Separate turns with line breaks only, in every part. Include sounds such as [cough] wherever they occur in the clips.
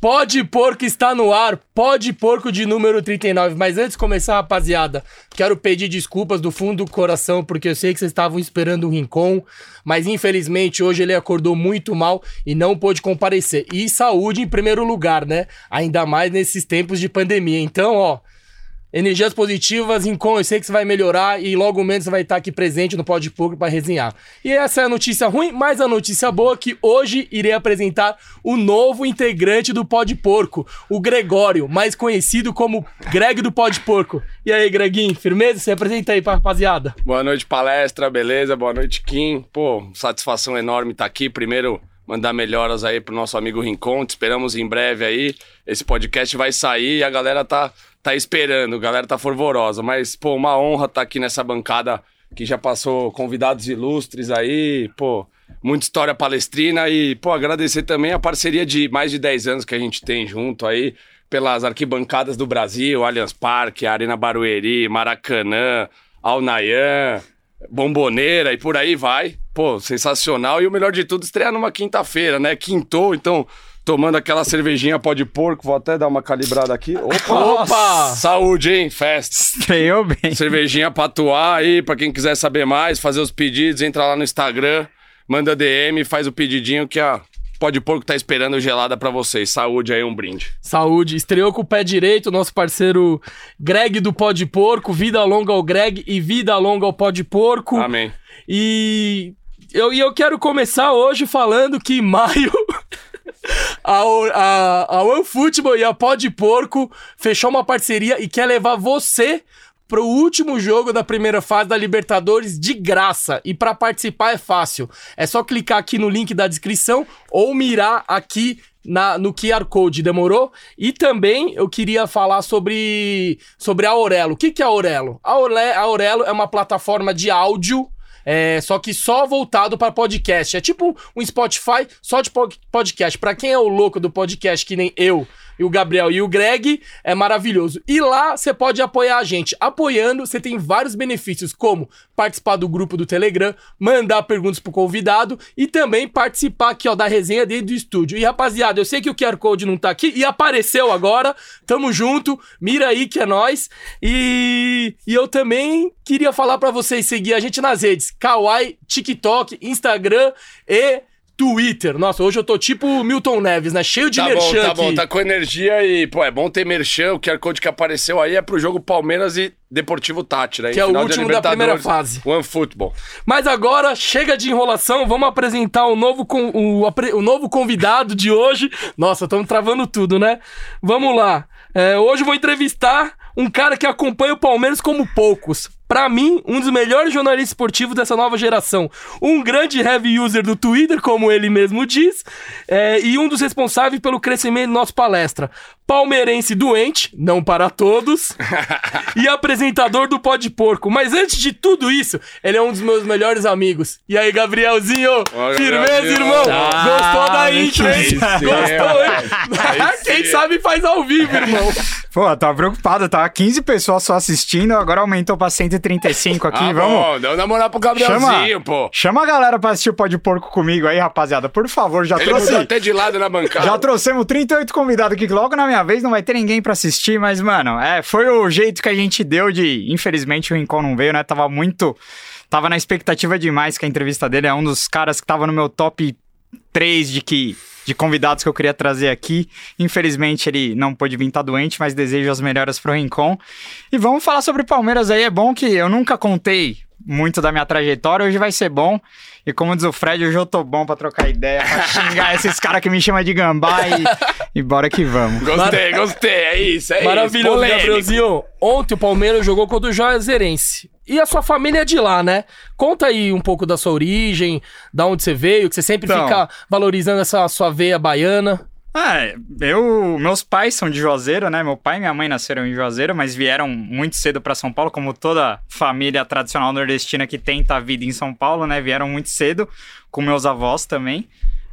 Pode Porco está no ar, Pode Porco de número 39. Mas antes de começar, rapaziada, quero pedir desculpas do fundo do coração, porque eu sei que vocês estavam esperando o Rincon, mas infelizmente hoje ele acordou muito mal e não pôde comparecer. E saúde em primeiro lugar, né? Ainda mais nesses tempos de pandemia. Então, ó, Energias positivas, Rincon, eu sei que você vai melhorar e logo menos você vai estar aqui presente no Pod Público para resenhar. E essa é a notícia ruim, mas a notícia boa é que hoje irei apresentar o novo integrante do Pod Porco, o Gregório, mais conhecido como Greg do Pod Porco. E aí, Greguinho, firmeza? Se apresenta aí pra rapaziada.
Boa noite, palestra, beleza? Boa noite, Kim. Pô, satisfação enorme estar aqui. Primeiro, mandar melhoras aí pro nosso amigo Rincon. Te esperamos em breve aí. Esse podcast vai sair e a galera tá, tá esperando, a galera tá fervorosa. Mas, pô, uma honra estar aqui nessa bancada que já passou convidados ilustres aí, pô. Muita história palestrina e, pô, agradecer também a parceria de mais de 10 anos que a gente tem junto aí, pelas arquibancadas do Brasil, Allianz Parque, Arena Barueri, Maracanã, Alnayan, Bomboneira e por aí vai. Pô, sensacional. E o melhor de tudo, estrear numa quinta-feira, né? Quintou, então, tomando aquela cervejinha pó de porco. Vou até dar uma calibrada aqui. Opa!
Opa!
Saúde, hein? Festa.
Estreou bem.
Cervejinha pra atuar aí, pra quem quiser saber mais, fazer os pedidos, entra lá no Instagram, manda DM, faz o pedidinho que a pó de porco tá esperando gelada pra vocês. Saúde aí, um brinde.
Saúde. Estreou com o pé direito, nosso parceiro Greg do Pod Porco. Vida longa ao Greg e vida longa ao Pod Porco.
Amém.
E eu, e eu quero começar hoje falando que em maio. [laughs] A, O- a, a OneFootball e a Pó de Porco fechou uma parceria e quer levar você pro último jogo da primeira fase da Libertadores de graça. E para participar é fácil. É só clicar aqui no link da descrição ou mirar aqui na, no QR Code, demorou? E também eu queria falar sobre, sobre a Aurelo. O que, que é a Aurelo? A Aure- a Aurelo é uma plataforma de áudio é, só que só voltado para podcast. É tipo um Spotify só de po- podcast. Para quem é o louco do podcast, que nem eu e o Gabriel e o Greg, é maravilhoso. E lá você pode apoiar a gente. Apoiando, você tem vários benefícios, como participar do grupo do Telegram, mandar perguntas pro convidado e também participar aqui, ó, da resenha dentro do estúdio. E rapaziada, eu sei que o QR Code não tá aqui e apareceu agora. Tamo junto. Mira aí que é nós. E, e eu também queria falar pra vocês seguir a gente nas redes: Kawaii, TikTok, Instagram e Twitter. Nossa, hoje eu tô tipo Milton Neves, né? Cheio de
tá
merchan
bom, tá
aqui.
bom, tá com energia e, pô, é bom ter merchan, o QR Code que apareceu aí é pro jogo Palmeiras e Deportivo Tátira. aí,
Que é o
final de
último da primeira
Libertadores,
fase.
One Football.
Mas agora, chega de enrolação, vamos apresentar o novo, con- o, apre- o novo convidado de hoje. Nossa, estamos travando tudo, né? Vamos lá. É, hoje eu vou entrevistar um cara que acompanha o Palmeiras como poucos. Pra mim, um dos melhores jornalistas esportivos dessa nova geração. Um grande heavy user do Twitter, como ele mesmo diz, é, e um dos responsáveis pelo crescimento do nosso palestra. Palmeirense doente, não para todos e apresentador do Pode Porco. Mas antes de tudo isso, ele é um dos meus melhores amigos. E aí, Gabrielzinho?
Gabriel.
Firmeza, irmão?
Ah,
Gostou da
aí
intro, hein?
sim,
Gostou, hein?
Aí
[laughs]
sim.
Quem sabe faz ao vivo, irmão.
Pô, eu tava preocupado, tava 15 pessoas só assistindo, agora aumentou pra 135 aqui,
ah,
vamos.
bom, dá uma moral pro Gabrielzinho,
Chama,
pô.
chama a galera pra assistir o Pode Porco comigo aí, rapaziada. Por favor, já
Ele
trouxe.
mudou até de lado na bancada.
Já trouxemos 38 convidados aqui, que logo na minha vez não vai ter ninguém pra assistir, mas, mano, é, foi o jeito que a gente deu de. Infelizmente o Rincon não veio, né? Tava muito. Tava na expectativa demais que a entrevista dele é um dos caras que tava no meu top 3 de que. De convidados que eu queria trazer aqui. Infelizmente ele não pôde vir, tá doente, mas desejo as melhoras pro Rincon. E vamos falar sobre Palmeiras aí. É bom que eu nunca contei muito da minha trajetória, hoje vai ser bom. E como diz o Fred, hoje eu tô bom pra trocar ideia, [laughs] pra xingar esses caras que me chamam de gambá e, e bora que vamos.
Gostei, gostei, é isso, é isso.
Maravilhoso,
Polêmico.
Gabrielzinho. Ontem o Palmeiras jogou contra o Juazeirense. E a sua família é de lá, né? Conta aí um pouco da sua origem, da onde você veio, que você sempre
Então.
fica valorizando essa sua veia baiana.
Ah, eu, meus pais são de Juazeiro, né? Meu pai e minha mãe nasceram em Juazeiro, mas vieram muito cedo pra São Paulo, como toda família tradicional nordestina que tenta a vida em São Paulo, né? Vieram muito cedo, com meus avós também.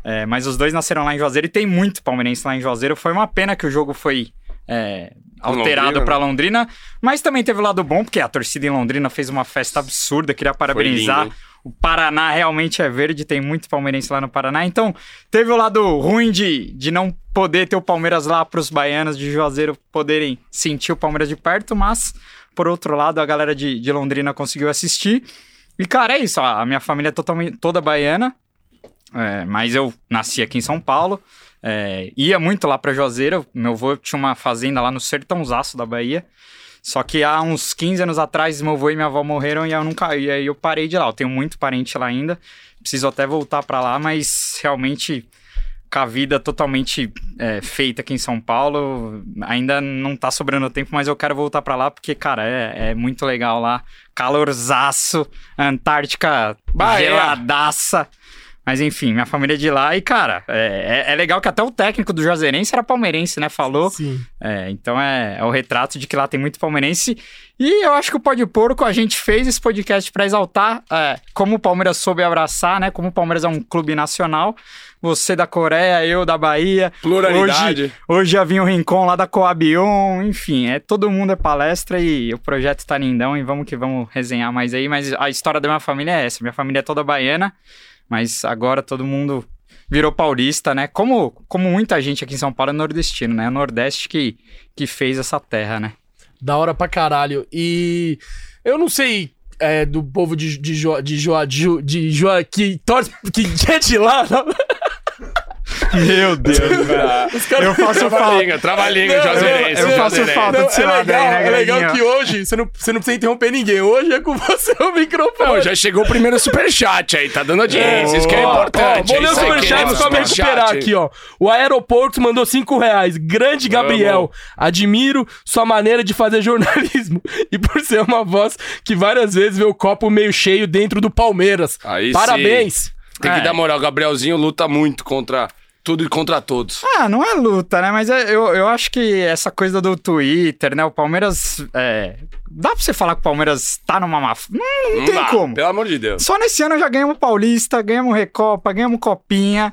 É, mas os dois nasceram lá em Juazeiro e tem muito palmeirense lá em Juazeiro. Foi uma pena que o jogo foi é, alterado
Londrina,
pra Londrina, mas também teve o lado bom, porque a torcida em Londrina fez uma festa absurda. Queria parabenizar
lindo,
O Paraná realmente é verde, tem muito palmeirense lá no Paraná. Então, teve o lado ruim de, de não poder ter o Palmeiras lá para os baianos de Juazeiro poderem sentir o Palmeiras de perto, mas, por outro lado, a galera de, de Londrina conseguiu assistir. E, cara, é isso. ó, A minha família é totalmente toda baiana, é, mas eu nasci aqui em São Paulo. é, ia muito lá para Juazeiro. Meu avô tinha uma fazenda lá no sertãozaço da Bahia. Só que há uns 15 anos atrás, meu avô e minha avó morreram e eu nunca e aí eu parei de ir lá. Eu tenho muito parente lá ainda. Preciso até voltar para lá, mas realmente com a vida totalmente é, feita aqui em São Paulo, ainda não tá sobrando tempo, mas eu quero voltar para lá porque, cara, é, é muito legal lá. Calorzaço, Antártica
Bahia.
geladaça. Mas enfim, minha família é de lá e, cara, é, é- é legal que até o técnico do Juazeirense era palmeirense, né? Falou.
Sim.
É, então é, é o retrato de que lá tem muito palmeirense. E eu acho que o Pode Porco, a gente fez esse podcast pra exaltar é, como o Palmeiras soube abraçar, né? Como o Palmeiras é um clube nacional. Você da Coreia, eu da Bahia.
Pluralidade.
Hoje, hoje já vinha o Rincon lá da Coabion. Enfim, é todo mundo é palestra e o projeto tá lindão. E vamos que vamos resenhar mais aí. Mas a história da minha família é essa. Minha família é toda baiana, mas agora todo mundo virou paulista, né? Como, como muita gente aqui em São Paulo é nordestino, né? É o Nordeste que, que fez essa terra, né?
Da hora pra caralho. E eu não sei é, do povo de, de, Joa, de, Joa, de, Ju- de Joa- que torce, [laughs] que é de lá.
[laughs]
não.
Meu Deus, [laughs]
Os caras-
Eu faço falta.
Trava-língua, trava-língua,
Não,
Juazeirense.
eu- eu faço
Juazeirense.
[laughs]
falta.
Não,
desse
é
lado aí,
legal,
né,
é legal
galerinha?
que hoje você não, você não precisa interromper ninguém. Hoje é com [laughs] você o microfone.
Não, já chegou o primeiro superchat aí, tá dando audiência, isso que é
Ó,
importante.
ó,
é
vou ler o
isso aí,
superchat
queremos
pra me
superchat.
recuperar aqui, ó. O Aeroporto mandou 5 reais. Grande Gabriel, admiro sua maneira de fazer jornalismo [laughs] e por ser uma voz que várias vezes vê o copo meio cheio dentro do Palmeiras.
Aí sim.
Parabéns.
Tem que
É.
dar moral, Gabrielzinho luta muito contra tudo e contra todos.
Ah, não é luta, né? Mas é- eu, eu acho que essa coisa do Twitter, né? O Palmeiras. é, Dá pra você falar que o Palmeiras tá numa má. f- Não, não tem
dá,
como.
Ah, Pelo amor de Deus.
Só nesse ano já ganhamos Paulista, ganhamos Recopa, ganhamos Copinha.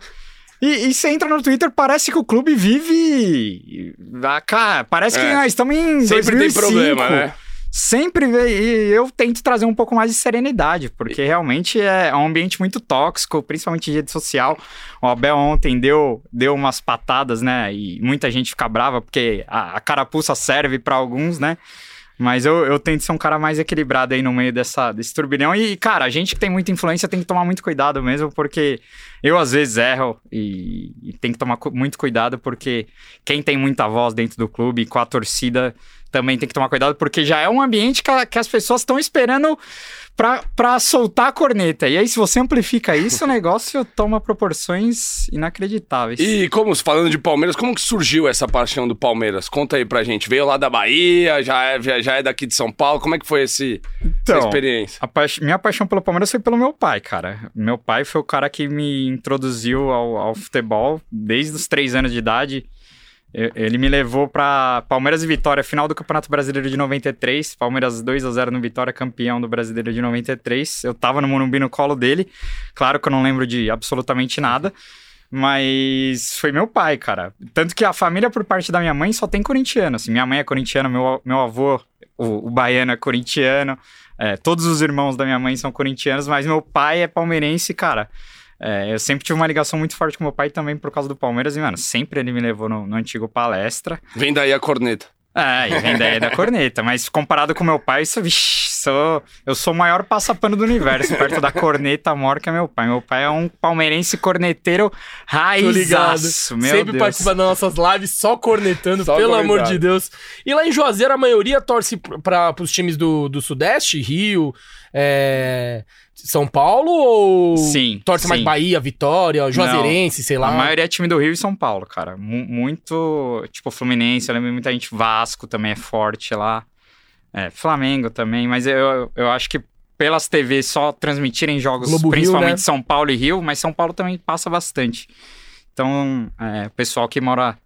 E, e você entra no Twitter, parece que o clube vive. Ah, cara, parece que
É.
nós estamos em.
Sempre
2005.
tem problema, né?
Sempre vem. E eu tento trazer um pouco mais de serenidade, porque realmente é um ambiente muito tóxico, principalmente em rede social. O Abel ontem deu, deu umas patadas, né? E muita gente fica brava, porque a, a carapuça serve para alguns, né? Mas eu, eu tento ser um cara mais equilibrado aí no meio dessa, desse turbilhão. E, cara, a gente que tem muita influência tem que tomar muito cuidado mesmo, porque eu às vezes erro e, e tem que tomar cu- muito cuidado, porque quem tem muita voz dentro do clube, com a torcida, também tem que tomar cuidado, porque já é um ambiente que, a- que as pessoas estão esperando pra, pra soltar a corneta. E aí, se você amplifica isso, o [laughs] negócio toma proporções inacreditáveis.
E como, falando de Palmeiras, como que surgiu essa paixão do Palmeiras? Conta aí pra gente. Veio lá da Bahia, já é, já- já é daqui de São Paulo. Como é que foi esse, essa
Então,
experiência?
A paix- Minha paixão pelo Palmeiras foi pelo meu pai, cara. Meu pai foi o cara que me introduziu ao, ao futebol desde os três anos de idade. E- Ele me levou pra Palmeiras e Vitória, final do Campeonato Brasileiro de 93. Palmeiras 2 a 0 no Vitória, campeão do Brasileiro de 93. Eu tava no Morumbi no colo dele. Claro que eu não lembro de absolutamente nada. Mas foi meu pai, cara. Tanto que a família, por parte da minha mãe, só tem corintiano. Assim, minha mãe é corintiana, meu, meu avô, o, o baiano, é corintiano. É, todos os irmãos da minha mãe são corintianos, mas meu pai é palmeirense, cara. É, eu sempre tive uma ligação muito forte com meu pai também por causa do Palmeiras. E, mano, sempre ele me levou no, no antigo palestra.
Vem daí a corneta.
É, e
[laughs]
vem daí da corneta. Mas comparado com meu pai, isso, vixi, sou, eu sou o maior passapano do universo, perto da corneta maior que é meu pai. Meu pai é um palmeirense corneteiro
Tô ligado.
raizaço, meu
Sempre
Deus.
participa das nossas lives só cornetando,
Só
pelo amor
cornetado.
de Deus. E lá em Juazeiro, a maioria torce para os times do, do Sudeste, Rio, é, São Paulo ou
Sim,
torce mais
sim.
Bahia, Vitória, Juazeirense, sei lá.
A maioria é time do Rio e São Paulo, cara. Mu- muito, tipo, Fluminense, eu lembro muita gente, Vasco também é forte lá. É, Flamengo também, mas eu, eu acho que pelas TVs só transmitirem jogos,
Globo Rio,
principalmente
né?
São Paulo e Rio, mas São Paulo também passa bastante. Então, é, o pessoal que mora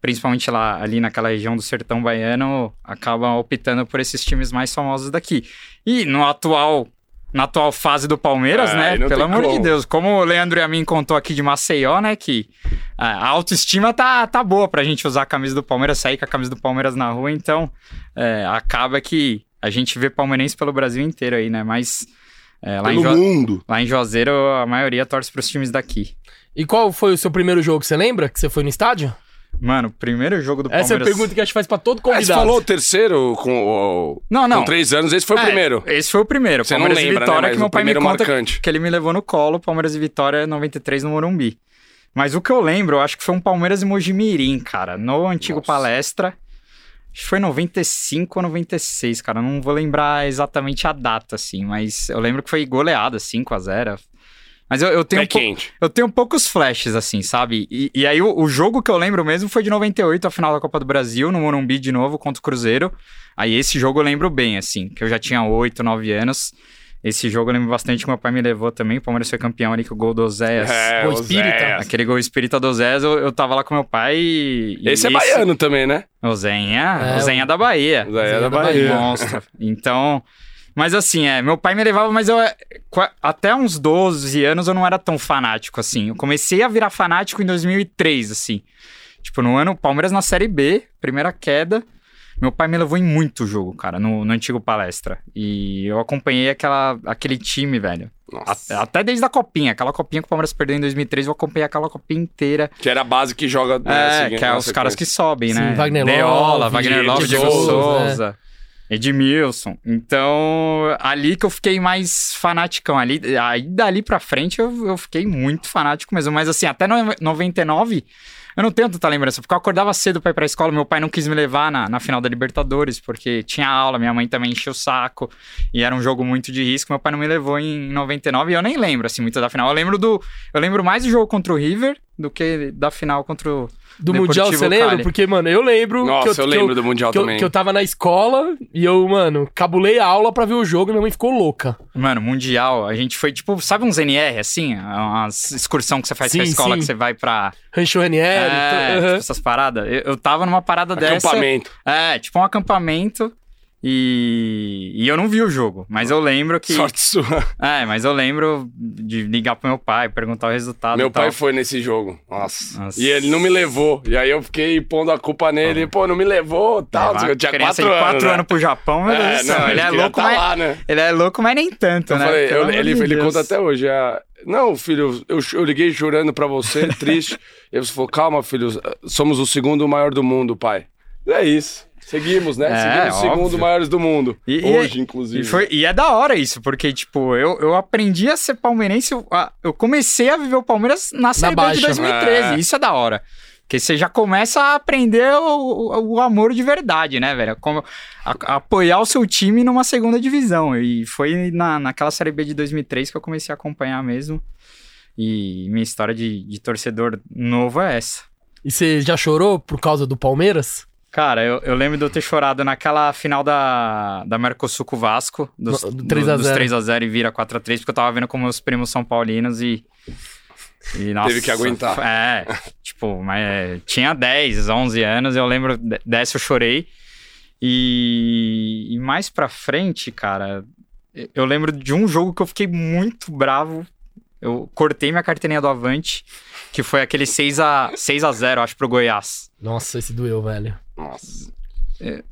principalmente lá ali naquela região do sertão baiano acaba optando por esses times mais famosos daqui. E no atual na atual fase do Palmeiras,
É,
né?
aí não
Pelo
tem
amor de
como.
Deus, como o Leandro e a mim contou aqui de Maceió, né, que a autoestima tá, tá boa pra gente usar a camisa do Palmeiras, sair com a camisa do Palmeiras na rua, então é, acaba que a gente vê palmeirense pelo Brasil inteiro aí, né? Mas É, lá, em
Pelo
Jo-
mundo.
lá em Juazeiro, a maioria torce pros times daqui.
E qual foi o seu primeiro jogo? Você lembra que você foi no estádio?
Mano, o primeiro jogo do
Essa é a
Palmeiras...
pergunta que a gente faz pra todo
Ah,
convidado.
você falou o terceiro com, o-
Ah, Não, não.
com três anos, esse foi o
É,
primeiro.
Esse foi o primeiro.
Você não
Palmeiras
lembra,
e
né?
Vitória,
Mas
que meu
o
pai me
primeiro
conta
marcante.
[laughs] que ele me levou no colo, Palmeiras e Vitória 93 no Morumbi. Mas o que eu lembro, eu acho que foi um Palmeiras e Mojimirim, cara, no antigo
Nossa.
palestra. Acho que foi 95 ou 96, cara. Não vou lembrar exatamente a data, assim, mas eu lembro que foi goleada, 5 a 0 Mas eu, eu tenho. um
Pé
pou-
quente.
eu tenho poucos flashes, assim, sabe? E, e aí, o, o jogo que eu lembro mesmo foi de 98, a final da Copa do Brasil, no Morumbi de novo, contra o Cruzeiro. Aí, esse jogo eu lembro bem, assim, que eu já tinha 8, 9 anos. Esse jogo eu lembro bastante que meu pai me levou também. O Palmeiras foi campeão ali, que o gol do Zéas.
É,
o
o
espírita.
Zéas.
Aquele gol espírita do Zéas, eu, eu tava lá com meu pai e. e
Esse é
isso-
baiano também, né?
O Zenha,
É,
o Zenha da Bahia.
Zé
Zé
é
da
da
Bahia.
Bahia.
Monstro. Então. Mas assim, é, meu pai me levava, mas eu. é, qua- Até uns 12 anos eu não era tão fanático assim. Eu comecei a virar fanático em 2003, assim. Tipo, no ano, Palmeiras na Série B, primeira queda. Meu pai me levou em muito jogo, cara, no, no antigo palestra. E eu acompanhei aquela, aquele time, velho.
Nossa.
Até, até desde a copinha. Aquela copinha que o Palmeiras perdeu em 2003, eu acompanhei aquela copinha inteira.
Que era a base que joga. né,
É,
assim,
que é
na
os caras que sobem, né?
Sim, Wagner Love,
Deola, Wagner
Diego
Love, Diego
Souza,
Souza, Edmilson. Então, ali que eu fiquei mais fanaticão. Ali, aí, dali pra frente, eu, eu fiquei muito fanático mesmo. Mas, assim, até no- 99, eu não tenho tanta lembrança. Porque eu acordava cedo pra ir pra escola. Meu pai não quis me levar na, na final da Libertadores, porque tinha aula. Minha mãe também encheu o saco. E era um jogo muito de risco. Meu pai não me levou em 99. E eu nem lembro, assim, muito da final. Eu lembro do... Eu lembro mais do jogo contra o River do que da final contra o...
Do
Deportivo
Mundial, você
Cali.
lembra? Porque, mano, eu lembro.
Nossa,
que
eu, lembro do Mundial
que eu,
também.
que eu tava na escola e eu, mano, cabulei a aula pra ver o jogo e minha mãe ficou louca.
Mano, mundial, a gente foi tipo, sabe uns NR assim? Umas excursão que você faz pra
Sim,
escola,
sim.
que você vai pra.
Rancho Ranieri.
é,
t-
tipo,
aham.
essas paradas. Eu, eu tava numa parada dessa.
então, Acampamento.
É, tipo um acampamento. E, e eu não vi o jogo, mas eu lembro que.
Sorte sua.
É, mas eu lembro de ligar pro meu pai, perguntar o resultado.
Meu
e tal.
pai foi nesse jogo. Nossa.
Ah, Nossa.
E ele não me levou. E aí eu fiquei pondo a culpa nele. Pô, não me levou tal.
Levar
eu tinha
É, criança
quatro,
de
anos.
quatro
né?
anos pro Japão, meu Deus
É,
do céu,
não,
ele é
queria
louco,
tá
mas.
lá, né?
Ele é louco, mas nem tanto,
Eu
né?
Então falei,
Pelo
eu-
amor
ele,
de
ele
Deus.
conta até hoje. ah, não, filho, eu, eu liguei chorando pra
[laughs]
você, triste. Ele falou, calma, filho, somos o segundo maior do mundo, pai. É isso. Seguimos, né?
É,
Seguimos o segundo
óbvio.
maiores do mundo.
E- e-
hoje, inclusive.
E, foi- e é da hora isso, porque, tipo, eu, eu aprendi a ser palmeirense, eu, a- eu comecei a viver o Palmeiras na Série B
baixa.
de 2013,
É.
isso é da hora. Porque você já começa a aprender o, o- o amor de verdade, né, velho? Como, a- a apoiar o seu time numa segunda divisão. E foi na, naquela Série B de 2003 que eu comecei a acompanhar mesmo. E minha história de, de torcedor novo é essa.
E você já chorou por causa do Palmeiras?
Cara, eu, eu lembro de eu ter chorado naquela final da, da Mercosul com o Vasco, dos,
No- do
do-
3 a 0.
dos 3x0 e vira 4x3, porque eu tava vendo com meus primos são paulinos e. e, nossa,
que aguentar.
É, tipo, mas é, tinha 10, 11 anos, eu lembro de- dessa eu chorei. E, e mais pra frente, cara, eu lembro de um jogo que eu fiquei muito bravo. Eu cortei minha carteirinha do Avante, que foi aquele 6x0, 6 a 0 acho, pro Goiás.
Nossa, esse doeu, velho.
Nossa.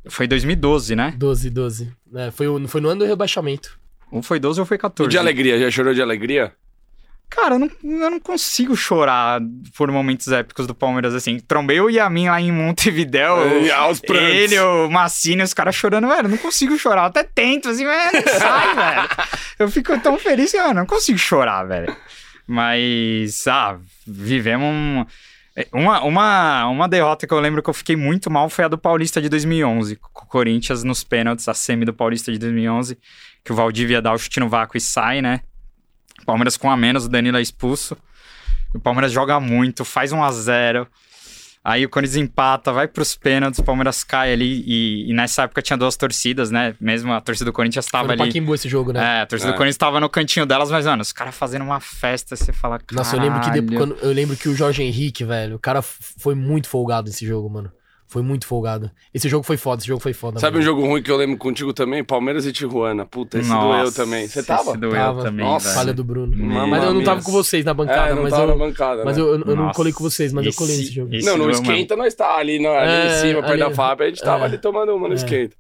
Foi 2012, né?
12, 12. É, foi, o- foi no ano do rebaixamento.
Ou Um foi 12 ou foi
E
14.
de alegria, já chorou de alegria?
Cara, eu não, eu não consigo chorar por momentos épicos do Palmeiras assim. Trombei o Yamin lá em Montevidéu.
[laughs] É, E aos prantos.
Ele, o Massini, os caras chorando, velho, eu não consigo chorar. Eu até tento, assim, mas não sai, [laughs] velho. Eu fico tão feliz que, mano, eu não consigo chorar, velho. Mas, ah, vivemos um- uma, uma, uma derrota que eu lembro que eu fiquei muito mal foi a do Paulista de 2011, com o Corinthians nos pênaltis, a semi do Paulista de 2011, que o Valdívia dá o chute no vácuo e sai, né? O Palmeiras com um a menos, o Danilo é expulso. O Palmeiras joga muito, faz 1 a 0 Aí o Corinthians empata, vai pros pênaltis, o Palmeiras cai ali. E, e nessa época tinha duas torcidas, né? Mesmo a torcida do Corinthians
Foi
estava
no
ali.
Pacaembu esse jogo, né?
É, a torcida
É.
do Corinthians tava no cantinho delas, mas, mano, os caras fazendo uma festa, você fala, caralho.
Nossa, eu lembro, que depois, quando- eu lembro que o Jorge Henrique, velho, o cara f- foi muito folgado esse jogo, mano. Foi muito folgado. Esse jogo foi foda, esse jogo foi foda.
Sabe um
mano.
jogo ruim que eu lembro contigo também? Palmeiras e Tijuana. Puta, esse
Nossa,
doeu também. Você
esse
tava?
doeu
Tava.
também,
Nossa,
velho.
Falha do Bruno.
Meu
Mas eu não tava
Mamias.
com vocês na bancada,
é, não
mas
tava
eu.
na bancada,
Mas
né?
eu, eu- eu não
Nossa,
colei com vocês, mas eu colei
esse-
nesse jogo.
esse
Não, no
doeu, mano.
esquenta nós tá ali, na- ali
É,
em cima, perto
ali,
da FAP, a gente
é.
tava ali tomando uma no esquenta.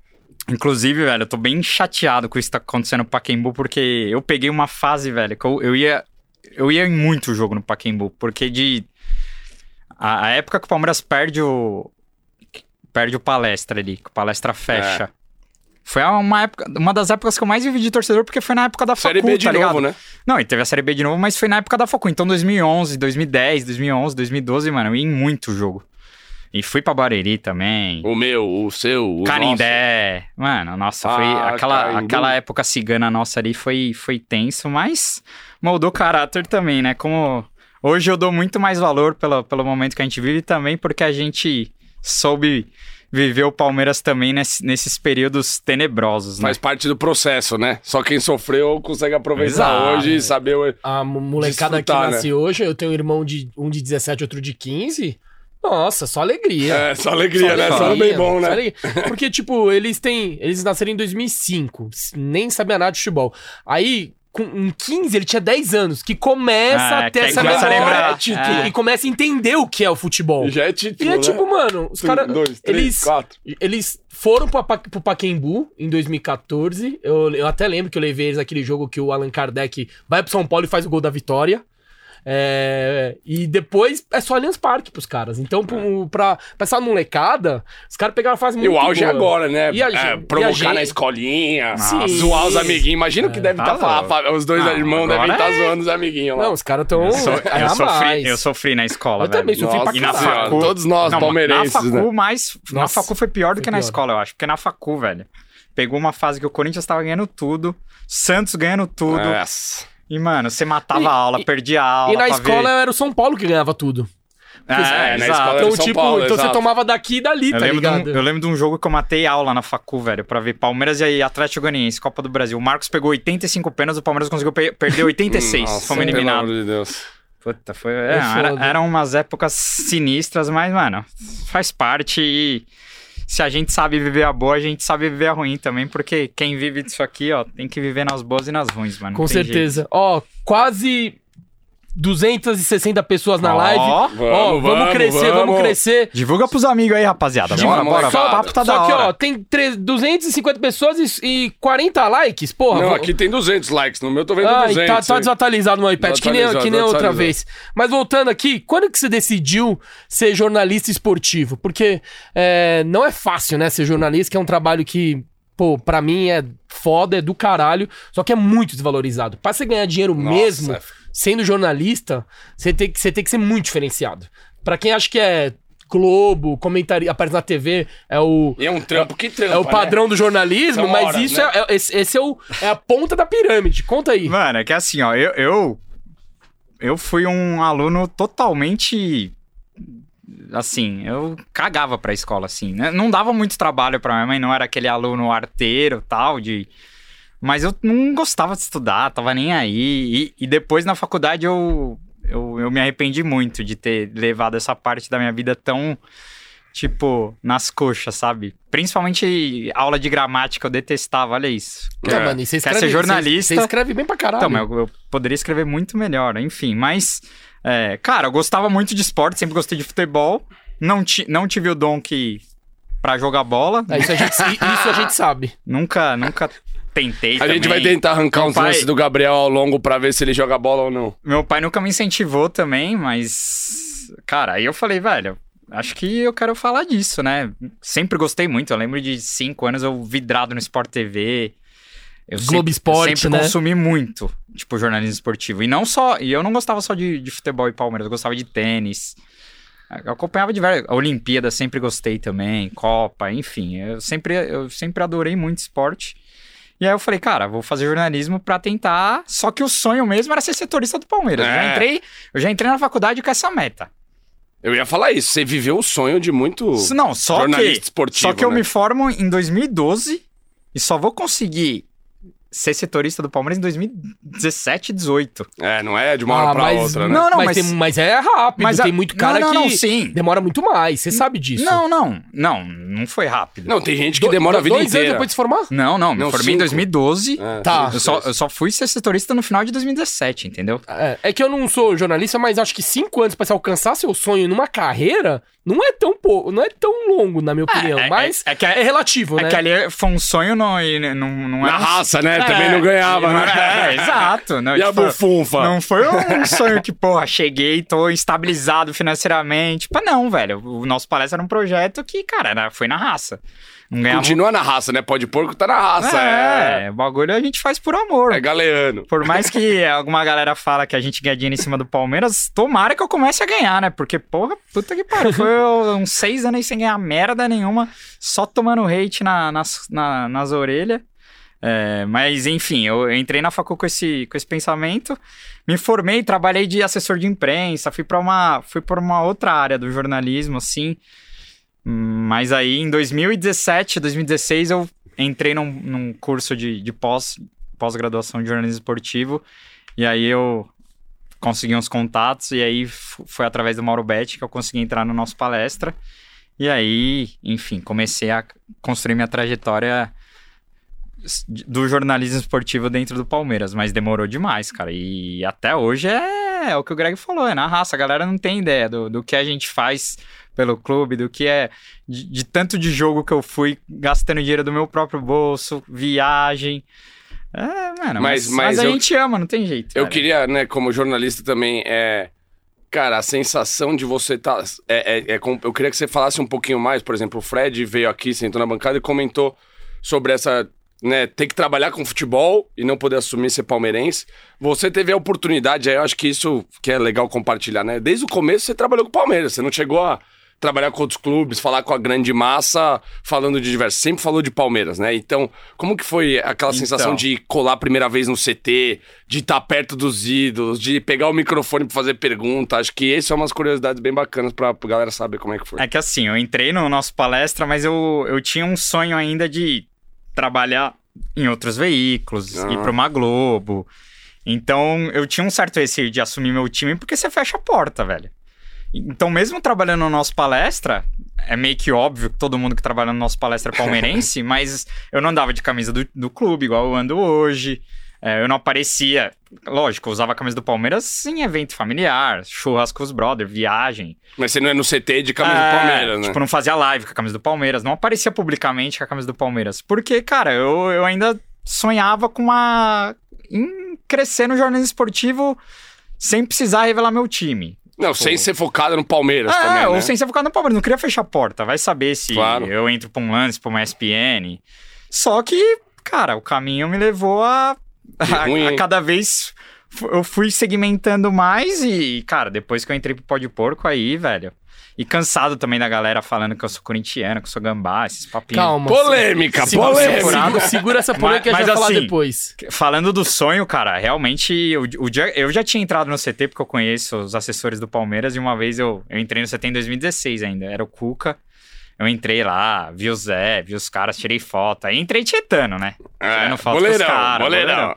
Inclusive, velho, eu tô bem chateado com isso que tá acontecendo no Pacaembu, porque eu peguei uma fase, velho, que eu, eu ia. Eu ia em muito jogo no Pacaembu, porque de. A, a época que o Palmeiras perde o. Perde o palestra ali, que o palestra
É.
fecha. Foi uma, época, uma das épocas que eu mais vivi de torcedor, porque foi na época da
Série
facu,
B de
tá ligado?
novo, né?
Não, e teve a Série B de novo, mas foi na época da Facu. Então, 2011, 2010, 2011, 2012, mano, eu ia em muito jogo. E fui pra Bareri também.
O meu, o seu, o
Canindé. Mano, nossa, foi
Ah,
aquela,
Caimbu.
aquela época cigana nossa ali foi, foi tenso, mas moldou caráter também, né? Como hoje eu dou muito mais valor pelo, pelo momento que a gente vive e também porque a gente soube viver o Palmeiras também nesse- nesses períodos tenebrosos,
nosso.
né?
Faz parte do processo, né? Só quem sofreu consegue aproveitar
Exato.
hoje e saber o...
A mo- molecada que
Desfrutar, né?
nasce hoje, eu tenho um irmão de um de 17, outro de 15. Nossa, só alegria.
É, só alegria, né?
alegria,
Só no bem bom,
só
né?
alegria. Porque, tipo, eles têm. Eles nasceram em 2005, s- nem sabia nada de futebol. Aí, com um 15, ele tinha 10 anos, que começa
Ah,
a ter
que aí
essa
começa
a
memória
lembrar.
título,
É.
e começa a entender o que é o futebol.
E Já é
E
título,
é
né?
tipo, mano, os
Um,
caras.
dois, três,
Eles,
quatro.
eles foram pra, Pa- pro Paquembu em 2014. Eu, eu até lembro que eu levei eles naquele jogo que o Allan Kardec vai pro São Paulo e faz o gol da vitória. É, e depois é só Allianz Parque pros caras. Então, pro- pra, pra essa molecada, os caras pegaram a fase
E
muito
o auge é
boa.
agora, né?
E a
É,
gente-
provocar
e a gente-
na escolinha,
Sim. É,
zoar os amiguinhos. Imagina o que deve
Tá
estar
louco.
Os dois
Ah,
irmãos
agora
devem estar
é.
zoando os amiguinhos lá.
Não, os caras tão.
Eu, so-
é
eu
a mais.
sofri, eu sofri na escola,
Eu
velho.
também sofri pra
Nossa
E na
caralho.
Senhora,
facu-
Todos nós,
Não,
palmeirenses,
na facu,
né?
mais, na
Nossa,
facu foi pior do que
foi
na
pior.
escola, eu acho. Porque na facu, velho, pegou uma fase que o Corinthians tava ganhando tudo, Santos ganhando tudo.
Nossa.
E, mano, você matava
E-
a aula,
e-
perdia a aula.
E na
pra
escola era o São Paulo que ganhava tudo.
Ver. É,
É, na
exato.
escola- Era
Então,
São
tipo,
Paulo,
então você
exato.
tomava daqui e dali, tá
Eu lembro, de um,
ligado?
eu lembro de um jogo que eu matei aula na facu, velho, pra ver Palmeiras e Atlético Goianiense, Copa do Brasil. O Marcos pegou 85 penas, o Palmeiras conseguiu pe- perder 86.
Nossa, é
fomos
Pelo
eliminados.
amor de Deus.
Puta, foi. é,
foda.
era- eram umas épocas sinistras, mas, mano, faz parte e. Se a gente sabe viver a boa, a gente sabe viver a ruim também, porque quem vive disso aqui, ó, tem que viver nas boas e nas ruins, mano. não
Com
tem jeito.
certeza. Ó, quase 260 pessoas na
Ó,
live. Ó, vamos, crescer, vamos, crescer.
Divulga pros amigos aí, rapaziada.
Divulga,
Bora, bora. O
molecada.
papo tá da
Só que,
hora.
ó, tem tre- 250 pessoas e, e 40 likes, porra.
Não,
vou-
aqui tem 200 likes. No meu tô vendo
Ah,
200.
tá, tá desatualizado no iPad, que nem, que nem
Desatualizado,
outra
desatualizado.
vez. Mas voltando aqui, quando que você decidiu ser jornalista esportivo? Porque é, não é fácil, né, ser jornalista, que é um trabalho que, pô, pra mim é foda, é do caralho, só que é muito desvalorizado. Pra você ganhar dinheiro
Nossa,
mesmo,
é.
sendo jornalista, você tem, que- você tem que ser muito diferenciado. Pra quem acha que é Globo, comentário, aparece na TV, é o...
E é um trampo que trampa,
É o
né?
padrão do jornalismo,
São
mas
horas,
isso
né?
é, é- esse, esse é, o, é a ponta da pirâmide. Conta aí.
Mano, é que assim, ó, eu, eu, eu fui um aluno totalmente. Assim, eu cagava pra escola, assim, né? Não dava muito trabalho pra minha mãe, não era aquele aluno arteiro tal, de. Mas eu não gostava de estudar, tava nem aí. E, e depois na faculdade eu, eu, eu me arrependi muito de ter levado essa parte da minha vida tão, tipo, nas coxas, sabe? Principalmente aula de gramática, eu detestava, olha isso.
Não,
É.
mano, e você
Quer
escreve,
ser
você-
jornalista?
Você escreve bem pra caralho.
Então, mas eu, eu poderia escrever muito melhor, enfim. Mas, é, cara, eu gostava muito de esporte, sempre gostei de futebol. Não, ti, não tive o dom que pra jogar bola.
É, isso, a gente, isso a gente sabe.
Nunca, nunca tentei.
A gente vai
também.
tentar arrancar uns
pai-
lances do Gabriel ao longo pra ver se ele joga bola ou não.
Meu pai nunca me incentivou também, mas. Cara, aí eu falei, velho, acho que eu quero falar disso, né? Sempre gostei muito. Eu lembro de cinco anos eu vidrado no Sport TV. Eu
Globo
sempre,
Esporte,
eu sempre
né?
consumi muito, tipo, jornalismo esportivo. E não só. E eu não gostava só de, de futebol e Palmeiras, eu gostava de tênis. Eu acompanhava de várias. A Olimpíada sempre gostei também, Copa, enfim. Eu sempre, eu sempre adorei muito esporte. E aí eu falei, cara, vou fazer jornalismo pra tentar. Só que o sonho mesmo era ser setorista do Palmeiras. Eu, já
É.
entrei, eu já entrei na faculdade com essa meta.
Eu ia falar isso. Você viveu o sonho de muito
Não, só
jornalista né?
que.
esportivo.
Só que eu
né?
me formo em 2012 e só vou conseguir ser setorista do Palmeiras em 2017, 18.
É, não é de uma hora
Ah,
pra
mas
outra, né?
não,
mas,
mas-
tem- mas é rápido,
Mas a-
tem muito cara
não, não,
que
não, sim.
demora muito mais, você sabe disso.
Não, não, não, não foi rápido.
Não, tem gente que
Do-
demora a
do-
vida
dois
inteira.
anos depois de se formar?
Não, não, me
Não,
formei
cinco.
em 2012.
É,
Tá.
Eu só, eu só fui ser setorista no final de 2017, entendeu?
É, é que eu não sou jornalista, mas acho que cinco anos pra se alcançar seu sonho numa carreira não é tão pouco, não é tão longo, na minha opinião.
é-
mas
é-
é,
é que-
relativo, né?
É que ali foi um sonho não, e não, não
Na
era. um-
raça, né?
É,
Também não ganhava,
não
né?
era- [laughs]
[laughs]
é, exato. Não,
E a
tipo,
bufunfa?
Não foi um sonho que, porra, cheguei, tô estabilizado financeiramente. Tipo, não, velho. O nosso palestra era um projeto que, cara, era- foi na raça. Não ganhava.
Continua na raça, né? Pode porco tá na raça. É,
é, o bagulho a gente faz por amor.
é galeano.
Por mais que alguma galera fala que a gente ganha dinheiro em cima do Palmeiras, tomara que eu comece a ganhar, né? Porque, porra, puta que pariu. Foi uns seis anos aí sem ganhar merda nenhuma, só tomando hate na- nas, na- nas orelhas. É, mas, enfim, eu entrei na facul com esse, com esse pensamento, me formei, trabalhei de assessor de imprensa, fui pra uma, fui pra uma outra área do jornalismo, assim. Hum, Mas aí, em 2017, 2016, eu entrei num, num curso de, de pós pós-graduação de jornalismo esportivo. E aí eu consegui uns contatos, e aí f- foi através do Mauro Betti que eu consegui entrar no nosso palestra. E aí, enfim, comecei a construir minha trajetória s- de- do jornalismo esportivo dentro do Palmeiras, mas demorou demais, cara. E até hoje é, é o que o Greg falou, é na raça, a galera não tem ideia do, do que a gente faz pelo clube, do que é de, de tanto de jogo que eu fui gastando dinheiro do meu próprio bolso, viagem. É, mano,
Mas-
mas,
mas
mas a
eu-
gente ama, não tem jeito.
Eu
velho.
queria, né, como jornalista também, é. Cara, a sensação de você tá. É, é- é com- eu queria que você falasse um pouquinho mais. Por exemplo, o Fred veio aqui, sentou na bancada e comentou sobre essa. Né, ter que trabalhar com futebol e não poder assumir ser palmeirense. Você teve a oportunidade, aí eu acho que isso que é legal compartilhar, né? Desde o começo você trabalhou com o Palmeiras, você não chegou a trabalhar com outros clubes, falar com a grande massa, falando de diversos. Sempre falou de Palmeiras, né? Então, como que foi aquela
Então.
sensação de colar a primeira vez no CT, de estar perto dos ídolos, de pegar o microfone pra fazer pergunta? Acho que isso é umas curiosidades bem bacanas pra, pra galera saber como é que foi.
É que assim, eu entrei no nosso palestra, mas eu, eu tinha um sonho ainda de trabalhar em outros veículos,
Ah.
ir pra uma Globo. Então, eu tinha um certo receio de assumir meu time, porque você fecha a porta, velho. Então, mesmo trabalhando no nosso palestra, é meio que óbvio que todo mundo que trabalha no nosso palestra
[laughs]
é palmeirense, mas eu não andava de camisa do, do clube, igual eu ando hoje. É, eu não aparecia. Lógico, eu usava a camisa do Palmeiras em evento familiar, churrasco com os brother, viagem.
Mas você não é no CT de camisa
É,
do Palmeiras, né?
Tipo, não fazia live com a camisa do Palmeiras, não aparecia publicamente com a camisa do Palmeiras. Porque, cara, eu, eu ainda sonhava com uma. em crescer no jornalismo esportivo sem precisar revelar meu time.
não, sem ser focado no Palmeiras
Ah,
também,
é,
né?
ou sem ser focado no Palmeiras. Não queria fechar a porta. Vai saber se
Claro.
eu entro pra um lance, pra uma ESPN. Só que, cara, o caminho me levou a. a,
ruim,
a
hein?
cada vez. fu- Eu fui segmentando mais e, cara, depois que eu entrei pro pó de porco aí, velho. E cansado também da galera falando que eu sou corintiano, que eu sou gambá, esses papinhos.
Calma.
Polêmica,
se- segura-
polêmica.
Segura, segura essa polêmica que a gente
é Mas-
vai
mas
falar
assim,
depois.
Falando do sonho, cara, realmente eu, o dia- eu já tinha entrado no CT porque eu conheço os assessores do Palmeiras e uma vez eu, eu entrei no CT em 2016 ainda, era o Cuca. Eu entrei lá, vi o Zé, vi os caras, tirei foto. Aí entrei tietano, né?
É,
Tirando foto com os
boleirão,
caras,
boleirão.
boleirão.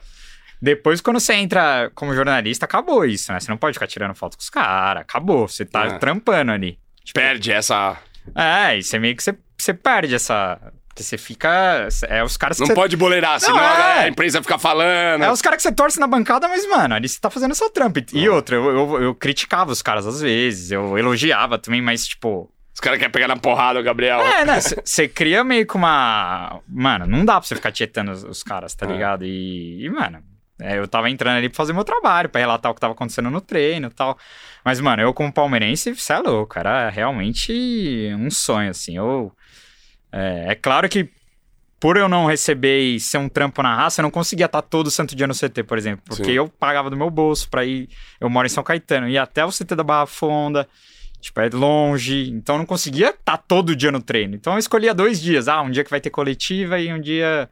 Depois, quando você entra como jornalista, acabou isso, né? Você não pode ficar tirando foto com os caras, acabou. Você tá
É.
trampando ali. Tipo,
Perde essa.
É, isso é meio que você, você perde essa. Porque você fica. É os caras que
Não
você
pode boleirar, senão
Não,
a,
é.
galera- a imprensa fica falando.
É os caras que você torce na bancada, mas, mano, ali você tá fazendo essa trampa. E- E outra, eu, eu, eu criticava os caras às vezes, eu elogiava também, mas, tipo.
Os caras querem pegar na porrada o Gabriel.
É, [laughs] né? Você cria meio que uma. Mano, não dá pra você ficar tietando os, os caras, tá
É.
ligado? E, e, mano, é, eu tava entrando ali pra fazer meu trabalho, pra relatar o que tava acontecendo no treino e tal. Mas, mano, eu como palmeirense, você é louco, era realmente um sonho, assim. Eu. É, é claro que por eu não receber e ser um trampo na raça, eu não conseguia estar todo santo dia no CT, por exemplo. Porque
Sim.
eu pagava do meu bolso pra ir. Eu moro em São Caetano, ia até o CT da Barra Funda, tipo, é longe. Então eu não conseguia estar todo dia no treino. Então eu escolhia dois dias. Ah, um dia que vai ter coletiva e um dia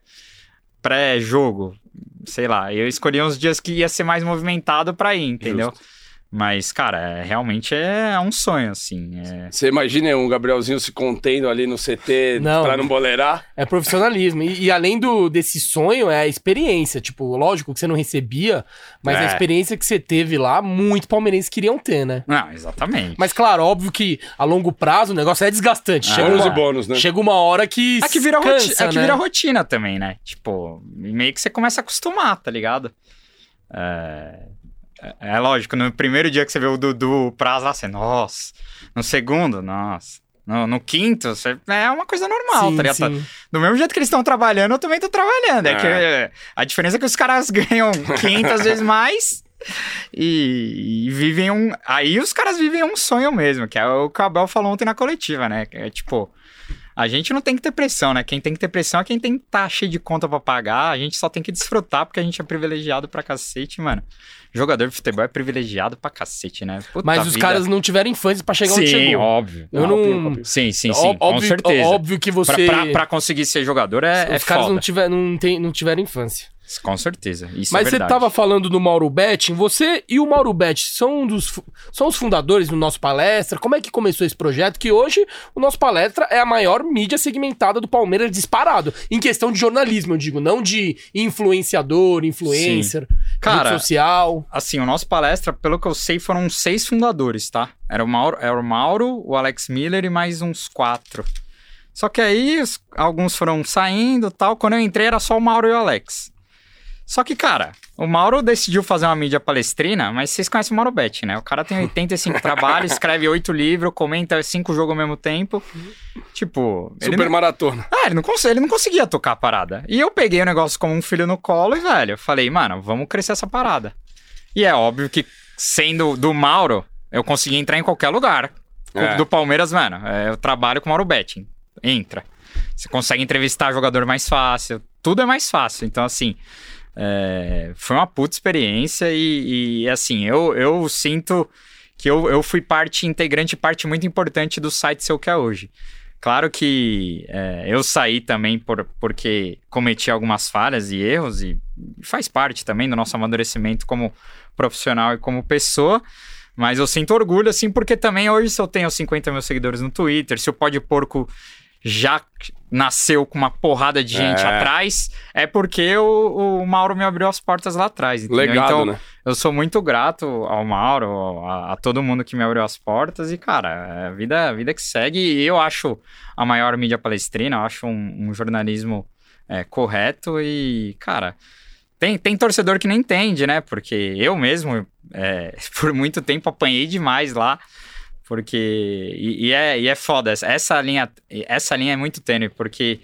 pré-jogo. Sei lá. Eu escolhia uns dias que ia ser mais movimentado pra ir, entendeu? Mas, cara, é- realmente é um sonho, assim. é-
Você imagina um Gabrielzinho se contendo ali no CT
Não.
pra não boleirar?
É profissionalismo. E, e além do, desse sonho, é a experiência. Tipo, lógico que você não recebia, mas a
É.
experiência que você teve lá, muitos palmeirenses queriam ter, né?
Não, exatamente.
Mas claro, óbvio que a longo prazo o negócio é desgastante. Chega,
Bônus
uma,
e bônus, né?
chega uma hora que.
É que, vira
cansa,
roti- é que
né?
vira rotina também, né? Tipo, meio que você começa a acostumar, tá ligado? É... é- é lógico, no primeiro dia que você vê o Dudu, o Praz lá, você, nossa. No segundo, nossa. No, no quinto, você- é uma coisa normal,
Sim,
tá ligado?
sim.
Do mesmo jeito que eles estão trabalhando, eu também tô trabalhando. É,
É.
que é, a diferença é que os caras [laughs] ganham 500 vezes mais e, e vivem um. Aí os caras vivem um sonho mesmo, que é o que o Abel falou ontem na coletiva, né? Que É tipo. A gente não tem que ter pressão, né? Quem tem que ter pressão é quem tem que tá cheio de conta pra pagar. A gente só tem que desfrutar porque a gente é privilegiado pra cacete, mano. Jogador de futebol é privilegiado pra cacete, né? Puta
Mas os
vida.
caras não tiveram infância pra chegar
Sim,
onde chegou.
óbvio.
Eu não-
Óbvio, óbvio.
Sim, sim, sim.
Ó-
com
óbvio,
certeza.
óbvio que
Pra-
você.
Pra, pra conseguir ser jogador é, é
os caras
foda.
não, tiver, não, tem, não tiveram infância.
Com certeza. Isso
Mas
é
você
verdade.
tava falando do Mauro Betting. Você e o Mauro Betting são, um dos, fu- são os fundadores do nosso palestra. Como é que começou esse projeto? Que hoje o nosso palestra é a maior mídia segmentada do Palmeiras disparado. Em questão de jornalismo, eu digo. Não de influenciador, influencer,
Cara,
rede social.
Assim, o nosso palestra, pelo que eu sei, foram seis fundadores, tá? Era o Mauro, era o, Mauro o Alex Miller e mais uns quatro. Só que aí os- alguns foram saindo e tal. Quando eu entrei era só o Mauro e o Alex. Só que, cara, o Mauro decidiu fazer uma mídia palestrina, mas vocês conhecem o Mauro Betti, né? O cara tem [laughs] 85 trabalhos, escreve oito livros, comenta cinco jogos ao mesmo tempo. Tipo, ele
Super maratona.
Ah, ele não, cons- ele não conseguia tocar a parada. E eu peguei o negócio como um filho no colo e, velho, eu falei, mano, vamos crescer essa parada. E é óbvio que, sendo do Mauro, eu consegui entrar em qualquer lugar. O
É.
Do Palmeiras, mano, é, eu trabalho com o Mauro Betting. Entra. Você consegue entrevistar jogador mais fácil. Tudo é mais fácil. Então, assim, é, foi uma puta experiência e, e, assim, eu, eu sinto que eu, eu fui parte integrante, parte muito importante do site Seu Que É Hoje. Claro que é, eu saí também por, porque cometi algumas falhas e erros e faz parte também do nosso amadurecimento como profissional e como pessoa. Mas eu sinto orgulho, assim, porque também hoje se eu tenho 50 mil seguidores no Twitter, se o Pode Porco já nasceu com uma porrada de gente
É.
atrás, é porque o, o Mauro me abriu as portas lá atrás. entendeu?
Legado,
então,
né?
eu sou muito grato ao Mauro, a, a todo mundo que me abriu as portas e, cara, é a vida, a vida que segue. E eu acho a maior mídia palestrina, eu acho um, um jornalismo é, correto e, cara, tem, tem torcedor que não entende, né? Porque eu mesmo, é, [laughs] por muito tempo, apanhei demais lá. Porque. E, e é, e é foda. essa- Essa linha, essa linha é muito tênue, porque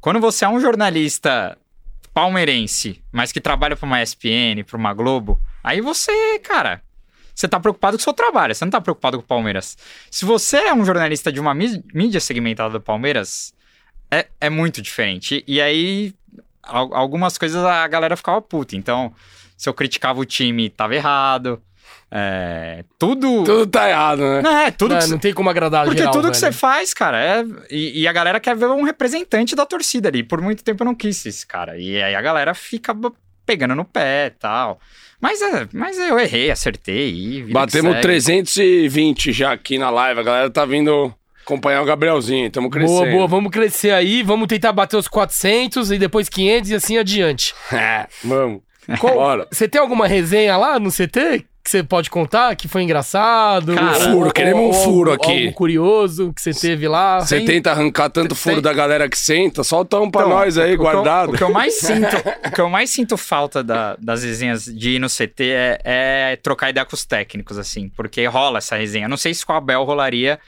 quando você é um jornalista palmeirense, mas que trabalha pra uma ESPN, pra uma Globo, aí você, cara, você tá preocupado com o seu trabalho, você não tá preocupado com o Palmeiras. Se você é um jornalista de uma mí- mídia segmentada do Palmeiras, é, é muito diferente. E aí, al- algumas coisas a galera ficava puta. Então, se eu criticava o time, tava errado. É, tudo.
Tudo tá errado, né?
Não, é, tudo
Não,
que cê-
não tem como agradar
porque
geral,
tudo que você
velho.
faz, cara, é. E, e a galera quer ver um representante da torcida ali. Por muito tempo eu não quis esse cara. E aí a galera fica b- pegando no pé e tal. Mas, é, mas eu errei, acertei. E vida que
Batemos
segue. né?
320 já aqui na live. A galera tá vindo acompanhar o Gabrielzinho. Tamo crescendo.
Boa, boa, vamos crescer aí, vamos tentar bater os 400 e depois 500 e assim adiante.
[laughs] É, vamos.
[laughs]
Qual-
Bora.
Você tem alguma resenha lá no CT que você pode contar que foi engraçado?
Cara,
Ou-
furo, queremos um
ou-
furo
algo-
aqui.
Algo curioso que você teve lá?
Você
Tem-
tenta arrancar tanto furo
tem-
da galera que senta, solta um pra
Então,
nós aí,
o que eu-
guardado.
o que
[laughs]
eu mais sinto, o que eu mais sinto falta da- das resenhas de ir no CT é, é trocar ideia com os técnicos, assim, porque rola essa resenha. Não sei se com a Abel rolaria,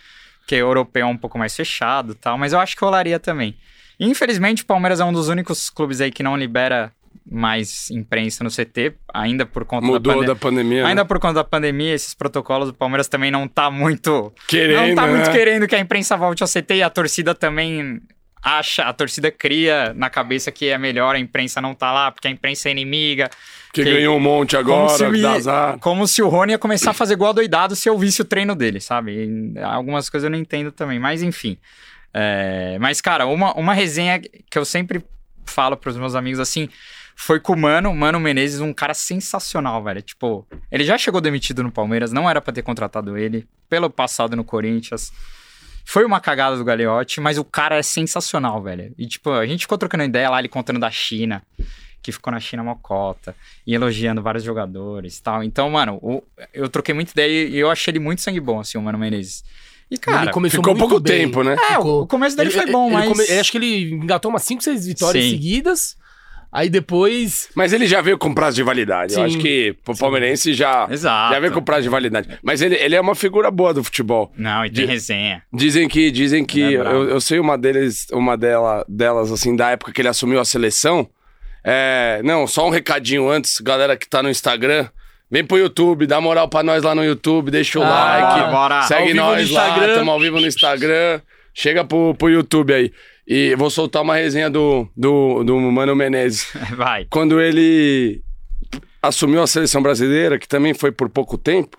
porque o europeu é um pouco mais fechado e tal, mas eu acho que rolaria também. Infelizmente, o Palmeiras é um dos únicos clubes aí que não libera mais imprensa no CT, ainda por conta da
Mudou
pandemia.
da pandemia. né?
Ainda por conta da pandemia, esses protocolos, o Palmeiras também não tá muito
querendo.
não tá muito
né?
querendo que a imprensa volte ao CT e a torcida também acha, a torcida cria na cabeça que é melhor a imprensa não tá lá, porque a imprensa é inimiga.
Que
que-
ganhou um monte
se
agora,
o
que dá
I-
azar.
Como se o Rony ia começar a fazer igual doidado se eu visse o treino dele, sabe? E algumas coisas eu não entendo também, mas enfim. É, mas, cara, uma, uma resenha que eu sempre falo pros meus amigos assim. foi com o Mano, Mano Menezes, um cara sensacional, velho. Tipo, ele já chegou demitido no Palmeiras, não era pra ter contratado ele, pelo passado no Corinthians. Foi uma cagada do Galeotti, mas o cara é sensacional, velho. E, tipo, a gente ficou trocando ideia lá, ele contando da China, que ficou na China mocota, e elogiando vários jogadores e tal. Então, mano, o- eu troquei muita ideia e eu achei ele muito sangue bom, assim, o Mano Menezes. E, cara,
ele começou
ficou
muito
pouco
bem.
tempo, né?
é,
ficou-
o o começo dele foi bom,
ele
mas.
come- Acho que ele engatou umas 5, 6 vitórias
Sim.
seguidas. Aí depois.
Mas ele já veio com prazo de validade.
Sim.
Eu acho que pro Palmeirense já,
Exato.
já veio com prazo de validade. Mas ele, ele é uma figura boa do futebol.
Não, e tem
De-
resenha. [laughs]
Dizem que, dizem que
Ele é brabo.
eu, eu sei uma deles, uma dela, delas assim da época que ele assumiu a seleção. É, não, só um recadinho antes, galera que tá no Instagram, vem pro YouTube, dá moral pra nós lá no YouTube, deixa o
Ah,
like,
bora, bora.
Ao
segue
vivo no
nós lá,
Instagram.
tamo ao vivo no Instagram, chega pro, pro YouTube aí. E eu vou soltar uma resenha do, do, do Mano Menezes
Vai.
quando ele assumiu a seleção brasileira, que também foi por pouco tempo,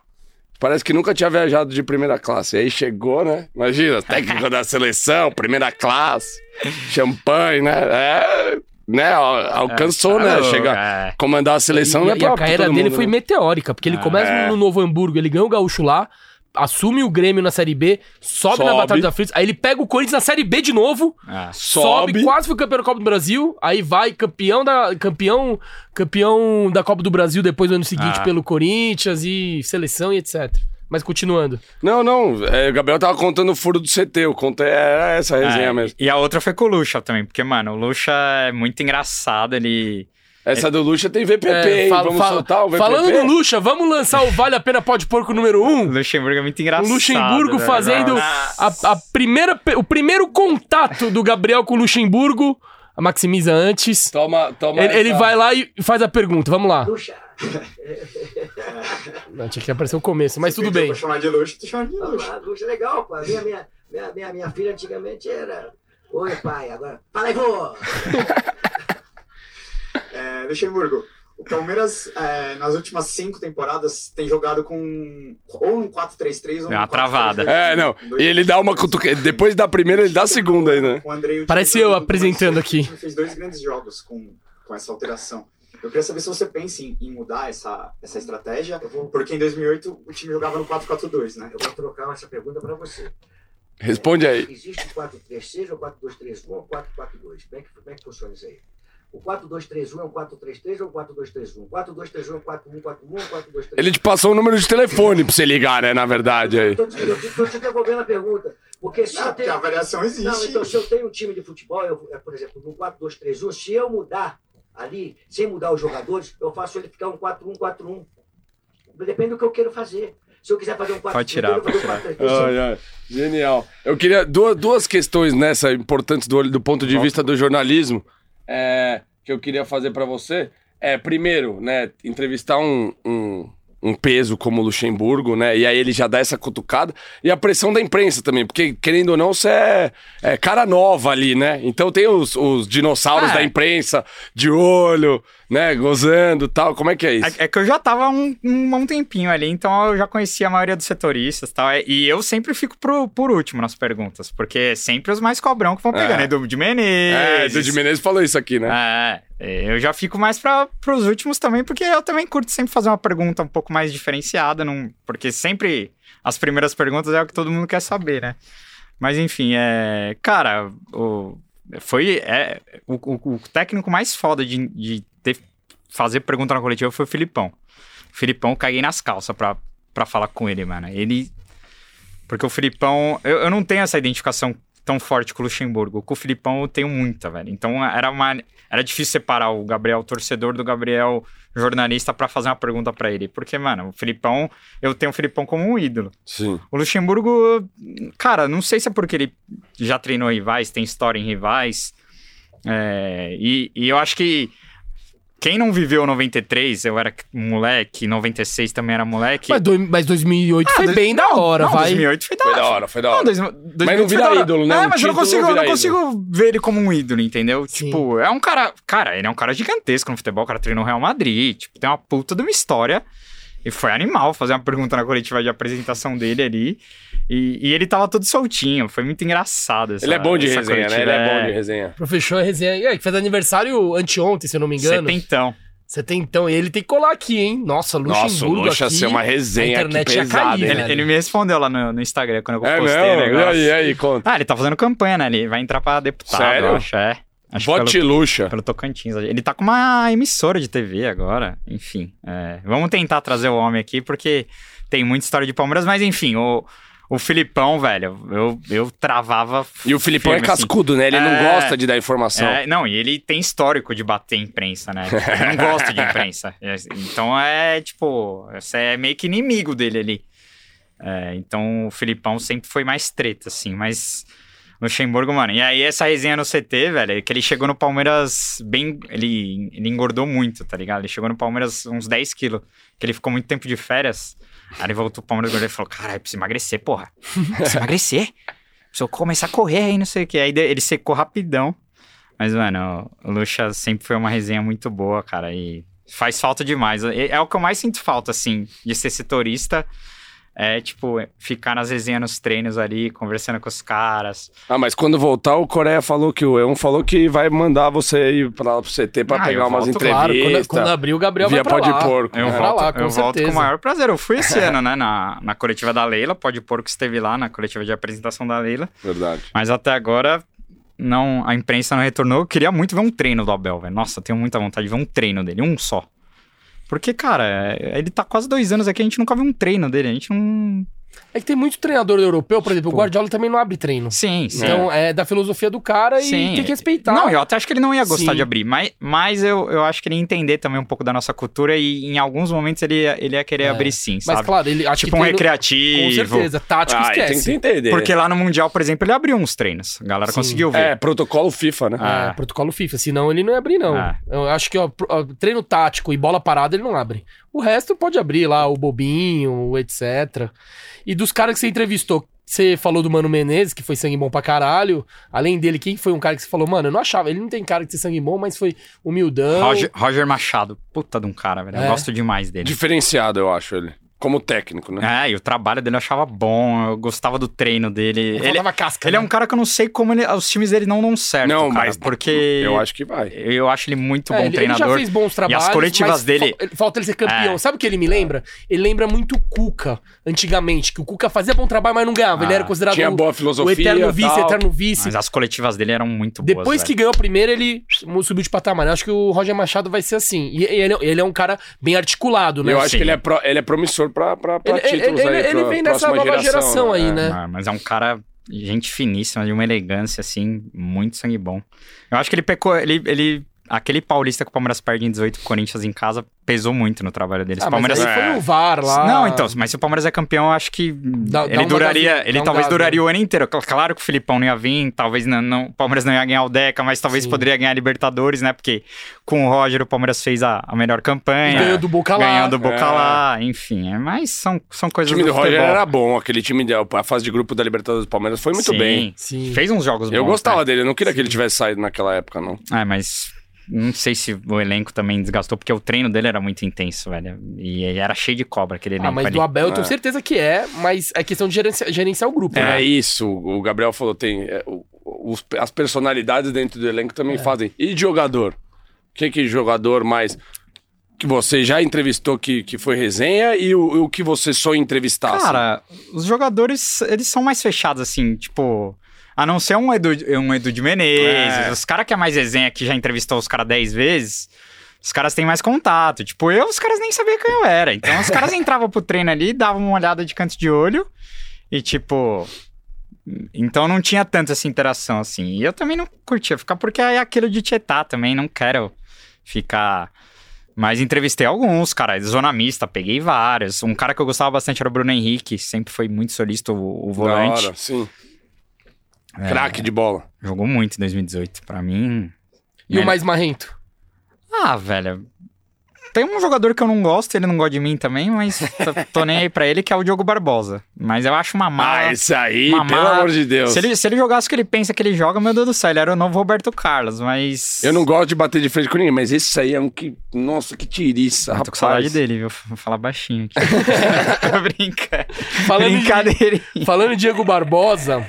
parece que nunca tinha viajado de primeira classe. E aí chegou, né? Imagina, técnico da seleção, primeira classe, champanhe, né? É, né? Al- Alcançou, né?
Alô,
Chegar,
é.
comandar a seleção
e,
não é
e a
próprio
carreira
todo
dele
mundo,
foi
né?
meteórica, porque ele
Ah,
começa
é.
no Novo Hamburgo, ele ganha o Gaúcho lá, assume o Grêmio na Série B, sobe, na
Sobe. É.
Batalha dos Aflitos, aí ele pega o Corinthians na Série B de novo,
Ah,
sobe,
Sobe.
quase foi campeão da Copa do Brasil, aí vai campeão da campeão, campeão da Copa do Brasil depois no ano seguinte
Ah.
pelo Corinthians e seleção e etc. Mas continuando.
Não, não. é, o Gabriel tava contando o furo do CT. Eu contei, era essa a resenha
é,
mesmo.
E a outra foi com o Lucha também, porque, mano, o Lucha é muito engraçado, ele.
Essa do Lucha tem VPP,
É,
hein?
fala-
Vamos
fala-
soltar o VPP?
falando do Lucha, vamos lançar o Vale a Pena Pó de Porco número 1?
O Luxemburgo é muito engraçado.
Hum. O Luxemburgo
velho.
né,
fazendo
Nossa.
a, a primeira, pe- o primeiro contato do Gabriel com o Luxemburgo. A Maximiza antes.
Toma, toma
Ele, ele
essa-
vai lá e faz a pergunta. Vamos lá. [laughs] Não, tinha que aparecer o começo, mas tudo
Pediu
bem.
Pra chamar de luxo, tu chama de luxo.
Ah, Luxa é legal, pô. A minha, minha, minha, minha, minha filha antigamente era. Oi, pai, agora. Fala aí, vô!
É, Luxemburgo, o Palmeiras, é, nas últimas cinco temporadas, tem jogado com ou um 4-3-3 ou um
É
Ah,
uma
4-3-2.
travada.
É, não. E ele dá uma cutucada. Depois da primeira, ele dá a segunda ainda. né?
O Andrei
Parece eu apresentando aqui.
O time fez dois grandes jogos com, com essa alteração. Eu queria saber se você pensa em, em mudar essa, essa estratégia, porque em 2008 o time jogava no 4-4-2, né?
Eu vou trocar essa pergunta pra você.
Responde aí.
Existe o 436 ou 4231 ou 442? Como é que, como é que funciona isso aí? O 4231 é um 433 ou um 4231? 4231 é um 4141 ou 4231?
Ele te passou o número de telefone pra você ligar, né? Na verdade, aí.
Eu tô te- eu te- tô te devolvendo a pergunta. Porque se
Ah,
eu
porque
tenho.
a variação
Não,
existe.
então se eu tenho um time de futebol, eu, é, por exemplo, no 4-2-3-1, se eu mudar ali, sem mudar os jogadores, eu faço ele ficar um 4-1-4-1. Depende do que eu quero fazer. Se eu quiser fazer um 4
Pode tirar, pode tirar.
Ai, ai. Genial. Eu queria duas, duas questões nessa importantes do, olho- do ponto de vista do jornalismo é, que eu queria fazer pra você. É, primeiro, né, entrevistar um, um, um peso como o Luxemburgo, né? E aí ele já dá essa cutucada. E a pressão da imprensa também, porque, querendo ou não, você é, é cara nova ali, né? Então tem os, os dinossauros
Ah,
da
é.
imprensa, de olho, né? Gozando e tal. Como é que é isso?
É, é que eu já tava há um, um, um tempinho ali, então eu já conhecia a maioria dos setoristas e tal. é- E eu sempre fico pro, por último nas perguntas, porque é sempre os mais cobrão que vão pegando.
É.
É, do de Menezes.
É, Edu de Menezes falou isso aqui, né?
É, é, eu já fico mais para os últimos também, porque eu também curto sempre fazer uma pergunta um pouco mais diferenciada, não, porque sempre as primeiras perguntas é o que todo mundo quer saber, né? Mas enfim, é, cara, o, foi é, o, o- o técnico mais foda de, de ter- fazer pergunta na coletiva foi o Filipão. O Filipão, caguei nas calças pra, pra falar com ele, mano. Ele. Porque o Filipão. Eu, eu não tenho essa identificação tão forte com o Luxemburgo. Com o Filipão eu tenho muita, velho. Então era uma. Era difícil separar o Gabriel torcedor do Gabriel jornalista pra fazer uma pergunta pra ele. Porque, mano, o Filipão. Eu tenho o Filipão como um ídolo.
Sim.
O Luxemburgo, cara, não sei se é porque ele já treinou rivais, tem história em rivais. É, e, e eu acho que quem não viveu 93, eu era moleque, 96 também era moleque. Ah,
Mas, dois- mas 2008
Ah,
foi
dois-
bem da
não,
hora,
não,
vai.
2008 foi da
Foi
hora.
da hora, foi da hora.
Não, dois,
Mas não vira ídolo, né?
É,
Um
mas
título
eu não consigo,
não
eu não
vira
consigo ver ele como um ídolo, entendeu?
Sim.
Tipo, é um cara. Cara, ele é um cara gigantesco no futebol, o cara treinou o Real Madrid, tipo, tem uma puta de uma história. E foi animal fazer uma pergunta na coletiva de apresentação dele ali. E, e ele tava todo soltinho, foi muito engraçado. essa-
Ele é bom de
essa
resenha, né? Ele
coletiva,
é bom de resenha.
Professor Resenha, é, que fez aniversário anteontem, se eu não me engano.
Setentão.
Você tem então, ele tem que colar aqui, hein? Nossa, Luxemburgo
Nossa, o Luxo ia
aqui.
ser uma resenha
a
aqui
internet ia
pesada.
cair,
hein?
né?
Ele,
Velho.
ele me respondeu lá no, no Instagram quando eu
É
postei o
mesmo? E
negócio.
aí, e aí, conta.
Ah, ele tá fazendo campanha, né? Ele vai entrar pra deputado,
Sério?
eu acho, é. Acho que
Vote
pelo,
Luxa.
pelo Tocantins. Ele tá com uma emissora de TV agora, enfim. é. Vamos tentar trazer o homem aqui, porque tem muita história de Palmeiras, mas enfim, o, o Filipão, velho, eu, eu travava...
E o Filipão é
firme, assim.
cascudo, né? Ele não
É.
gosta de dar informação.
É, não, e ele tem histórico de bater imprensa, né? Eu não gosto de imprensa. É, Então é tipo, você é meio que inimigo dele ali. É, então o Filipão sempre foi mais treta, assim, mas. Luxemburgo, mano. E aí, essa resenha no CT, velho, é que ele chegou no Palmeiras bem. Ele, ele engordou muito, tá ligado? Ele chegou no Palmeiras uns 10 quilos, que ele ficou muito tempo de férias. Aí ele voltou pro Palmeiras e falou: caralho, preciso emagrecer, porra. Preciso emagrecer. Preciso começar a correr aí, não sei o quê. Aí de- ele secou rapidão. Mas, mano, o Luxa sempre foi uma resenha muito boa, cara, e faz falta demais. É, é o que eu mais sinto falta, assim, de ser setorista. É, tipo, ficar nas resenhas, nos treinos ali, conversando com os caras.
Ah, mas quando voltar, o Coreia falou que o Eon falou que vai mandar você ir pra, pro CT pra
Ah,
pegar
eu
umas
volto,
Claro, quando, é-
entrevistas.
quando abrir o Gabriel
Via
vai pra
Pode
lá.
Porco.
Eu,
É.
Pra
volto,
lá, com
eu volto com
certeza.
o maior prazer. Eu
[laughs]
fui esse ano, né, na, na coletiva da Leila, pode pôr que esteve lá, na coletiva de apresentação da Leila.
Verdade.
Mas até agora, não, a imprensa não retornou. Eu queria muito ver um treino do Abel, velho. Nossa, eu tenho muita vontade de ver um treino dele, um só. Porque, cara, é- ele tá quase dois anos aqui, a gente nunca viu um treino dele. A gente não.
É que tem muito treinador europeu, por exemplo, o Guardiola também não abre treino.
Sim, sim.
Então, é da filosofia do cara e
Sim.
tem que respeitar.
Não, eu até acho que ele não ia gostar
Sim.
de abrir, mas, mas eu, eu acho que ele ia entender também um pouco da nossa cultura e em alguns momentos ele ia, ele ia querer
É.
abrir sim,
Mas
sabe?
claro, ele acha
tipo
que
um
treino- Com
recreativo.
certeza, tático
Ah, tem que
esquece.
entender.
Porque lá no Mundial, por exemplo, ele abriu uns treinos. A galera
Sim.
conseguiu ver.
É, protocolo FIFA, né?
É,
Ah.
protocolo FIFA, senão ele não ia abrir, não.
Ah.
Eu acho que ó, pro- ó, treino tático e bola parada ele não abre. O resto pode abrir lá, o Bobinho, o etc. E dos caras que você entrevistou, você falou do Mano Menezes, que foi sangue bom pra caralho. Além dele, quem foi um cara que você falou, mano, eu não achava, ele não tem cara de ser sangue bom, mas foi humildão.
Roger, Roger Machado, puta de um cara, velho.
Então- É.
Eu gosto demais dele.
Diferenciado, eu acho, ele. Como técnico, né?
É, e o trabalho dele eu achava bom, eu gostava do treino dele. Ele,
Faltava casca.
ele é
né?
um cara que eu não sei como ele- os times dele não dão certo,
Não,
cara,
mas
É, porque
Eu acho que vai.
eu acho ele muito
É,
bom
ele, Ele já
treinador.
fez bons trabalhos.
coletivas
mas
dele-
fa- falta ele ser campeão. Sabe o que ele me lembra? Ele lembra muito o Cuca, antigamente. Que o Cuca fazia bom trabalho, mas não ganhava. Ele
Ah,
era considerado
Tinha
o-
boa
o
filosofia.
eterno
tal.
vice, eterno vice.
Mas as coletivas dele eram muito boas.
Depois que
velho.
ganhou o primeiro, ele subiu de patamar. Eu acho que o Roger Machado vai ser assim. E ele, ele é um cara bem articulado, né?
Eu acho
Sim.
que ele é, pro- ele é promissor pra, pra, pra
Ele- ele-
títulos
ele-
aí.
ele
pra
vem dessa
próxima
nova geração aí, né?
Ah, Mas é um cara, gente finíssima, de uma elegância, assim, muito sangue bom. Eu acho que ele pecou, ele... ele- Aquele paulista que o Palmeiras perde em 18 com o Corinthians em casa pesou muito no trabalho deles.
Ah,
o Palmeiras
mas aí foi o VAR lá.
Não, então, mas se o Palmeiras é campeão, eu acho que
Dá- dá
ele
um
duraria,
gás, né?
ele
Dá um
talvez
gás,
duraria o ano inteiro. Cl- Claro que o Filipão não ia vir, talvez não, não- o Palmeiras não ia ganhar o Deca, mas talvez
Sim.
poderia ganhar a Libertadores, né? Porque com o Roger o Palmeiras fez a, a melhor campanha.
Ganhou do Boca lá.
ganhando o Boca
É.
lá, enfim. é, Mas são, são
O
coisas
time do Roger
futebol.
era bom, aquele time de, a fase de grupo da Libertadores do Palmeiras foi muito
Sim,
bem.
Sim. é.
Fez uns jogos bons.
Eu gostava
né?
dele, eu não queria que ele tivesse saído naquela época, não.
Ah, mas não sei se o elenco também desgastou, porque o treino dele era muito intenso, velho. E, e era cheio de cobra aquele elenco
Ah, mas
ali.
do Abel eu tenho
É.
certeza que é, mas é questão de gerencia- gerenciar o grupo,
É
né?
isso, o Gabriel falou, tem é, o- os- as personalidades dentro do elenco
É.
também fazem. E jogador? O que que jogador mais que você já entrevistou que, que foi resenha e o, o que você só entrevistasse?
Cara, os jogadores, eles são mais fechados, assim, tipo. A não ser um Edu, um Edu de Menezes,
É.
os caras que é mais resenha, que já entrevistou os caras 10 vezes, os caras têm mais contato. Tipo, eu, os caras nem sabiam quem eu era. Então, os caras entravam pro treino ali, davam uma olhada de canto de olho e, tipo. Então, não tinha tanto essa interação, assim. E eu também não curtia ficar, porque é aquilo de tietar também, não quero ficar. Mas entrevistei alguns, cara. Zona mista, peguei vários. Um cara que eu gostava bastante era o Bruno Henrique, sempre foi muito solista o, o
Da
volante.
hora, sim.
É.
Craque de bola.
Jogou muito em 2018. Pra mim.
E o mais marrento?
Ah, velho. Tem um jogador que eu não gosto, ele não gosta de mim também, mas [laughs] tô- tô nem aí pra ele, que é o Diogo Barbosa. Mas eu acho uma mala.
Ah, esse aí,
Uma
pelo
mala.
amor de Deus.
Se ele, se ele jogasse o que ele pensa que ele joga, meu Deus do céu, ele era o novo Roberto Carlos, mas.
Eu não gosto de bater de frente com ninguém, mas esse aí é um que. Nossa, que tiriça.
Eu
rapaz.
tô com saudade dele, viu? Vou falar baixinho aqui.
[laughs]
[laughs] Tô brincando.
Falando em-
Brincadeira.
Falando em Diego Barbosa,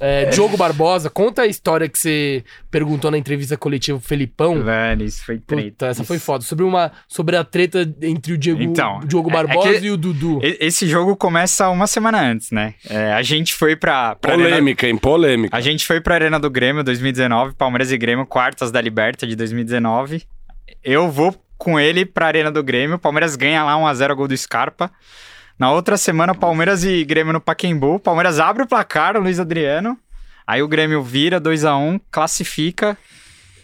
é, Diogo Barbosa, conta a história que você perguntou na entrevista coletiva pro Felipão.
Velho, isso foi treta.
Puta, essa foi foda. Sobre, uma, sobre a treta entre o Diego,
Então,
Diogo
é- é
Barbosa
que-
e o Dudu.
E- Esse jogo começa uma semana antes, né? É, a gente foi pra. pra Arena-
Polêmica, hein? Polêmica.
A gente foi pra Arena do Grêmio 2019, Palmeiras e Grêmio, quartas da Liberta de 2019. Eu vou com ele pra Arena do Grêmio. O Palmeiras ganha lá 1x0 gol do Scarpa. Na outra semana, Palmeiras e Grêmio no Paquembu. O Palmeiras abre o placar, o Luiz Adriano. Aí o Grêmio vira 2x1, classifica.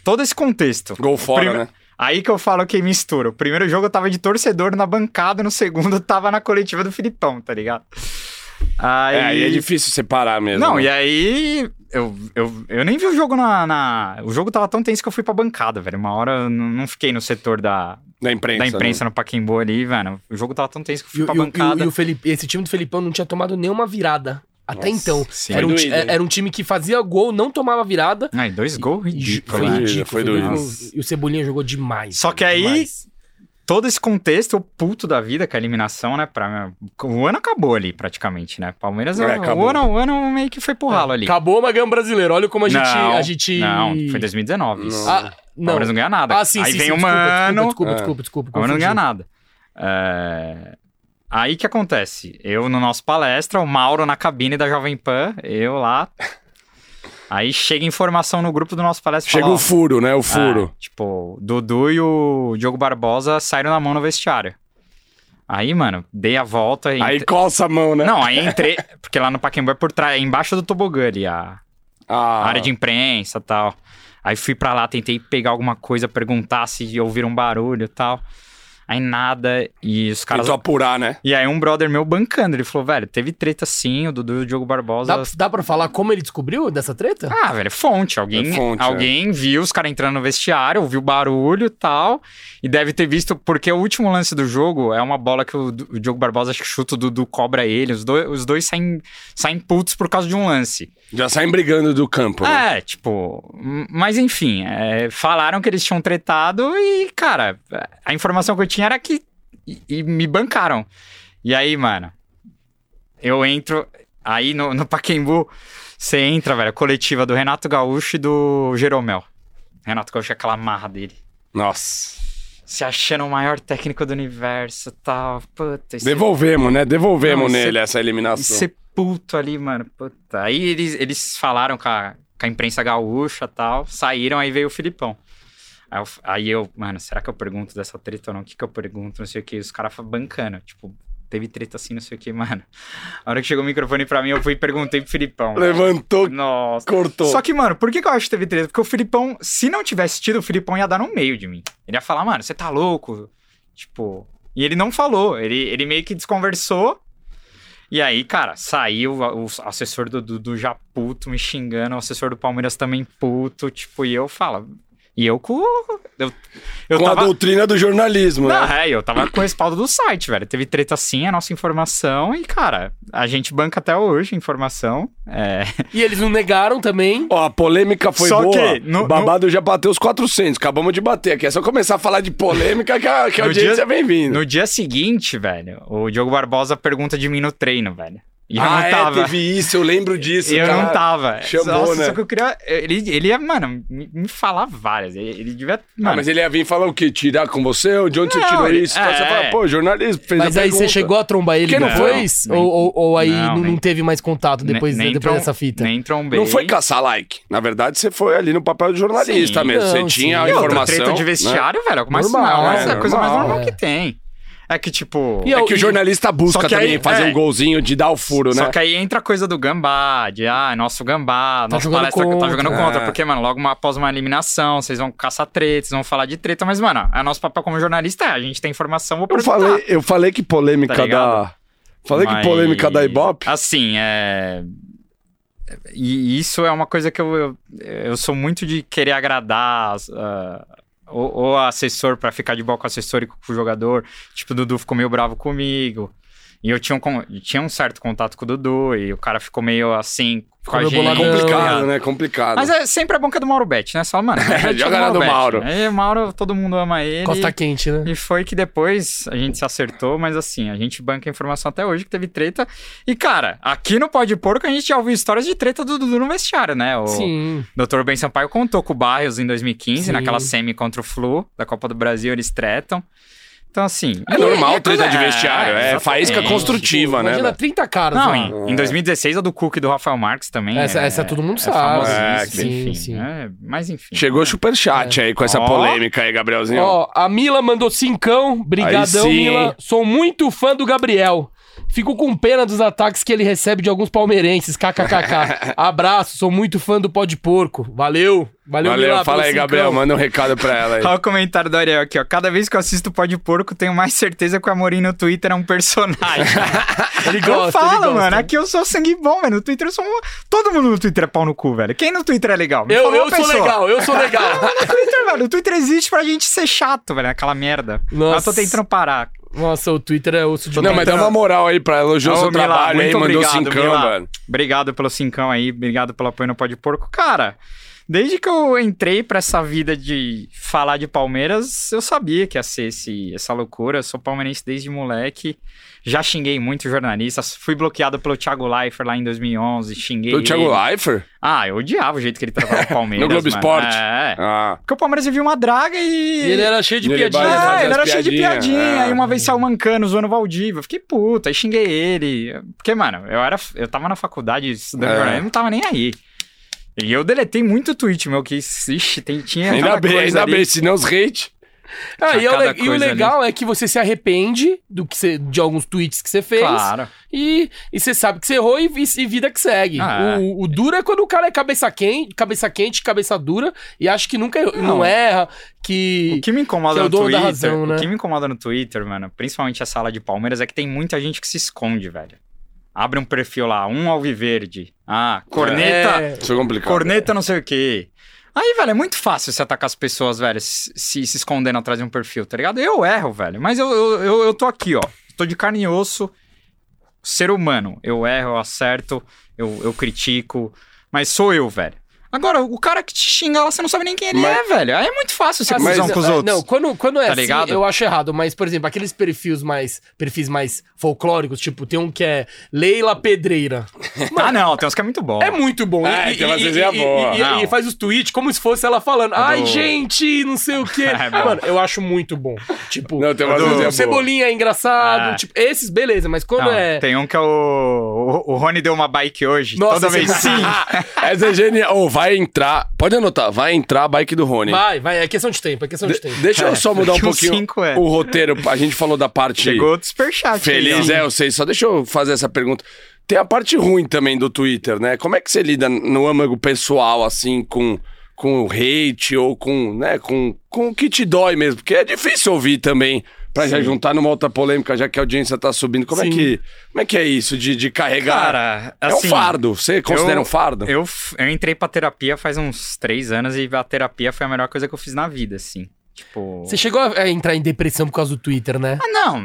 Todo esse contexto.
Gol fora,
Prime-
né?
Aí que eu falo que mistura. O primeiro jogo eu tava de torcedor na bancada, no segundo [laughs] eu tava na coletiva do Filipão, tá ligado? Aí...
É, aí é difícil separar mesmo.
Não,
né?
e é aí. Eu, eu, eu nem vi o jogo na, na- O jogo tava tão tenso que eu fui pra bancada, velho. Uma hora eu n- não fiquei no setor da,
Da imprensa. né?
da imprensa no Paquimbo ali, velho. O jogo tava tão tenso que
E,
eu fui
o-
pra
e o- e o-
bancada.
e o Felipe- esse time do Felipão não tinha tomado nenhuma virada. Até
Nossa,
então.
sim.
Era um,
Foi
ti-
doído, hein?
era um time que fazia gol, não tomava virada.
Ai, dois gols
E ju-
ridículos.
foi
né?
doido, foi doido.
ridículo. E o Cebolinha jogou demais.
Só que aí- todo esse contexto, o puto da vida, com a eliminação, né? Pra, o ano acabou ali, praticamente, né? Palmeiras,
É,
o,
acabou.
ano, o ano meio que foi pro ralo ali.
Acabou, mas ganhamos brasileiro. Olha como a gente.
não,
a gente...
não, foi 2019. Isso.
Ah,
O
não.
Palmeiras não ganha nada.
Ah, sim,
Aí
sim,
vem
sim,
o
desculpa,
Mano,
Desculpa,
É.
desculpa, desculpa.
Agora não
confundi.
ganha nada. É, Aí que acontece? Eu no nosso palestra, o Mauro na cabine da Jovem Pan, eu lá. Aí chega informação no grupo do nosso palestra. e
Chega
fala,
o
ó,
furo, né? O
ah,
furo.
tipo, o Dudu e o Diogo Barbosa saíram na mão no vestiário. Aí, mano, dei a volta e.
aí coça a mão, né?
Não, aí entrei. Porque lá no Pacaembu é por trás, é embaixo do tobogã ali, a,
Ah,
área de imprensa tal. Aí fui pra lá, tentei pegar alguma coisa, perguntar se ouviram um barulho tal. Aí nada, e os caras.
Tentou apurar, né?
E aí um brother meu bancando, ele falou, velho, teve treta sim, o Dudu e o Diogo Barbosa.
Dá, dá pra falar como ele descobriu dessa treta?
Ah, velho, é fonte. Alguém,
É fonte,
alguém viu os caras entrando no vestiário, ouviu barulho e tal. E deve ter visto, porque o último lance do jogo é uma bola que o, Du- o Diogo Barbosa acho que chuta, o Dudu cobra ele. Os dois, os dois saem, saem putos por causa de um lance.
Já saem brigando do campo. né?
É, tipo. m- Mas enfim, é, falaram que eles tinham tretado e, cara, a informação que eu tinha era que. E, e me bancaram. E aí, mano, eu entro. Aí no, no Paquembu, você entra, velho, coletiva do Renato Gaúcho e do Jeromel. Renato Gaúcho é aquela marra dele.
Nossa.
Se achando o maior técnico do universo tal. Puta, esse
Devolvemos, né? Devolvemos
Não, e
nele essa
e
eliminação.
ser puto ali, mano. Puta. Aí eles, eles falaram com a, com a imprensa gaúcha e tal, saíram, aí veio o Filipão. Aí eu, aí eu, mano, será que eu pergunto dessa treta ou não? O que, que eu pergunto? Não sei o que. Os caras fa- bancando. Tipo, teve treta assim, não sei o que, mano. A hora que chegou o microfone pra mim, eu fui e perguntei pro Filipão.
Levantou,
Nossa.
cortou.
Só que, mano, por que, que eu acho que teve treta? Porque o Filipão, se não tivesse tido, o Filipão ia dar no meio de mim. Ele ia falar, mano, você tá louco? Tipo. E ele não falou. Ele, ele meio que desconversou. E aí, cara, saiu a- o assessor do, do, do já puto me xingando, o assessor do Palmeiras também puto. Tipo, e eu falo. E eu com. Eu, eu
com
tava.
a doutrina do jornalismo,
Não,
né?
é, eu tava com o respaldo do site, velho. Teve treta assim, a nossa informação. E, cara, a gente banca até hoje a informação. É.
E eles não negaram também.
Ó, a polêmica foi
Só
boa.
que no-
o babado já bateu os 400. Acabamos de bater aqui. É só começar a falar de polêmica que a, que a
No
audiência
dia-
é bem-vinda.
No dia seguinte, velho, o Diogo Barbosa pergunta de mim no treino, velho. E eu
Ah,
não
é,
tava.
teve isso. Eu lembro disso,
eu
cara.
não tava.
chamou,
Nossa,
né?
só que eu queria. Ele, ele ia, mano, me me falar várias. Ele, ele devia.
Ah,
Mano,
mas ele ia vir falar o quê? Tirar com você? De onde
Não,
você tirou
ele-
isso? Então
é,
você
é.
fala, pô, jornalismo, fez
Mas
a
aí você
pergunta.
chegou a trombar ele
Que não
depois?
foi?
Ou, ou- ou aí
Não,
não, não
nem-
teve mais contato depois,
nem- nem
depois
trom-
dessa fita?
Nem um trombei.
Não foi caçar like. Na verdade, você foi ali no papel de jornalista
Sim,
mesmo. você
não,
tinha
sim.
a
E outra,
informação.
treta de
né?
vestiário, velho. Mas
Normal,
normal, é
né?
a coisa mais
Normal,
normal
é.
que tem. É que, tipo.
E eu-
É que o jornalista busca
Só que aí-
também fazer
é.
um golzinho de dar o furo, né?
Só que aí entra a coisa do gambá, de ah, nosso gambá, nosso
jogando
palestra
contra.
tá jogando contra.
É.
Porque, mano, logo uma- após uma eliminação, vocês vão caçar treta, vocês vão falar de treta, mas, mano, é nosso papel como jornalista é, a gente tem informação, vou
Eu
perguntar.
falei, eu falei que polêmica
Tá ligado?
da. Falei
Mas-
que polêmica da Ibope.
Assim, é. E isso é uma coisa que eu, eu, eu sou muito de querer agradar as, ah, ou, ou assessor pra ficar de boa com o assessor e com o jogador. Tipo, o Dudu ficou meio bravo comigo. E eu tinha um, con- tinha um certo contato com o Dudu e o cara ficou meio assim com
Ficou
a
meio
gente.
boladão.
Complicado.
Complicado, né? Complicado.
Mas é sempre a banca do Mauro Bet, né? Só,
[laughs]
mano. a gente
joga na do
Bet,
Mauro.
né? E o Mauro, todo mundo ama ele.
Costa quente, né?
E foi que depois a gente se acertou, mas assim, a gente banca a informação até hoje que teve treta. E, cara, aqui no Pode Porco a gente já ouviu histórias de treta do Dudu no vestiário, né? O
Sim.
Dr. Ben Sampaio contou com o Barrios em 2015,
Sim.
naquela semi contra o Flu da Copa do Brasil, eles tretam. Então, assim.
É normal treta de vestiário. É, faísca construtiva, né?
Imagina
velho?
30 caras
Não,
lá.
em, em 2016 a do Cook e do Rafael Marques também.
Essa-
é-
essa todo mundo
é
sabe.
famosíssima,
É, sim,
enfim,
sim.
né? mas enfim.
Chegou o superchat aí com essa
Ó.
polêmica aí, Gabrielzinho.
Ó, a Mila mandou cincão. Brigadão,
Aí sim,
Mila.
hein?
Sou muito fã do Gabriel. Fico com pena dos ataques que ele recebe de alguns palmeirenses. KKKK.
[laughs]
Abraço, sou muito fã do pó de porco. Valeu. Valeu,
Valeu,
Mila,
fala
pelo
aí,
cincão.
Gabriel. Manda um recado pra
[laughs]
ela aí.
[laughs] Olha o comentário do Ariel aqui, ó. Cada vez que eu assisto o Pode Porco, tenho mais certeza que o Amorim no Twitter é
[laughs]
um personagem.
Ele
eu
gosta, ele
falo,
gosta.
mano. Aqui eu sou sangue bom, velho. No Twitter eu sou um... Todo mundo no Twitter é pau no cu, velho. Quem no Twitter é legal? Me
Eu,
fala uma
eu sou
pessoa.
legal, eu sou
[laughs]
legal.
No Twitter, velho. O Twitter existe pra gente ser chato, velho. Aquela merda.
Nossa.
Eu tô tentando parar.
Nossa, o Twitter é osso de
Não, mas dá uma moral aí pra elogiar o
Ô,
seu
Mila,
trabalho aí,
tá muito
mandou
obrigado,
cincão,
Mila.
velho.
Obrigado pelo cincão aí, obrigado pelo apoio no Pode Porco. Cara, desde que eu entrei pra essa vida de falar de Palmeiras, eu sabia que ia ser esse- essa loucura. Eu sou palmeirense desde moleque. Já xinguei muito jornalistas. Fui bloqueado pelo Thiago Leifert lá em 2011. Xinguei.
Do Thiago
ele.
Leifert?
Ah, eu odiava o jeito que ele tratava
[laughs]
o Palmeiras.
No Globo
mano.
Esporte.
É.
Ah.
Porque o Palmeiras vivia uma draga e.
E ele era cheio de
Ele
piadinha.
vai-
né?
fazia
É, ele
as
era cheio de
piadinhas,
piadinha.
é.
Aí uma vez
Ah.
saiu mancando, zoando o Valdívia. Eu Fiquei puta, aí xinguei ele. Porque, mano, eu, era, eu tava na faculdade estudando
É.
jornalismo, eu não tava nem aí. E eu deletei muito tweet, meu, que ixi, tem, tinha.
Ainda
cada
bem,
É, coisa
ainda
ali.
bem, senão os hate.
Ah, e, é o
cada
le- e o
coisa ali.
legal é que você se arrepende do que você- de alguns tweets que você fez.
Claro.
E, e você sabe que você errou e, e- e vida que segue.
Ah, é.
o, o duro é quando o cara é cabeça quente, cabeça quente, cabeça dura e acha que nunca errou- não,
Não.
erra,
O
que.
que me
que
incomoda
é o
no
dono da
Twitter,
razão, né?
o que me incomoda no Twitter, mano, principalmente a sala de Palmeiras, é que tem muita gente que se esconde, velho. Abre um perfil lá, um alviverde. Ah, corneta,
É,
Isso é complicado.
Corneta não sei o quê. Aí, velho, é muito fácil você atacar as pessoas, velho, se, se, se escondendo atrás de um perfil, tá ligado? Eu erro, velho. Mas eu, eu, eu, eu tô aqui, ó. Tô de carne e osso, ser humano. Eu erro, eu acerto, eu, eu critico. Mas sou eu, velho. Agora, o cara que te xinga lá, você não sabe nem quem ele
Mas-
é, velho. Aí é muito fácil você
assim,
cruzar
não,
com os
é,
outros.
Não, quando, quando é
Tá
assim,
ligado?
eu acho errado. Mas, por exemplo, aqueles perfis mais. Perfis mais folclóricos, tipo, tem um que é Leila Pedreira.
ah, não, tem uns que é muito bom.
É muito bom.
É,
e,
tem umas
e-
vezes é
e-
boa.
e- e-
Não. É
e faz os tweets como se fosse ela falando. Ai,
do-
gente, não sei o quê.
[laughs] É bom.
Mano, eu acho muito bom. Tipo,
Não, tem umas
Do-
vezes é
o Cebolinha é engraçado.
Ah.
Tipo, esses, beleza. Mas quando
Não,
é...
Tem um que é o, o. O Rony deu uma bike hoje.
Nossa,
toda vez
esse-
sim.
[laughs] Essa é genial. Ô, vai entrar. Pode anotar, vai entrar a bike do Rony.
Vai, vai. É questão de tempo, é questão de, tempo.
De- deixa eu só mudar um
que o
pouquinho
cinco é.
o roteiro. A gente falou da parte
Chegou outro superchat. aí,
feliz,
ó.
é, eu sei. Só deixa eu fazer essa pergunta. Tem a parte ruim também do Twitter, né? Como é que você lida no âmago pessoal, assim, com, com o hate ou com, né, com, com o que te dói mesmo? Porque é difícil ouvir também, pra já juntar numa outra polêmica, já que a audiência tá subindo. Como, é
Sim.
que, como é que é isso de, de carregar?
Cara,
é
assim,
um fardo. Você considera
eu-
um fardo?
Eu, f- eu entrei pra terapia faz uns três anos e a terapia foi a melhor coisa que eu fiz na vida, assim. Tipo.
Você chegou a a entrar em depressão por causa do Twitter, né?
Ah, não,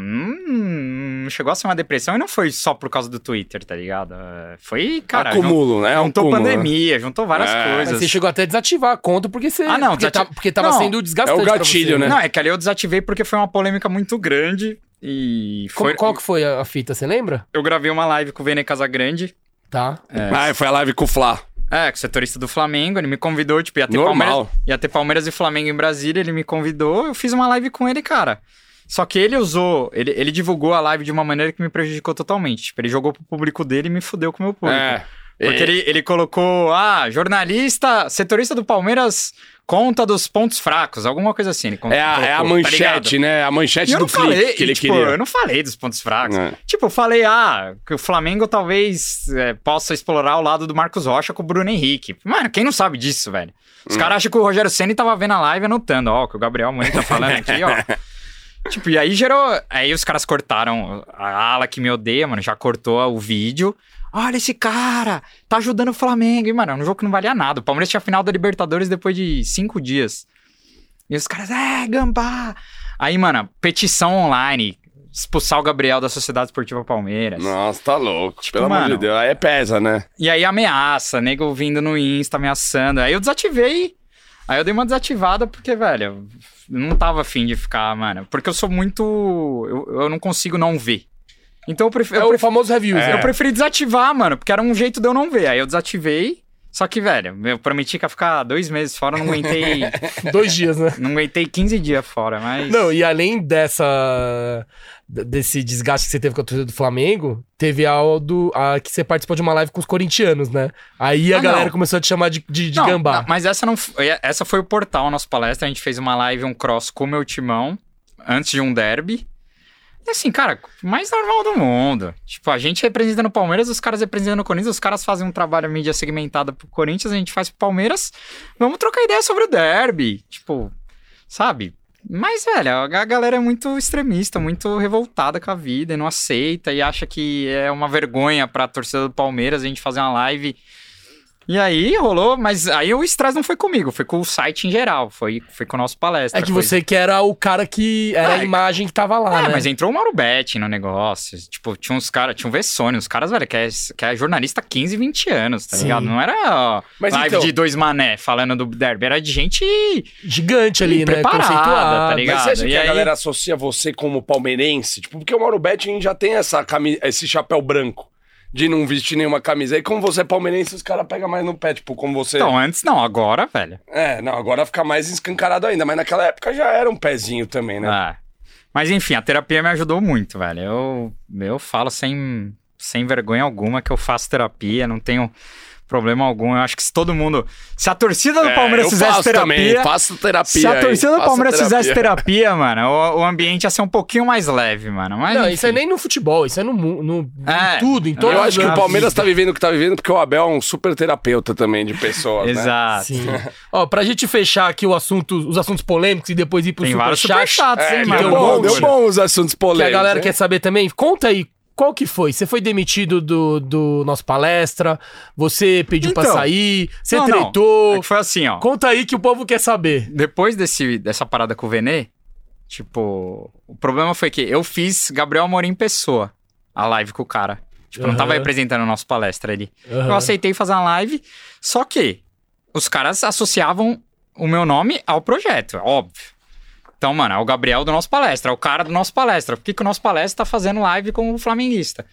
hum, chegou a ser uma depressão e não foi só por causa do Twitter, tá ligado? É, Foi, cara. jun-
acumulo, né? É um
juntou
cúmulo, né?
pandemia, juntou várias
É.
Mas
coisas.
você chegou até a desativar a conta porque você...
Ah, não,
Porque,
desati-
tá- porque tava
Não,
sendo desgastante
é o
pra
gatilho,
você,
né?
Não, é que ali eu desativei porque foi uma polêmica muito grande e
Como-
foi.
Qual que foi a a fita, você lembra?
Eu gravei uma live com o Vene Casagrande.
Tá.
Ah, foi a live com o Flá.
É, que setorista do Flamengo, ele me convidou, tipo, ia ter,
Normal.
Palmeiras, ia ter Palmeiras e Flamengo em Brasília, ele me convidou, eu fiz uma live com ele, cara. Só que ele usou, ele, ele divulgou a live de uma maneira que me prejudicou totalmente. Tipo, ele jogou pro público dele e me fudeu com o meu público.
É.
Porque ele, ele colocou, ah, jornalista, setorista do Palmeiras conta dos pontos fracos, alguma coisa assim. Ele con-
É a, é a
colocou, tá ligado?
manchete, né? A
E
manchete
eu
do
não
clipe
falei,
que ele
tipo,
queria.
eu não falei dos pontos fracos.
É.
Tipo, eu falei, ah, que o Flamengo talvez é, possa explorar o lado do Marcos Rocha com o Bruno Henrique. Mano, quem não sabe disso, velho? Os caras acham que o Rogério Senna tava vendo a live e anotando, ó, o que o Gabriel Mãe tá falando aqui, ó. Tipo, e aí gerou. Aí os caras cortaram. A ala que me odeia, mano, já cortou o vídeo. Olha esse cara, tá ajudando o Flamengo. E, mano, é um jogo que não valia nada. O Palmeiras tinha final da Libertadores depois de cinco dias. E os caras, é, gambá. Aí, mano, petição online. Expulsar o Gabriel da Sociedade Esportiva Palmeiras.
Nossa, tá louco. Pelo amor
Tipo, mano.
de Deus. Aí pesa, né?
E aí ameaça, nego vindo no Insta ameaçando. Aí eu desativei. Aí eu dei uma desativada porque, velho, eu não tava afim de ficar, mano. Porque eu sou muito. Eu, eu não consigo não ver. Então eu prefiro.
É
eu
o
prefiro-
famoso reviews,
Eu
né?
preferi desativar, mano, porque era um jeito de eu não ver. Aí eu desativei. Só que, velho, eu prometi que ia ficar dois meses fora, eu
[laughs]
não aguentei.
Dois dias, né?
não aguentei 15 dias fora, mas.
Não, e além dessa. d- desse desgaste que você teve com a torcida do Flamengo, teve a, do, a que você participou de uma live com os corintianos, né? Aí a
Ah,
galera
não.
começou a te chamar de, de, de
Não,
gambá.
não, mas essa não foi, essa foi o portal nossa palestra. A gente fez uma live, um cross com o meu timão antes de um derby. E assim, cara, mais normal do mundo. Tipo, a gente representando o Palmeiras, os caras representando o Corinthians, os caras fazem um trabalho mídia segmentada pro Corinthians, a gente faz pro Palmeiras. Vamos trocar ideia sobre o derby. Tipo, sabe? Mas, velho, a galera é muito extremista, muito revoltada com a vida e não aceita e acha que é uma vergonha pra torcida do Palmeiras a gente fazer uma live e aí rolou, mas aí o estresse não foi comigo, foi com o site em geral, foi, foi com o nosso palestra.
É que
foi-
você que era o cara que. Era
Ah,
a imagem que tava lá,
É,
né?
mas entrou o Mauro Betti no negócio. Tipo, tinha uns caras, tinha um Vessone, uns caras, velho, que é, que é jornalista há 15, 20 anos, tá
Sim.
ligado? Não era ó,
Mas
live
então-
de dois mané falando do derby, era de gente
Gigante ali, né?
preparada,
Conceituada.
tá ligado?
Mas você acha
E
que a
aí-
galera associa você como palmeirense? Tipo, porque o Mauro Betting já tem essa cami... esse chapéu branco de não vestir nenhuma camisa. E como você é palmeirense, os caras pegam mais no pé. Tipo, como você.
Então, antes não, agora, velho.
É, não, agora fica mais escancarado ainda. Mas naquela época já era um pezinho também, né?
Ah. Mas enfim, a terapia me ajudou muito, velho. Eu, eu falo sem, sem vergonha alguma que eu faço terapia, não tenho problema algum. Eu acho que se todo mundo. Se a torcida do
É,
Palmeiras
eu
fizesse
faço
terapia.
Também, faço terapia.
se a
aí,
torcida do
faço
Palmeiras
terapia.
fizesse terapia, mano, o, o ambiente ia ser um pouquinho mais leve, mano. Mas,
Não,
enfim.
isso é nem no futebol, isso é no, mu- no
É.
em tudo, em todo
Eu acho que
lugar.
o Palmeiras tá vivendo o que tá vivendo, porque o Abel é um super terapeuta também de pessoas. né?
Exato.
Ah,
[laughs]
Sim. Ó, pra gente fechar aqui o assunto, os assuntos polêmicos e depois ir pro
Tem vários
superchat.
superchats, hein,
É,
que
mano?
deu,
tem um
bom,
monte.
deu bom os assuntos
Que a
polêmicos.
galera
hein?
quer saber também. Conta aí, qual que foi? Você foi demitido do, do nosso palestra? Você pediu pra
Então.
sair? Você
Não, não.
tretou?
É que foi assim, ó.
Conta aí que o povo quer saber.
Depois desse, dessa parada com o Venê, tipo, o problema foi que eu fiz Gabriel Amorim Pessoa, a live com o cara. Tipo, não tava
Aham.
representando a nossa palestra ali. Eu
Aham.
aceitei fazer uma live, só que os caras associavam o meu nome ao projeto, é óbvio. Então, mano, é o Gabriel do nosso palestra, é o cara do nosso palestra. Por que, que o nosso palestra tá fazendo live com o flamenguista?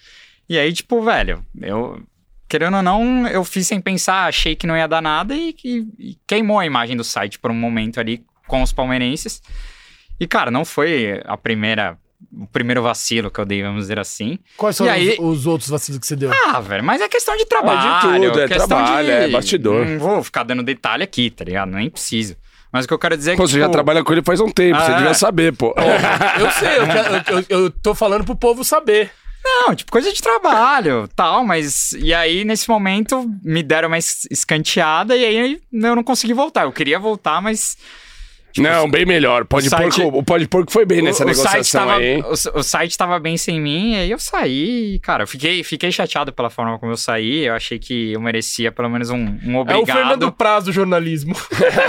E aí, tipo, velho, eu. Querendo ou não, eu fiz sem pensar, achei que não ia dar nada e, que- e queimou a imagem do site por um momento ali com os palmeirenses. E, cara, não foi a primeira. O primeiro vacilo que eu dei, vamos dizer assim.
Quais
E
foram
aí-
os, os outros vacilos que você deu?
Ah, velho, mas é questão de trabalho.
É de tudo, é
questão
trabalho,
de-
é bastidor.
Não vou ficar dando detalhe aqui, tá ligado? Nem preciso. Mas o que eu quero dizer é que.
Pô, você já
tipo,
trabalha com ele faz um tempo, você
Ah,
devia
é.
saber, pô.
Ah, Eu sei, eu, quero- eu- eu- eu tô falando pro povo saber.
Não, tipo, coisa de trabalho, tal, mas. E aí, nesse momento, me deram uma es- escanteada e aí eu não consegui voltar. Eu queria voltar, mas.
Não, bem melhor. Pode
tipo, o site-
porco, o pode porco foi bem nessa
o, o site
negociação
tava,
aí, hein?
o s- o site tava bem sem mim, aí eu saí, e, cara, eu fiquei, fiquei chateado pela forma como eu saí. Eu achei que eu merecia pelo menos um, um
É o
obrigado.
Fernando Praz do jornalismo.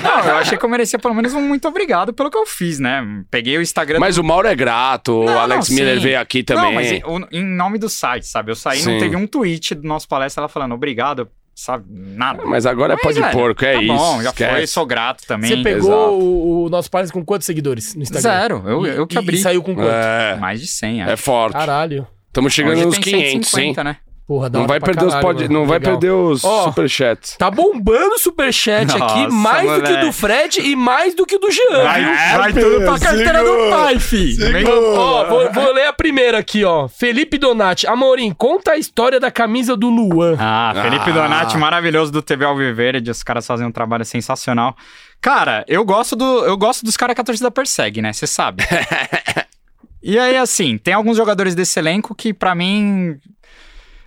Não, eu achei que eu merecia pelo menos um muito obrigado pelo que eu fiz, né? Peguei o Instagram
Mas o Mauro é grato, o
Não,
Alex
sim.
Miller veio aqui também.
Não, mas em, o- em nome do site, sabe? Eu saí,
Sim.
não teve um tweet do nosso palestra ela falando obrigado, sabe? Nada.
Mas agora é
Mas,
pode
velho,
porco, é
tá
isso.
bom, já foi,
esquece.
sou grato também.
Você
exato.
pegou o, o nosso parceiro com quantos seguidores no Instagram?
Zero, eu,
E-
eu que
e-
abri.
E saiu com quanto?
É,
Mais de 100, acho.
é forte.
Caralho.
Estamos chegando
Hoje
nos
tem
500, hein?
150, né?
Porra, da
Não
hora
vai
pra
perder os
caralho,
pod...
mano.
não vai
Legal.
perder os
Ó,
superchats.
Tá bombando o superchat aqui,
Nossa,
mais do que o do
moleque.
Fred e mais do que o do Jean. viu?
vai tudo pra carteira do pai, fi. Vem-
Ó, vou, vou ler a primeira aqui, ó. Felipe Donati. Amorim, conta a história da camisa do Luan.
Ah, Felipe
Ah.
Donati, maravilhoso do TV Alviverde, os caras fazem um trabalho sensacional. Cara, eu gosto do, eu gosto dos caras que a torcida persegue, né?
[laughs]
Você sabe. e aí, assim, tem alguns jogadores desse elenco que, pra mim.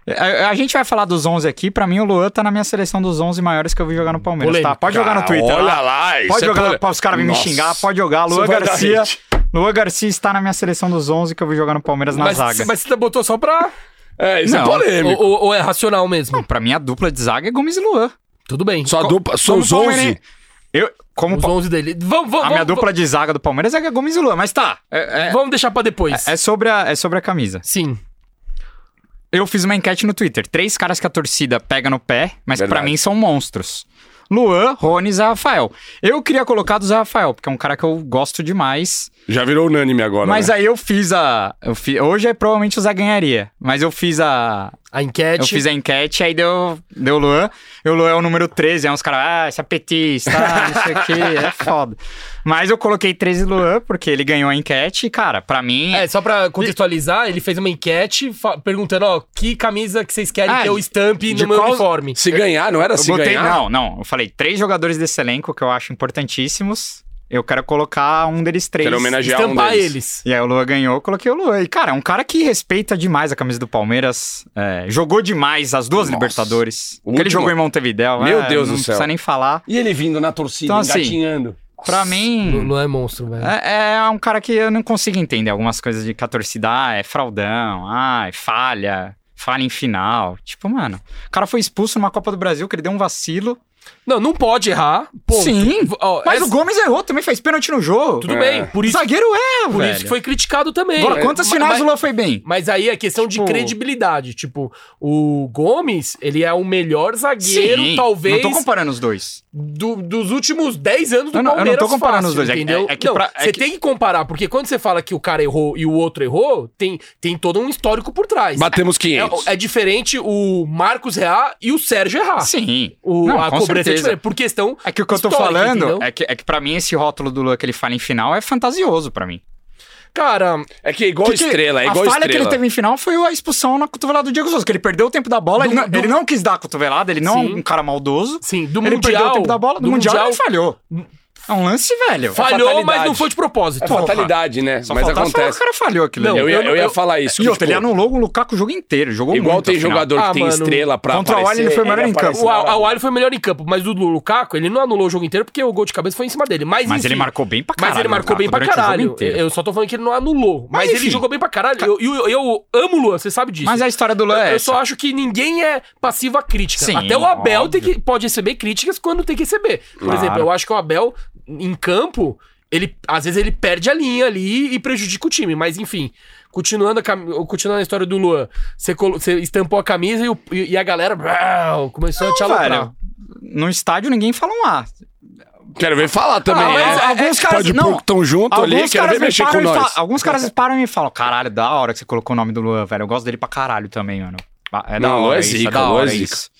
A, a gente vai falar dos 11 aqui. Pra mim, o Luan tá na minha seleção dos 11 maiores que eu vi jogar no Palmeiras,
Polêmica.
tá? Pode jogar no
Ah,
Twitter.
Olha
lá.
lá, isso
Pode
é
jogar
pole-
para os caras virem me
Nossa.
xingar, pode jogar.
Isso
Luan
é vai dar
Garcia.
hate.
Luan Garcia está na minha seleção dos 11 que eu vi jogar no Palmeiras na
mas,
zaga.
mas você botou só pra.
É, isso é
Não,
Ou,
polêmico.
ou- ou é racional mesmo?
Pra mim, a dupla de zaga é Gomes e Luan.
Tudo bem.
Só dupla, só
Como
os
palmeiren-
11.
Eu, como
Os
pa-
11 dele. Vamos, vamos.
a minha
vamos-
dupla de zaga do Palmeiras é Gomes e Luan, mas tá. É, é-
Vamos deixar pra depois.
é sobre a, é sobre a camisa.
Sim.
Eu fiz uma enquete no Twitter. Três caras que a torcida pega no pé, mas pra
Verdade.
mim são monstros. Luan, Rony e Zé Rafael. Eu queria colocar do Zé Rafael, porque é um cara que eu gosto demais.
Já virou unânime agora,
mas
né?
aí eu fiz a. eu fi- hoje é, provavelmente o Zé ganharia. Mas eu fiz a.
A enquete.
Eu fiz a enquete, aí deu, deu Luan. E o Luan é o número 13. Aí uns caras, ah, esse é petista, ah, não sei o quê, é foda. Mas eu coloquei 13 Luan, porque ele ganhou a enquete. E, cara, pra mim.
É, só pra contextualizar, ele fez uma enquete fa- perguntando, ó, que camisa que vocês querem
Ah,
ter o stamp
de
no meu
qual-
uniforme.
Se ganhar, não era
eu
se
botei,
ganhar?
não, não. Eu falei três jogadores desse elenco que eu acho importantíssimos. Eu quero colocar um deles três.
Quero homenagear um
Estampar
deles.
eles.
E aí o Lua ganhou, eu coloquei o Lua. E, cara, é um cara que respeita demais a camisa do Palmeiras. é, jogou demais as duas
Nossa.
Libertadores.
O
O que ele
último-
jogou em Montevideo.
Meu
é,
Deus
não
do céu.
precisa nem falar.
E ele vindo na torcida,
Então, assim,
engatinhando.
Pra mim.
Não, é monstro, velho.
Hum. É, é um cara que eu não consigo entender algumas coisas de que a torcida ah, é fraudão, ah, é falha, falha em final. Tipo, mano, o cara foi expulso numa Copa do Brasil que ele deu um vacilo.
Não, não pode errar. ponto.
Sim,
Ó,
Mas
essa-
o Gomes errou, também fez pênalti no jogo.
Tudo
É.
bem, por isso,
Zagueiro é,
por
velho.
isso que foi criticado também.
Agora,
É,
quantas
ma-
finais
mas-
o Lula foi bem?
Mas aí é questão
Tipo-
de credibilidade. Tipo, o Gomes, ele é o melhor zagueiro, talvez,
Não tô comparando os dois.
do- dos últimos 10 anos do
Não, não, eu não
Palmeiras.
tô comparando
fácil,
os dois, é que-
Entendeu?
é- é que
Não,
pra- é
você
que-
tem que comparar, porque quando você fala que o cara errou e o outro errou, tem, tem todo um histórico por trás.
Batemos
É-
500.
É, diferente o Marcos Reá e o Sérgio Reá.
Sim.
Ah, O,
Não,
a
com
cobrança é
certeza.
diferente. Por questão.
É que o que eu tô
Histórico,
falando
entendeu?
é que, é que pra mim esse rótulo do Lula que ele fala em final é fantasioso pra mim.
Cara,
É que é igual
Que que-
estrela, é igual
A falha
estrela.
que ele teve em final foi a expulsão na cotovelada do Diego Souza, que ele perdeu o tempo da bola,
Do-
ele, não,
do-
ele não quis dar a cotovelada, ele não é
Sim.
um cara maldoso.
sim, do
ele
Mundial.
perdeu o tempo da bola, do, mundial, ele falhou. É um lance, velho.
falhou, mas
fatalidade.
não foi de propósito.
É fatalidade, né?
Só
Mas
faltava falar que
acontece.
o cara falhou aquilo
Não,
ali.
Eu ia,
eu não-
eu ia
eu-
falar isso.
E
que,
outra,
tipo,
ele anulou o Lukaku o jogo inteiro, jogou
Igual
muito
tem
afinal.
jogador
Ah,
que tem
mano,
estrela pra
contra o
aparecer.
Alho ele foi melhor em
aparece
campo.
O,
na
a,
hora.
o Alho foi melhor em campo, mas o Lukaku, ele não anulou o jogo inteiro porque o gol de cabeça foi em cima dele. Mas,
Mas ele
enfim.
marcou bem pra caralho.
Mas ele marcou
Lukaku,
bem pra
durante o jogo
caralho.
inteiro.
Eu só tô falando que ele não anulou. Mas,
Mas,
ele
enfim.
jogou bem pra caralho. Eu, eu, eu amo o Luan, você sabe disso.
Mas a história do Lula é
Eu
essa.
só acho que ninguém é passivo a crítica.
Sim,
Até o Abel
óbvio.
tem que, pode receber críticas quando tem que receber. Por
Claro.
exemplo, eu acho que o Abel, em campo, ele às vezes ele perde a linha ali e prejudica o time. Mas enfim, continuando a, cam- continuando a história do Luan, você, colo- você estampou a camisa e, o- e- e a galera brau, começou a te aloprar.
Velho, no estádio ninguém fala um A.
Quero ver falar também.
Ah, mas
né?
alguns caras-
Pode
não,
pôr que tão junto ali, quero ver
me
mexer
param
com
e falam-
nós.
alguns caras param e me falam, caralho, da hora que você colocou o nome do Luan, velho. Eu gosto dele pra caralho também, mano. É da
Não, Luan é
hora isso,
zica,
é da
Luan é
hora
zica.
isso.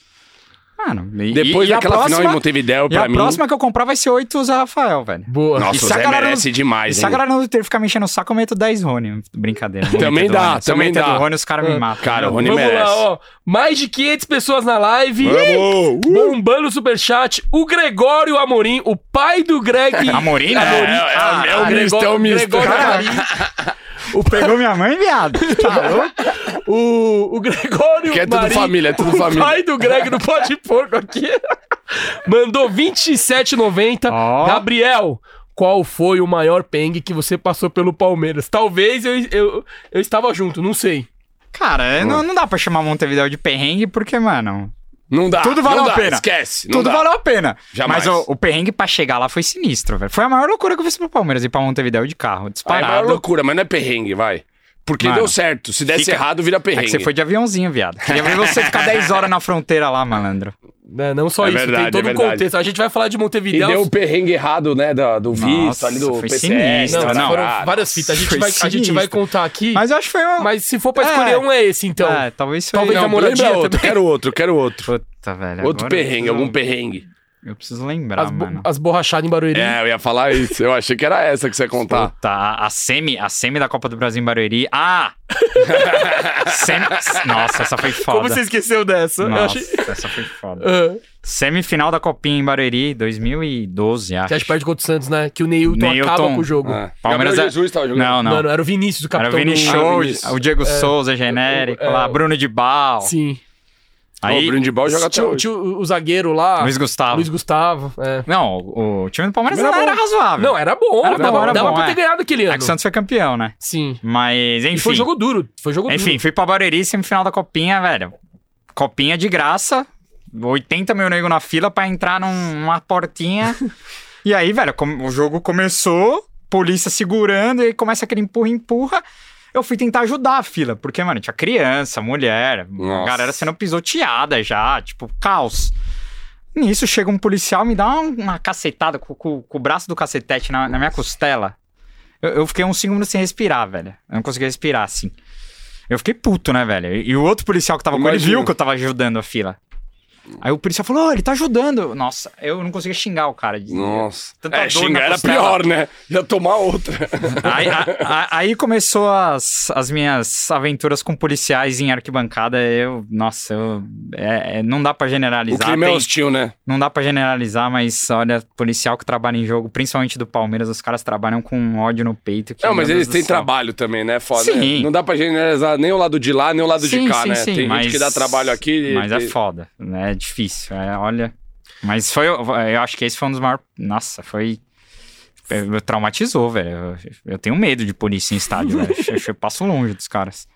Mano, e,
Depois
e a
daquela final em
próxima-
Montevideo,
E
pra
a
mim.
próxima que eu comprar vai ser 8 Zé Rafael, velho.
Boa.
Nossa,
se
o
"Ah, a
Zé
galera não-
merece
E
demais,
se a
hein?
galera não ter ficar me enchendo o saco, eu meto 10 Rony. Brincadeira. não vou
Também
meter do
dá,
Rony. Se eu
também
meter
dá. Hum.
do Rony, os caras me matam.
Cara, o Rony
Vamos
merece.
lá, ó. Mais de 500 pessoas na live.
Vamos! Uh!
Bombando o superchat, o Gregório Amorim, o pai do Greg.
[laughs] Amorim, né?
Amorim.
É, é, é o
Gregório-
misto, é o misto.
Gregório Amorim. O, pe-
Pegou minha mãe, viado. Tá louco?
o, o Gregório
Que é tudo
Marim,
família, é tudo
o
família.
pai do Greg do Pode Porco aqui, [laughs] mandou 27,90.
Ó.
Gabriel, qual foi o maior pengue que você passou pelo Palmeiras? Talvez eu, eu, eu estava junto, não sei.
Cara, é, não, não dá pra chamar Montevideo de perrengue, porque, mano,
Não dá.
Tudo valeu
não
a
dá,
pena.
Esquece. não
tudo
dá.
valeu a pena.
Jamais.
Mas o, o perrengue pra chegar lá foi sinistro, velho. Foi a maior loucura que eu fiz pro Palmeiras ir pra Montevideo de
Ah,
carro,
É a maior
disparado.
loucura, mas não é perrengue, vai. Porque
Mano,
deu certo. Se desse
fica-
errado, vira
É
perrengue.
que você foi de aviãozinho, viado. Queria ver você ficar 10 horas na fronteira lá, malandro.
Né, Não só
É
isso,
verdade,
tem todo
é
um
verdade.
contexto. A gente vai falar de
E
Montevideo.
deu o perrengue errado, né? Do, do visto,
Nossa,
ali do
foi
PCS.
sinistro,
tá
Não,
não.
foram
parado.
várias fitas. A gente,
Foi
vai, a gente vai
sinistro.
contar aqui. Mas,
Mas eu acho que foi uma...
se for pra
É.
escolher um, é esse, então.
É, talvez foi...
Talvez
Não,
a
Não,
moradia
lembra outro,
também.
quero outro, quero outro.
Puta, velho.
outro
agora eu
perrengue,
preciso-
algum perrengue.
Eu preciso lembrar,
as, bo- ah,
mano.
as borrachadas em Barueri.
É, eu ia falar isso. Eu achei que era essa que você ia contar.
Puta, a, a semi, a semi da Copa do Brasil em Barueri. Ah! Semi- Nossa, essa foi foda.
Como você esqueceu dessa?
Nossa,
Eu achei...
essa foi foda.
[laughs] Ah,
Semifinal da Copinha em Barueri, 2012, acho.
que a gente perde contra o Santos, né? Que o Neilton,
Neilton.
acaba com o jogo.
Ah.
Palmeiras
Gabriel
é-
Jesus tava jogando.
Não, não.
Mano, era o Vinícius, o
Era
capitão
o Vini
do...
Show,
Ah, Vinícius.
o Diego Souza, genérico,
é,
lá,
o-
Bruno de Bal.
Sim.
Aí, o
Aí,
Bruno de Bal joga até
Tinha,
hoje.
tinha o, o zagueiro lá,
Luiz Gustavo.
Luiz Gustavo. é.
Não, o o time do Palmeiras
Era
não era
bom.
razoável.
Não, era bom.
Era
dava
bom, era
dava
bom,
pra ter
é.
ganhado aquele
É
ano.
que o Santos foi campeão, né?
Sim.
Mas, enfim.
E foi jogo duro. Foi jogo duro.
Enfim, fui pra Barueri, semifinal da Copinha, velho. Copinha de graça. 80 mil nego na fila pra entrar num-
[laughs]
numa portinha. e aí, velho, como o jogo começou, polícia segurando, e aí começa aquele empurra, empurra. Eu fui tentar ajudar a fila, porque, mano, tinha criança, mulher,
Nossa.
galera sendo pisoteada já, tipo, caos. Nisso chega um policial, me dá uma, uma cacetada com, com- com o braço do cacetete na, na minha costela. Eu, eu fiquei uns 5 minutos sem respirar, velho. Eu não conseguia respirar, assim. Eu fiquei puto, né, velho? E e o outro policial que tava com ele
Imagino.
viu que eu tava ajudando a fila. Aí o policial falou, "Ô, ele tá ajudando. Nossa, eu não conseguia xingar o cara. de-
Nossa.
Tanta dor
É,
na
xingar era
costela.
pior, né? Ia tomar outra.
[laughs] Aí, a- a- aí começou as, as minhas aventuras com policiais em arquibancada. Eu, nossa, eu, é- é- não dá pra
O
generalizar.
clima é
Tem-
hostil, né?
não dá pra generalizar, mas olha, policial que trabalha em jogo, principalmente do Palmeiras, os caras trabalham com ódio no peito. que,
Não, mas
meu
eles
Deus do
têm
céu.
trabalho também, né? Foda,
Sim.
né? Não dá pra generalizar nem o lado de lá, nem o lado de cá, né? Tem gente que dá trabalho aqui. e-
Mas é
e-
foda, né? É difícil, é, olha. Mas foi, eu acho que esse foi um dos maiores. Nossa, foi. eu- eu Traumatizou, velho. Eu, eu tenho medo de polícia em estádio, velho. Eu, eu passo longe dos
[laughs]
caras.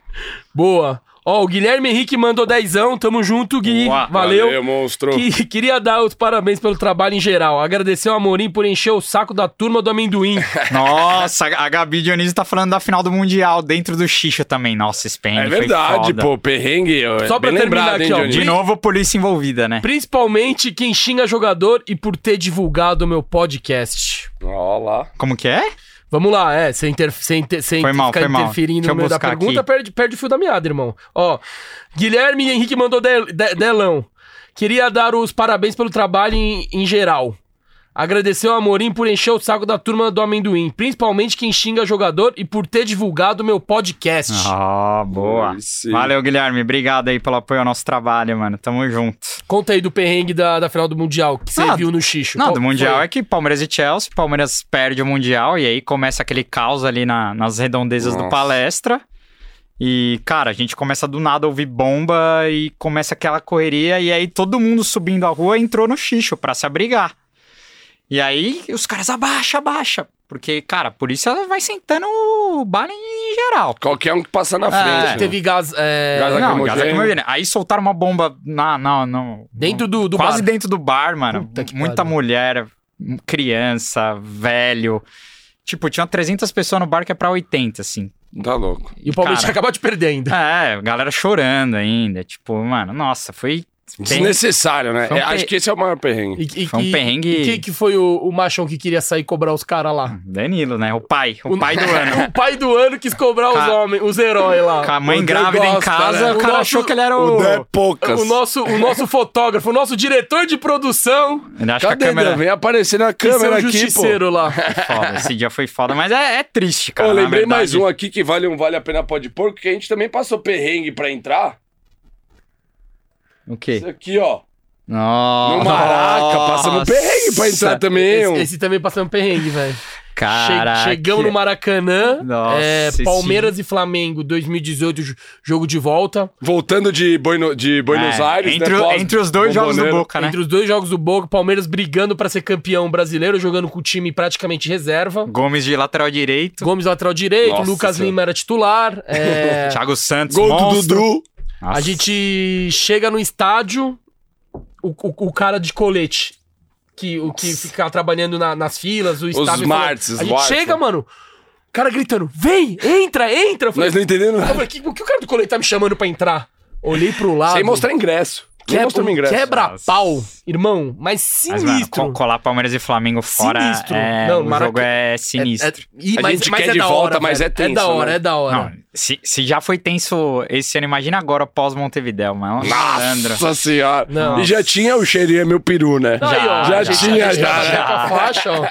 Boa. Ó, o Guilherme Henrique mandou dezão. Tamo junto, Gui.
Boa.
Valeu.
monstro.
Que- queria dar os parabéns pelo trabalho em geral. Agradecer ao Amorim por encher o saco da turma do
[laughs]
amendoim.
Nossa, a Gabi Dionísio tá falando da final do Mundial dentro do Xixo também. Nossa, esse
É
perrengue foi
verdade,
foda.
pô. Perrengue. é
Só pra
bem
terminar
lembrado,
aqui, ó,
hein,
De
Dionísio?
novo, polícia envolvida, né?
Principalmente quem xinga jogador e por ter divulgado o meu podcast.
Ó lá.
Como que é?
Vamos lá, é, sem, inter, sem, inter- sem
Foi mal,
ficar
foi mal.
interferindo no
Deixa eu
meio da
buscar
pergunta,
aqui.
perde, perde o fio da meada, irmão. Ó, Guilherme Henrique mandou del- de- delão. Queria dar os parabéns pelo trabalho em, em geral. Agradecer ao Amorim por encher o saco da turma do amendoim, principalmente quem xinga jogador e por ter divulgado o meu podcast.
Ah, boa.
Aí sim.
Valeu, Guilherme. Obrigado aí pelo apoio ao nosso trabalho, mano. Tamo junto.
Conta aí do perrengue da, da final do Mundial, que você
Ah,
viu no Xixo.
Não,
Qual
do Mundial
Tipo, foi?
é que Palmeiras e Chelsea, Palmeiras perde o Mundial e aí começa aquele caos ali na- nas redondezas do
Nossa.
palestra. E, cara, a gente começa do nada a ouvir bomba e começa aquela correria e aí todo mundo subindo a rua entrou no xixo pra se abrigar. E aí os caras abaixa, abaixa. Porque, cara, a polícia vai sentando o bala em geral.
Qualquer um que passar na
É.
frente.
Teve gás. é,
Gás
Não,
lacrimogêneo.
gás lacrimogêneo. Aí soltaram uma bomba na, na, na-
Dentro do, do
quase
bar.
dentro do bar, mano.
Puta que
Muita
pariu.
mulher, m- criança, velho. Tipo, tinha 300 pessoas no bar que é pra 80, assim.
Tá louco.
E o Palmeiras [laughs]
Cara.
acabou de perder ainda.
É, galera chorando ainda. Tipo, mano, nossa, foi.
Desnecessário, né?
Foi um
É, acho
pe-
que esse é o maior perrengue.
E, e-
Foi um
e-
perrengue.
E quem que foi o, o machão que queria sair cobrar os caras lá?
Danilo, né? O pai,
[laughs]
o pai do ano.
[laughs] O pai do ano quis cobrar os
Ca-
homens, os heróis lá.
Com a mãe
O André
grávida em
gosta,
casa,
né?
o cara
nosso-
achou que ele era o.
O Dan é poucas.
O nosso, o nosso fotógrafo, o nosso diretor de produção,
Ele acha que
Cadê,
a
Dan?
câmera.
Vem aparecer na
um
que é
câmera
o
aqui, pô.
justiceiro
[laughs]
lá.
Foda, esse dia foi foda, mas é, é triste, cara.
Eu
na
lembrei mais
verdade.
um aqui que vale um vale a pena pode pôr, porque a gente também passou perrengue pra entrar.
O quê?
Isso aqui, ó.
Nossa.
No Maraca, passamos perrengue pra entrar também.
Esse,
um.
esse também passando perrengue, velho. Che-
Cara.
Chegamos no Maracanã.
Nossa,
é,
esse-
Palmeiras e Flamengo 2018, jo- jogo de volta.
Voltando de, Boino- de Buenos
É,
Aires,
entre,
né?
o-
pós-
entre os dois jogos do
bomboneiro.
Boca, né?
Entre os dois jogos do Boca, Palmeiras brigando pra ser campeão brasileiro, jogando com o time praticamente reserva.
Gomes de lateral direito,
Gomes lateral direito,
Nossa
Lucas
Senhora.
Lima era titular.
[laughs]
é,
Thiago Santos,
Gol do
monstro.
Dudu.
Nossa.
a gente chega no estádio, o, o- o cara de colete, que, o que fica trabalhando na- nas filas, o estádio.
smarts,
falando- A gente
smarts.
chega, mano, o cara gritando, vem, entra, entra. Eu falei,
Nós não entendemos
eu
nada.
falei, "Que- o que o cara do colete tá me chamando pra entrar? Olhei pro
Ah,
lado.
Sem mostrar ingresso. Sem mostrar meu
Quebra,
ingresso.
quebra pau, irmão, mas
Mas, mano,
sinistro.
co- colar Palmeiras e Flamengo fora,
Sinistro.
é,
Não,
o
Maraca-
jogo é sinistro.
É- e-
A
mas,
gente
mas
quer
é
de
da
volta,
hora,
mas
velho.
é tenso,
da hora,
né?
é da hora.
Não, se, se já foi tenso esse ano, imagina agora pós Montevidéu, mano. Leandro.
Nossa senhora.
Não.
E já tinha o cheirinho é meu peru, né?
Aí, ó,
já
a gente- a
tinha,
gente tava
já. né?
com a faixa, ó.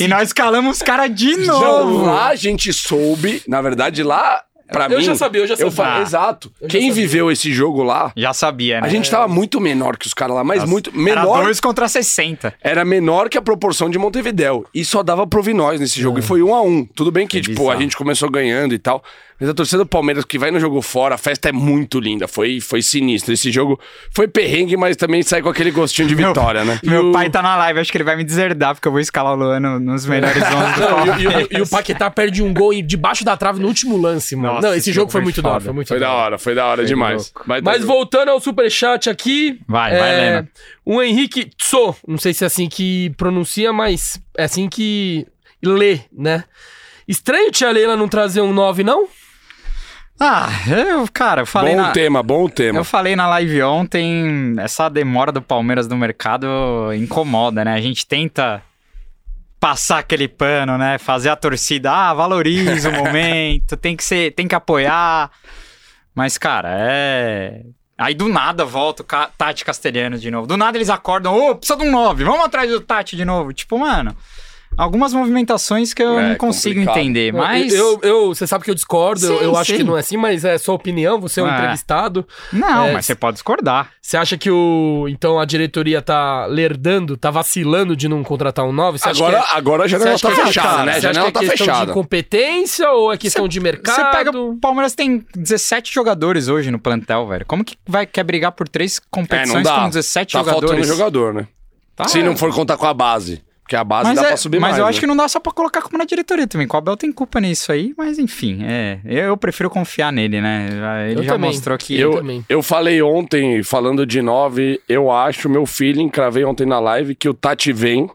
E nós calamos os caras de
Não,
novo.
lá a gente soube, na verdade, lá, pra
Eu
mim.
já sabia, eu já
Eu
sabia.
falei, exato.
Eu já
Quem
sabia. É.
viveu esse jogo lá,
Já sabia, né?
a gente tava muito menor que os caras lá, mas
Nossa,
muito.
Era
Menor.
dois contra 60.
Era menor que a proporção de Montevidéu. E só dava Provinóis nesse jogo. E foi um a um. Tudo bem que,
É
tipo,
bizarro.
a gente começou ganhando e tal. Mas a torcida do Palmeiras, que vai no jogo fora, a festa é muito linda. Foi, foi sinistro. Esse jogo foi perrengue, mas também sai com aquele gostinho de vitória, né?
Meu
E o-
pai tá na live, acho que ele vai me deserdar, porque eu vou escalar o
[laughs]
Luan no- nos melhores 11 do
Não, e, o- e o-
Palmeiras.
e o Paquetá perde um gol e debaixo da trave no último lance, mano.
Nossa,
Não, esse jogo foi muito da hora.
foda.
Foi muito
Foi da hora, foi da hora
Foi
demais.
louco.
Vai dar
Mas
jogo.
voltando ao superchat aqui. é,
Vai, vai, Lena.
O Henrique Tso, não sei se é assim que pronuncia, mas é assim que lê, né? Estranho tia Leila não trazer um 9, não?
Ah, eu, cara, eu falei
Bom
na...
tema, bom tema.
Eu falei na live ontem, essa demora do Palmeiras no mercado incomoda, né? A gente tenta passar aquele pano, né? Fazer a torcida, ah,
[laughs]
valoriza o momento, tem que ser, tem que apoiar. Mas cara, é Aí do nada volta o Ca- Tati Castelhano de novo. Do nada eles acordam, ô, precisa de um 9, vamos atrás do Tati de novo. Tipo, mano, algumas movimentações que eu
É,
não consigo
complicado.
entender, mas
Eu, eu- você sabe que eu discordo, eu-
Sim,
eu acho
sim.
que não é assim, mas é sua opinião, você é um
É.
entrevistado.
não,
é,
mas você pode discordar.
Você acha que o então a diretoria tá lerdando, tá vacilando de não contratar um 9? Você acha
Agora,
que é-
agora a janela
você acha
tá
que é-
fechada,
cara,
né?
você
A
acha
janela
que é
tá
questão de
fechada.
competência ou é questão de mercado?
Você pega. O Palmeiras tem 17 jogadores hoje no plantel, velho. Como que vai, quer brigar por três competições
É, dá.
com 17
Tá faltando
jogadores?
jogador, né?
Tá,
Se
é.
não for contar com a base. Porque a base
mas
dá
é-
pra subir
mas
mais.
eu
né?
acho que não dá só pra colocar como na diretoria também. O Abel tem culpa nisso aí, mas enfim, é. Eu, eu prefiro confiar nele, né? Já- Ele
Eu
já
também.
mostrou que.
Eu
Eu,
também.
eu falei ontem, falando de nove, eu acho, meu feeling, cravei ontem na live, que o Tati vem.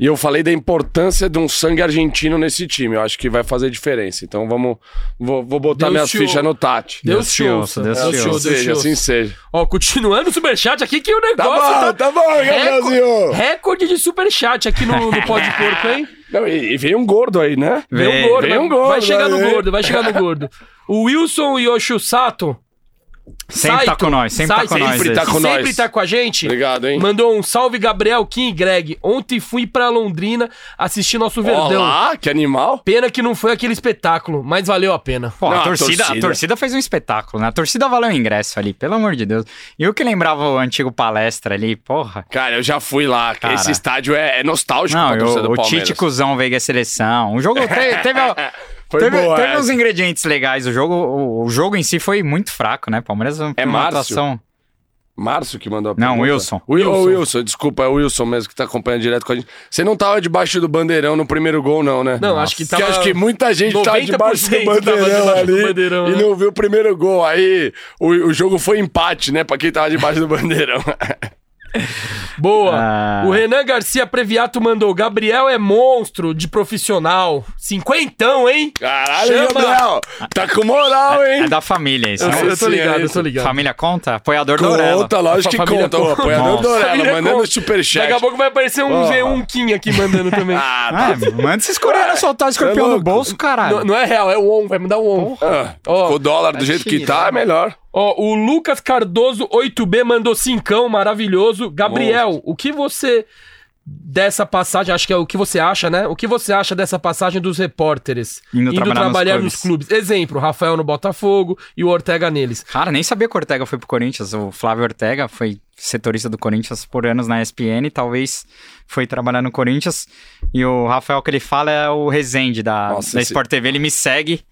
E eu falei da importância de um sangue argentino nesse time. Eu acho que vai fazer diferença. Então vamos. Vou, vou botar
Deus
minhas
te
fichas
ou-
no Tati.
Deus,
Deus
te
te
ouça,
ouça, Deus te
Assim
ouça.
Deus te
seja, assim seja.
Ó, continuando o superchat aqui que o negócio tá...
tá bom,
Reco- Recorde de superchat aqui no, no Pó de Porco, hein?
Não, e, e veio um gordo aí, né?
Deu
Vem,
gordo,
[laughs] vem
vai-
um gordo,
Vai chegar no
vai ver.
gordo, vai chegar no gordo. O Wilson Yoshi Sato.
Sempre tá
Saito,
com nós, sempre tá com
Saito,
nós.
sempre
aí.
tá com nós.
Sempre tá com a gente.
Obrigado, hein?
Mandou um salve, Gabriel, Kim e Greg. Ontem fui pra Londrina assistir
um
nosso Verdão.
Olá, que animal.
Pena que não foi aquele espetáculo, mas valeu a pena.
Pô,
Não,
a,
a
torcida, a
torcida.
torcida fez um espetáculo, né? A torcida valeu o ingresso ali, pelo amor de Deus. E o que lembrava o antigo palestra ali, porra.
Cara, eu já fui lá.
Cara.
Esse estádio é, é nostálgico
Não,
pra torcida
eu,
do
o
Palmeiras.
Tite Cusão veio a seleção.
[laughs]
O jogo teve, teve, a-
Foi
teve,
boa
teve
essa.
uns ingredientes legais. O jogo, o, o jogo em si foi muito fraco, né?
É
Palmeiras foi uma
Márcio?
atuação.
Márcio que mandou a
Não,
pergunta.
Wilson.
Wil-
Wilson.
Wilson. Wilson, desculpa, é o Wilson mesmo que tá acompanhando direto com a gente. Você não tava debaixo do bandeirão no primeiro gol, não, né?
Não, acho que
Porque
tava.
acho que muita gente tava
90%
debaixo do
tava
bandeirão
debaixo do
ali
bandeirão,
e
né?
não viu o primeiro gol. Aí o, o jogo foi empate, né? Pra quem tava debaixo
[laughs]
do bandeirão.
Boa.
Ah.
O Renan Garcia Previato mandou: Gabriel é monstro de profissional. Cinquentão, hein?
Caralho,
Chama.
Gabriel! Tá com moral, hein?
É da família isso.
Eu,
Eu
né?
sei,
eu tô
sim,
ligado,
é
eu tô
isso.
ligado.
Família conta? Apoiador do Orelha.
Conta, lógico que
Família
conta.
conta.
O apoiador
Nossa.
Dorela,
Família
mandando
conta.
superchat.
Daqui a pouco vai aparecer um
Porra.
G1 Kim aqui mandando também.
Ah, tá.
Ah, manda esses coreanos soltar o
Você é
escorpião do
louco.
bolso, caralho.
Não, não é real, é o on, vai mudar o on.
Ah,
Ó,
o dólar do jeito que tá é melhor.
Ó, o Lucas Cardoso 8B mandou cincão, maravilhoso. Gabriel, o que você dessa passagem, acho que é o que você acha, né? O que você acha dessa passagem dos repórteres
Indo trabalhar nos
nos, clubes. Exemplo, Rafael no Botafogo e o Ortega neles.
Cara, nem sabia que o Ortega foi pro Corinthians. O Flávio Ortega foi setorista do Corinthians por anos na ESPN, talvez foi trabalhar no Corinthians. E o Rafael que ele fala é o Rezende da,
Nossa,
da
esse-
Sport TV, ele me segue.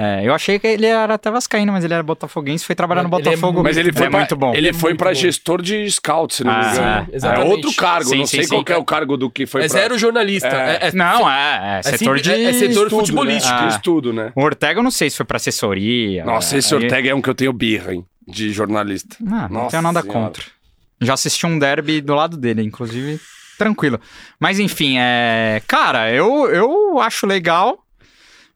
É, eu achei que ele era até vascaíno, mas ele era botafoguense, foi trabalhar no
Mas ele é
Botafogo.
muito-
Mas ele foi
é
pra,
muito bom.
Ele foi
muito
para
bom.
gestor de scout, se não me
Ah,
engano.
sim,
é
exatamente.
outro cargo,
Sim,
não
sim,
sei
sim.
qual que é o cargo do que foi
É
pra-
zero jornalista. É, é-
Não, é, é
é
setor
simples-
de...
é- é setor
Estudo,
futebolista.
né?
Ah.
Estudo, né?
O Ortega eu não sei se foi pra assessoria.
Nossa, esse
aí-
Ortega é um que eu tenho birra, hein? De jornalista.
Não, Ah, não
Nossa
tenho nada
Senhora.
contra. Já assisti um derby do lado dele, inclusive, tranquilo. Mas enfim, é. Cara, eu, eu acho legal.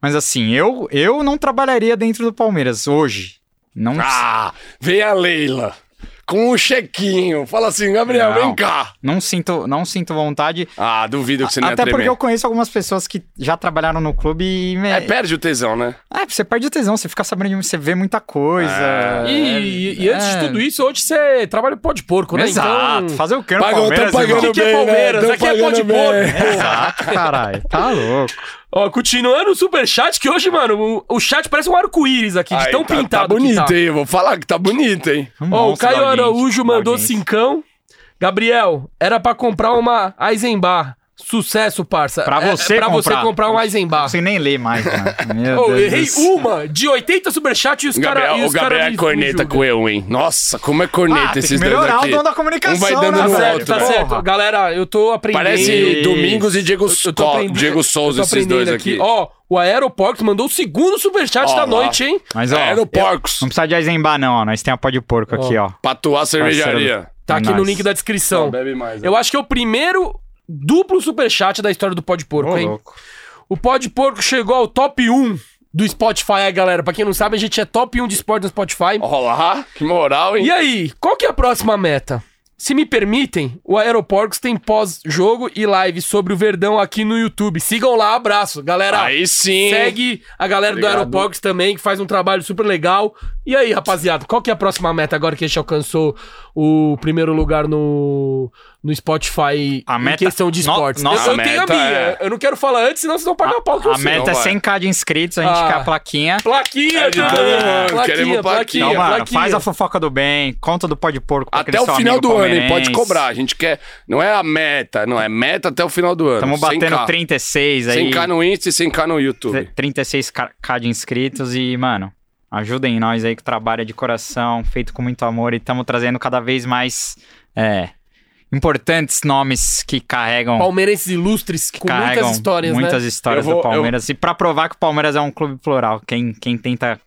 Mas assim, eu, eu não trabalharia dentro do Palmeiras hoje. Não
Ah, vem a Leila com um chequinho. Fala assim, Gabriel,
Não.
vem cá.
Não sinto, não sinto vontade.
Ah, duvido que você não ia
Até porque
tremer.
eu conheço algumas pessoas que já trabalharam no clube e. me-
É, perde o tesão, né?
Ah, você perde o tesão, você fica sabendo de um, você vê muita coisa.
É.
e,
né?
e- e antes de
é.
tudo isso, hoje você trabalha em pó de porco, né?
Exato,
Então,
fazer o que no
Pagam- tão
Palmeiras,
pagando
irmão?
o que, que é
bem, né?
Palmeiras?
Tão
Aqui é pó de
pagando bem.
porco. porra.
Exato, caralho, tá louco.
Ó, continuando o superchat, que hoje, mano, o, o chat parece um arco-íris aqui, de
Aí,
tão
tá,
pintado
tá bonito,
que tá.
hein? Eu vou falar que tá bonito, hein?
Ó, o
Monstro
Caio
da audiência,
Araújo
da
mandou
audiência.
cincão. Gabriel, era pra comprar uma Eisenbar. Sucesso, parça.
Pra
É-
você
é, pra
comprar.
você comprar um
Não
Eisenbach.
consigo nem ler mais, cara. [laughs] Meu
Oh,
Deus do
errei
céu.
uma de 80 superchats e os
O Gabriel,
caras.
o Gabriel é corneta com eu, hein? Nossa, como é corneta
Ah, tem que
esses dois
melhorar o
aqui.
dom da comunicação,
Um vai dando
né,
no
Tá
velho?
certo,
outro.
tá
velho.
certo. Galera, eu tô aprendendo.
Parece Domingos e Diego,
Eu tô
Co-
aprendendo-
Diego Souza,
eu tô
esses dois
aprendendo
aqui.
Ó, o Aeroporto mandou o segundo superchat
Ó
da
lá.
noite, hein?
Mas, ó,
Aeroporcos,
não precisa de Eisenbach, não, ó. Nós temos a pó de porco aqui, ó.
patuar cervejaria.
Tá aqui no
Nice.
link da descrição.
bebe mais.
Então, Eu acho que é o primeiro duplo superchat da história do Pode Porco,
Ô,
hein?
louco.
O Pode Porco chegou ao top 1 do Spotify, aí, galera. Pra quem não sabe, a gente é top 1 de esporte no Spotify.
Olá, que moral, hein?
E aí, qual que é a próxima meta? Se me permitem, o Aeroporcos tem pós-jogo e live sobre o Verdão aqui no YouTube. Sigam lá, abraço. Galera,
Aí sim.
segue a galera do
Obrigado.
Aeroporcos também, que faz um trabalho super legal. E aí, rapaziada, qual que é a próxima meta agora que a gente alcançou o primeiro lugar no, no Spotify
A
em
meta-
questão de
No-
esportes?
nossa,
eu, eu
a
tenho a
meta
minha.
é-
Eu não quero falar antes, senão vocês vão pagar pau que eu
A
sei.
meta é
vai.
100k de inscritos, a gente
Ah.
quer a plaquinha.
Plaquinha,
É de
Dudu.
todo mundo,
plaquinha,
queremos plaquinha.
Então, mano,
plaquinha.
faz a fofoca do bem, conta do pó de porco pra
Até
aquele
o
seu
final
amigo
do ano, hein? Pode
palmeirense.
cobrar. A gente quer. Não é a meta, não. É meta até o final do ano.
Estamos batendo
100K.
36 aí.
100k no Insta e 100k no YouTube.
36k de inscritos e, mano, ajudem nós aí que trabalha de coração, feito com muito amor e estamos trazendo cada vez mais é, importantes nomes que carregam,
Palmeirenses ilustres com
carregam
muitas histórias, né?
muitas histórias
Eu vou-
do Palmeiras. E pra provar que o Palmeiras é um clube plural, quem, quem tenta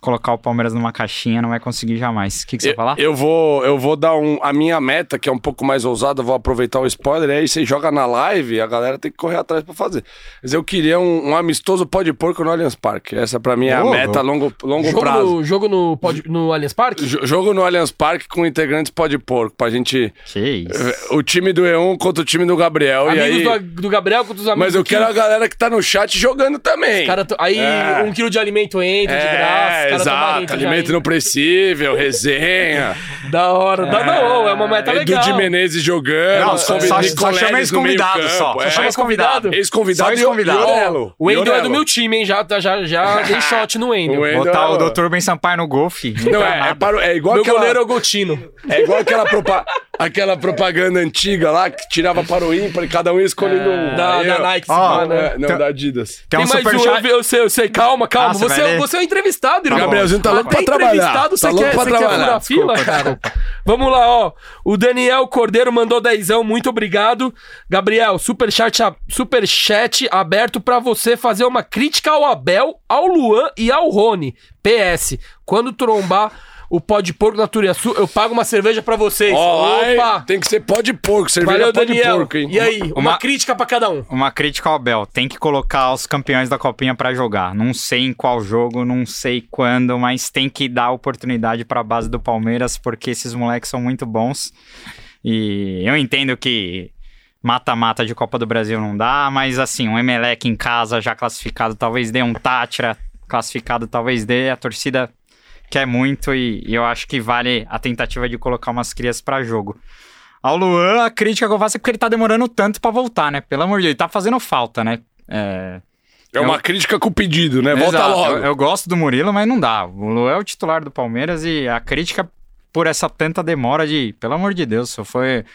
colocar o Palmeiras numa caixinha não vai conseguir jamais. O que, que você
Eu,
vai falar?
eu vou, eu vou dar um. A minha meta, que é um pouco mais ousada, eu vou aproveitar o spoiler, aí você joga na live, a galera tem que correr atrás pra fazer. Mas eu queria um, um amistoso pó de porco no Allianz Parque. Essa pra mim é a
Boa.
meta a longo, longo
Jogo
prazo.
no, jogo no, pod- no Allianz Parque?
Jo- Jogo no Allianz Parque com integrantes pó de porco, pra gente. É,
Que isso.
O time do E1 contra o time do Gabriel. e aí...
Amigos do, do Gabriel contra os amigos
Mas eu
do Kim.
quero a galera que tá no chat jogando também.
Cara, to- aí
É.
um quilo de alimento entra de graça.
é,
os caras tomarem
exato.
entra de
Alimento inoprecível, resenha.
[laughs] Da hora. Da, não, é uma meta
Edu
legal.
de Menezes jogando.
Não,
os
só-
convi-
só- só
Nicoleles
chama eles
no meio
convidados, só.
campo,
Só
é.
chama eles convidados.
Ex-convidado
Só eles
e o-
convidados.
e Orello.
O Wendel é do
Orello.
meu time, hein? Já, tá- já, já
[laughs]
dei shot no
O
Wendel.
Wendel
Botar
é
o Dr. Ben Sampaio no golfe.
Não, é, é, para- é igual
Meu
aquela...
goleiro é o Gotino.
É igual aquela, propa- aquela propaganda antiga lá que tirava para o ímpar e cada um escolhendo um.
É. Da,
Aí,
da
ó,
Nike.
ó,
esse cara, né?
é, não,
Tem-
da Adidas.
Tem um
mais um,
superchat.
eu, eu sei, eu sei. Calma, calma.
Ah, você
você,
vai
é-
ler?
você é um entrevistado, irmão.
Gabrielzinho tá louco
Até
pra trabalhar.
entrevistado, você
Tá louco
quer,
pra
você quer
trabalhar.
furar a fila,
Desculpa,
cara? Vamos lá, ó. O Daniel Cordeiro mandou dezão, muito obrigado. Gabriel, superchat, a- superchat aberto pra você fazer uma crítica ao Abel, ao Luan e ao Rony. PS, quando trombar o pó de porco na Turiaçu, eu pago uma cerveja pra vocês.
um-
Ó, lá, hein?
Opa!
Tem que ser pó de porco, cerveja
Valeu,
pó de
Daniel.
porco, hein?
E aí, uma,
Uma-
crítica pra cada um.
Uma crítica ao Bel. Tem que colocar os campeões da Copinha pra jogar. Não sei em qual jogo, não sei quando, mas tem que dar oportunidade pra base do Palmeiras, porque esses moleques são muito bons. E eu entendo que mata-mata de Copa do Brasil não dá, mas assim, um Emelec em casa já classificado talvez dê, um Tátira classificado talvez dê, a torcida quer muito e, e eu acho que vale a tentativa de colocar umas crias pra jogo. Ao Luan, a crítica que eu faço é porque ele tá demorando tanto pra voltar, né? Pelo amor de Deus, ele tá fazendo falta, né? É,
É uma crítica com pedido, né? Volta
Exato.
logo.
Eu, eu gosto do Murilo, mas não dá. O Luan é o titular do Palmeiras e a crítica por essa tanta demora de, pelo amor de Deus, só foi.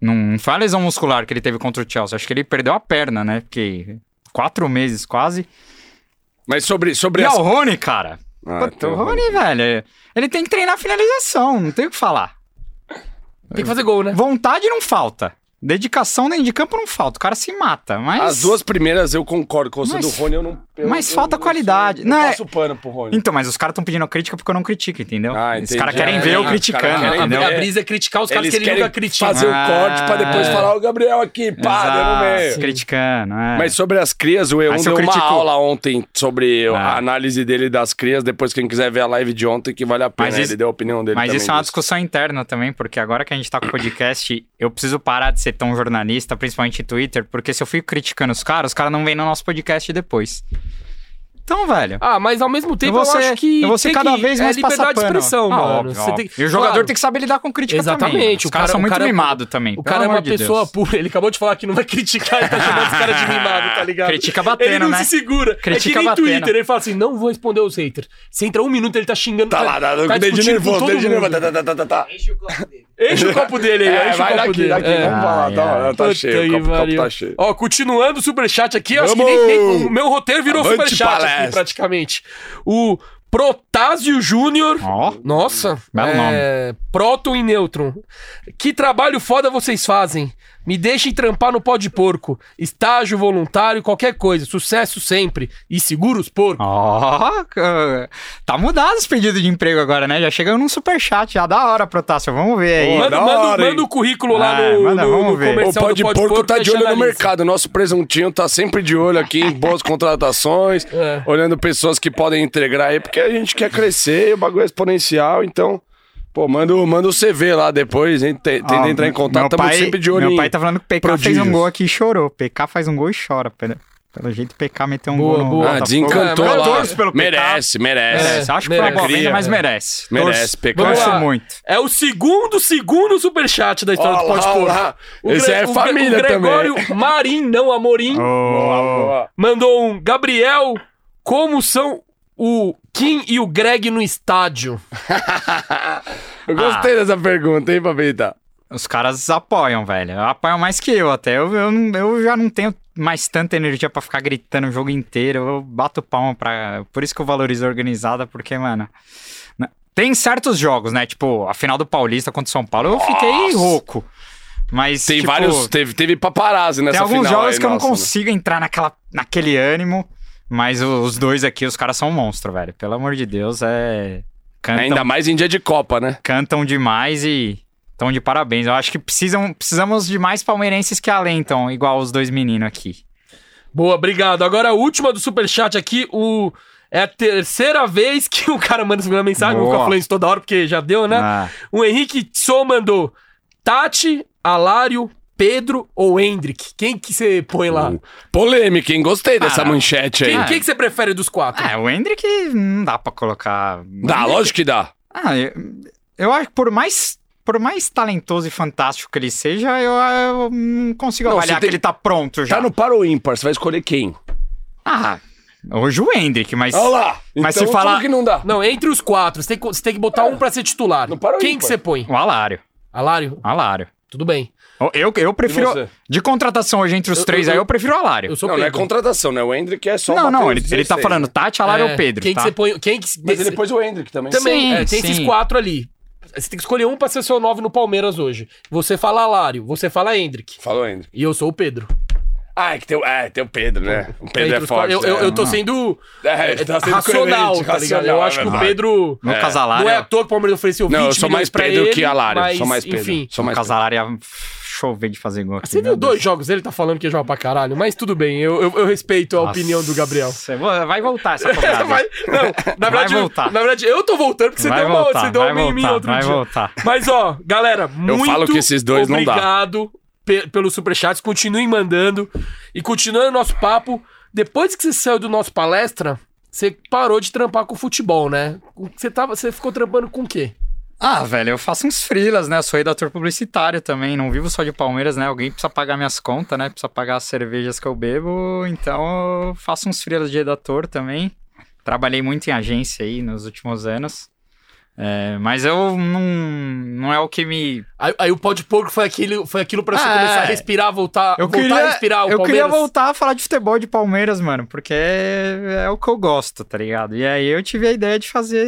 Não, não foi a lesão muscular que ele teve contra o Chelsea. Acho que ele perdeu a perna, né? Porque quatro meses quase.
Mas sobre, sobre
E é
essa-
o Rony, cara.
Ah,
Puta,
então-
o Rony, velho. Ele tem que treinar a finalização, não tem o que falar.
Tem que fazer gol, né?
Vontade não falta. Dedicação nem de campo não falta. O cara se mata, mas.
As duas primeiras eu concordo com você.
Mas-
do Rony eu não. eu-
mas
eu
falta
não
qualidade.
sou- Eu
Não, é-
passo pano pro Rony.
Então, mas os caras estão pedindo crítica porque eu não critico, entendeu?
Ah,
Os
entendi.
caras querem
É,
ver eu
os caras
criticando,
querem
entendeu?
A, a brisa é criticar os caras
Eles
que ele
querem
nunca critica.
fazer
Ah.
o corte pra depois falar o Gabriel aqui, pá, deu no meio.
Exato, criticando, é.
Mas sobre as crias, o
Aí
E1
se eu
deu uma
critico-
aula ontem sobre
Ah.
a análise dele das crias. Depois, quem quiser ver a live de ontem, que vale a pena. né?
Mas isso-
Ele deu a opinião dele
Mas
também.
isso é uma
disso.
discussão interna também, porque agora que a gente tá com o podcast, eu preciso parar de ser tão jornalista, principalmente em Twitter, porque se eu fico criticando os caras, os caras não vêm no nosso podcast depois. Então, velho.
Ah, mas ao mesmo tempo eu,
vou ser-
acho que.
eu vou ser
tem
cada
que-
vez mais
É liberdade de
passapano.
expressão,
Ah,
mano.
óbvio,
Você
óbvio.
tem que-
E o jogador
Claro,
tem que saber lidar com crítica também.
Exatamente,
mano.
o
Os caras
cara-
são
o
muito
cara- é
mimados também.
O
pelo
cara é
amor
uma
de Deus.
pessoa pura. Ele acabou de falar que não vai criticar e tá chamando os
[laughs]
caras de mimado, tá ligado?
Critica batendo,
Ele não
né?
se segura. é que
Critica
nem
batendo.
Twitter. Ele fala assim: não vou responder os haters. Você entra um minuto, ele tá xingando.
Tá lá,
tá
tá, tá, dedinho
discutindo com
nervoso,
todo
dedinho
mundo.
Ah,
nervoso. Tá, tá, tá, tá, tá, tá.
Enche o copo dele.
Enche o copo dele aí,
É,
enche o
vai
copo
daqui,
dele.
daqui.
É.
Vamos falar. Tá,
Ai,
tá
Puta
cheio, o
que
copo, copo
pariu.
tá cheio.
Ó, continuando o superchat aqui, eu acho que
Vamos!
nem tem. O meu roteiro virou
Avante
superchat aqui,
palestra.
praticamente. O Protásio Júnior.
Ó, Hum,
Nossa,
Belo
é, Próton e Nêutron. Que trabalho foda vocês fazem. Me deixem trampar no pó de porco. Estágio, voluntário, qualquer coisa. Sucesso sempre. E segura os
Ah,
porcos.
ó, c- tá mudado os pedidos de emprego agora, né? Já chegou num superchat, já da hora, Protássio, vamos ver aí.
Boa.
manda,
da
manda-
hora,
manda
hein?
o currículo lá
Ah,
no,
manda,
no-
vamos
no
ver.
O
comercial
pó
do
de
pó
porco, tá
que a
de
gente
olho no
analisa.
mercado. Nosso presuntinho tá sempre de olho aqui em boas [laughs] contratações,
É.
olhando pessoas que podem integrar aí, porque a gente quer crescer, o bagulho é exponencial, então. Pô, manda, o- manda o CV lá depois, hein? Tem- Tenta
Ó,
entrar em
meu
contato, estamos
pai-
sempre de olho
Meu
em-
pai tá falando que o PK fez um
prodígios.
gol aqui e chorou. PK faz um gol e chora. Pelo, pelo jeito, o PK meteu um
Boa,
gol no
boa.
Ah,
Botafogo.
desencantou
Cara,
lá.
eu
torço é pelo PK.
merece, merece.
É.
Merece. Acho que foi uma boa
merece.
venda, mas merece.
Merece,
Torço-
PK.
Torço
Vamos lá.
muito.
É o segundo, segundo superchat da história
Ó
do
lá,
Pode
ó
Porco.
lá.
O
Esse
Gre- o
é
Gre-
família
o Gregório
também.
Marim, não Amorim,
Ah.
Ô,
mandou um Gabriel, como são o Kim e o Greg no estádio?
Eu
Ah.
gostei dessa pergunta, hein, Papita?
Os caras apoiam, velho. Apoiam mais que eu até. Eu, eu, não- eu já não tenho mais tanta energia pra ficar gritando o jogo inteiro. Eu bato palma pra. Por isso que eu valorizo a organizada, porque, mano. na- Tem certos jogos, né? Tipo, a final do Paulista contra o São Paulo, eu fiquei rouco. Mas.
Tem
tipo,
vários. Teve, teve paparazzi nessa
Tem alguns
final
jogos
aí,
que eu não
nossa, né?
consigo entrar naquela, naquele ânimo, mas o- os dois aqui, os caras são um monstro, velho. Pelo amor de Deus, é. Cantam,
então.
Ainda mais em dia de Copa, né?
cantam demais e estão de parabéns. Eu acho que precisam, precisamos de mais palmeirenses que alentam, igual os dois meninos aqui.
Boa, obrigado. Agora a última do superchat aqui, o... É a terceira vez que o cara manda essa mensagem,
Boa.
nunca falei isso toda hora, porque já deu, né?
Ah,
O Henrique Tso mandou Tati, Alário, Pedro ou Hendrick? Quem que você põe lá?
Polêmica, hein? Gostei dessa
Ah,
manchete aí.
Quem, quem que você prefere dos quatro?
é, o Hendrick não dá pra colocar.
Dá, lógico que dá.
Ah, eu, eu acho que por mais. Por mais talentoso e fantástico que ele seja, eu, eu não consigo
Não,
avaliar
você tem-
que ele tá pronto já.
Tá no par ou ímpar, você vai escolher quem?
Ah, hoje o Hendrick, mas.
Olha lá!
Mas
então,
se falar-
como que não dá?
Não, entre os quatro, você tem que, você tem que botar um pra ser titular.
É. Não para aí,
Quem que
pô.
você põe?
O Alário.
Alário?
Alário.
Tudo bem.
Eu, eu
E
prefiro.
você?
De contratação hoje entre os
Eu-
três
eu-
aí, eu prefiro o Alário.
Eu sou
não, não é
Pedro.
contratação, né? O Hendrick é só
não,
bater
não,
os
ele, ele tá
16,
falando Tati, Alário ou
É,
Pedro.
Quem
tá?
que você põe? Quem que
Mas ele pôs o Hendrick também.
também?
Sim,
é, tem esses
sim.
quatro ali. Você tem que escolher um pra ser seu nove no Palmeiras hoje. Você fala Alário, você fala Hendrick.
Falou Hendrick.
E eu sou o Pedro.
Ah, é que tem, o- é, tem o Pedro, né? O Pedro
Entre
é
os
forte.
quatro- Eu, eu,
né?
eu tô sendo
É,
é,
ele tá sendo
racional,
coerente,
tá ligado? Eu
racional,
acho
é
que o
verdade.
Pedro.
No
É.
caso Alário.
Não é à toa que o Palmeiras ofereceu 20
Não, eu sou
milhões
mais
pra
Pedro
ele,
que Alário.
mas,
sou mais Pedro.
Enfim.
sou
No
mais
caso
Pedro.
Alário ia chover de fazer gol aqui.
Ah, Você viu dois jogos dele tá falando que joga pra caralho, mas tudo bem, eu, eu, eu respeito a opinião do Gabriel.
Vai
[laughs]
voltar essa cobrada.
Vai- não, na
Vai
verdade,
voltar.
na verdade, eu tô voltando porque você
Vai
deu uma, você
voltar,
deu
vai
uma em mim
voltar,
outro
vai
dia.
voltar.
Mas ó, galera, muito
falo que esses dois não dá.
obrigado pe- pelos superchats, continuem mandando e continuando o nosso papo. Depois que você saiu do nosso palestra, você parou de trampar com o futebol, né? Você tava, você ficou trampando com o quê?
Ah, velho, eu faço uns frilas, né? Eu sou redator publicitário também, não vivo só de Palmeiras, né? Alguém precisa pagar minhas contas, né? Precisa pagar as cervejas que eu bebo, então eu faço uns frilas de redator também. Trabalhei muito em agência aí nos últimos anos. É, mas eu não, não é o que me.
Aí, aí o pó de porco foi aquilo, foi aquilo pra você
Ah,
começar a
é.
respirar, voltar,
Eu,
voltar
queria,
a respirar Ah, o
eu queria
Palmeiras.
voltar a falar de futebol de Palmeiras, mano, porque é, é o que eu gosto, tá ligado? E aí eu tive a ideia de fazer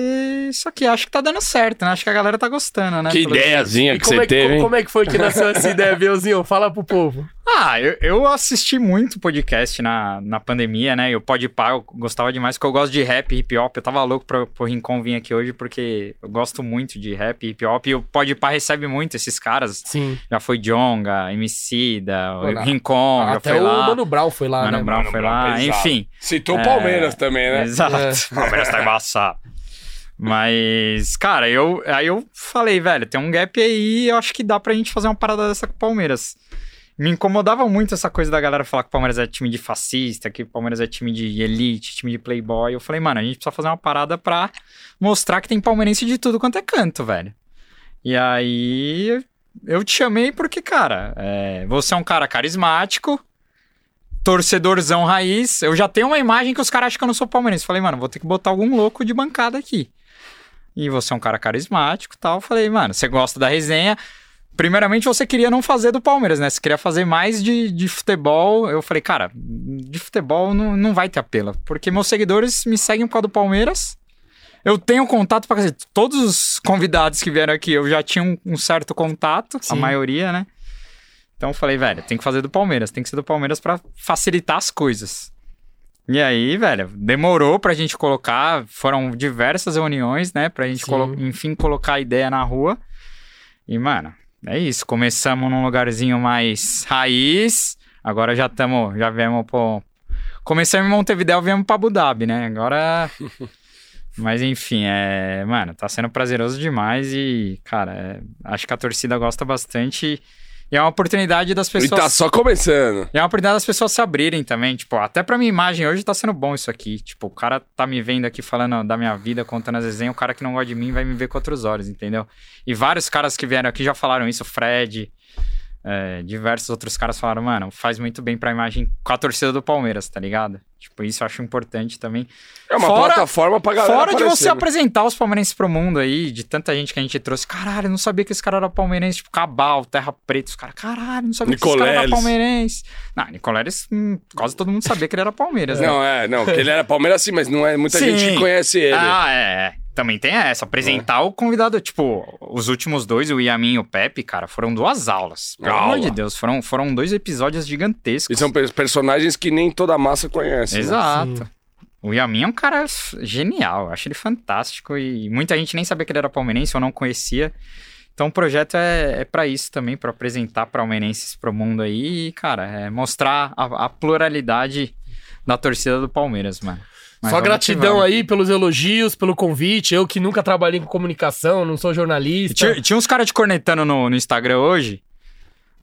isso aqui. Acho que tá dando certo, né? Acho que a galera tá gostando, né?
Que
Pelo-
ideiazinha
E
que
como, é,
você
que-
teve, hein?
como é que foi que nasceu essa ideia, Beuzinho? Fala pro povo.
Ah, eu, eu assisti muito podcast na, na pandemia, né? E o Podpah eu gostava demais, porque eu gosto de rap e hip hop. Eu tava louco pro, pro Rincon vir aqui hoje, porque eu gosto muito de rap e hip hop. E o Podpah recebe muito esses caras.
Sim.
Já foi Jonga, Emicida, o
Foi lá.
Rincon, já
Até
foi
o
lá.
Mano Brown foi lá,
Mano
né?
Brown
Mano
foi
Brown,
lá,
exato.
enfim.
Citou o Palmeiras também, né?
Exato.
É.
O Palmeiras tá embaçado. Mas, cara, eu, aí eu falei, velho, tem um gap aí, eu acho que dá pra gente fazer uma parada dessa com o Palmeiras. Me incomodava muito essa coisa da galera falar que o Palmeiras é time de fascista, que o Palmeiras é time de elite, time de playboy. Eu falei, mano, a gente precisa fazer uma parada pra mostrar que tem palmeirense de tudo quanto é canto, velho. E aí eu te chamei porque, cara, é, você é um cara carismático, torcedorzão raiz. Eu já tenho uma imagem que os caras acham que eu não sou palmeirense. Falei, mano, vou ter que botar algum louco de bancada aqui. E você é um cara carismático e tal. Falei, mano, você gosta da resenha. Primeiramente, você queria não fazer do Palmeiras, né? Você queria fazer mais de, de futebol. Eu falei, cara, de futebol não, não vai ter apelo. Porque meus seguidores me seguem por causa do Palmeiras. Eu tenho contato pra cacete. Todos os convidados que vieram aqui, eu já tinha um, um certo contato, a
Sim.
maioria, né? Então eu falei, velho, tem que fazer do Palmeiras, tem que ser do Palmeiras pra facilitar as coisas. E aí, velho, demorou pra gente colocar, foram diversas reuniões, né, pra gente,
Sim.
colo- enfim, colocar a ideia na rua. E, mano, é isso, começamos num lugarzinho mais raiz, agora já estamos, já viemos pro... Começamos em Montevidéu, viemos pra Abu Dhabi, né, agora... Mas, enfim, é... Mano, tá sendo prazeroso demais e, cara, é, acho que a torcida gosta bastante e é uma oportunidade das
E
pessoas...
tá só começando.
E é uma oportunidade das pessoas se abrirem também, tipo, até pra minha imagem hoje tá sendo bom isso aqui. Tipo, o cara tá me vendo aqui falando da minha vida, contando as resenhas, o cara que não gosta de mim vai me ver com outros olhos, entendeu? E vários caras que vieram aqui já falaram isso, o Fred, é, diversos outros caras falaram, mano, faz muito bem pra imagem com a torcida do Palmeiras, tá ligado? Tipo, isso eu acho importante também.
É uma
Fora-
plataforma pra galera.
Fora de você
aparecer, né?
apresentar os palmeirenses pro mundo aí, de tanta gente que a gente trouxe. Caralho, eu não sabia que esse cara era palmeirense. Tipo, Cabal, Terra Preta, os caras. Caralho, não sabia que esse cara era
Nicoleles.
palmeirense. Não, Nicoleles, hum, quase todo mundo sabia que ele era palmeiras, né?
Não, é, não, porque ele era Palmeiras sim, mas não é muita
Sim.
gente que conhece ele. É.
Ah, é. é. Também tem essa. Apresentar o convidado. Tipo, os últimos dois, o Yamin e o Pepe, cara, foram duas aulas. Pelo
Aula. é um
amor de Deus, foram, foram dois episódios gigantescos.
E são per- personagens que nem toda a massa conhece. né?
Exato. O Yamin é um cara f- genial, eu acho ele fantástico e muita gente nem sabia que ele era palmeirense, eu não conhecia. Então o projeto é, é para isso também, para apresentar palmeirenses pro mundo aí e, cara, é mostrar a, a pluralidade da torcida do Palmeiras, mano. Mas
Só
vamos que
gratidão
vamos.
aí pelos elogios, pelo convite. Eu que nunca trabalhei com comunicação, não sou
E
jornalista.
Tinha, tinha uns caras te cornetando no, no Instagram hoje.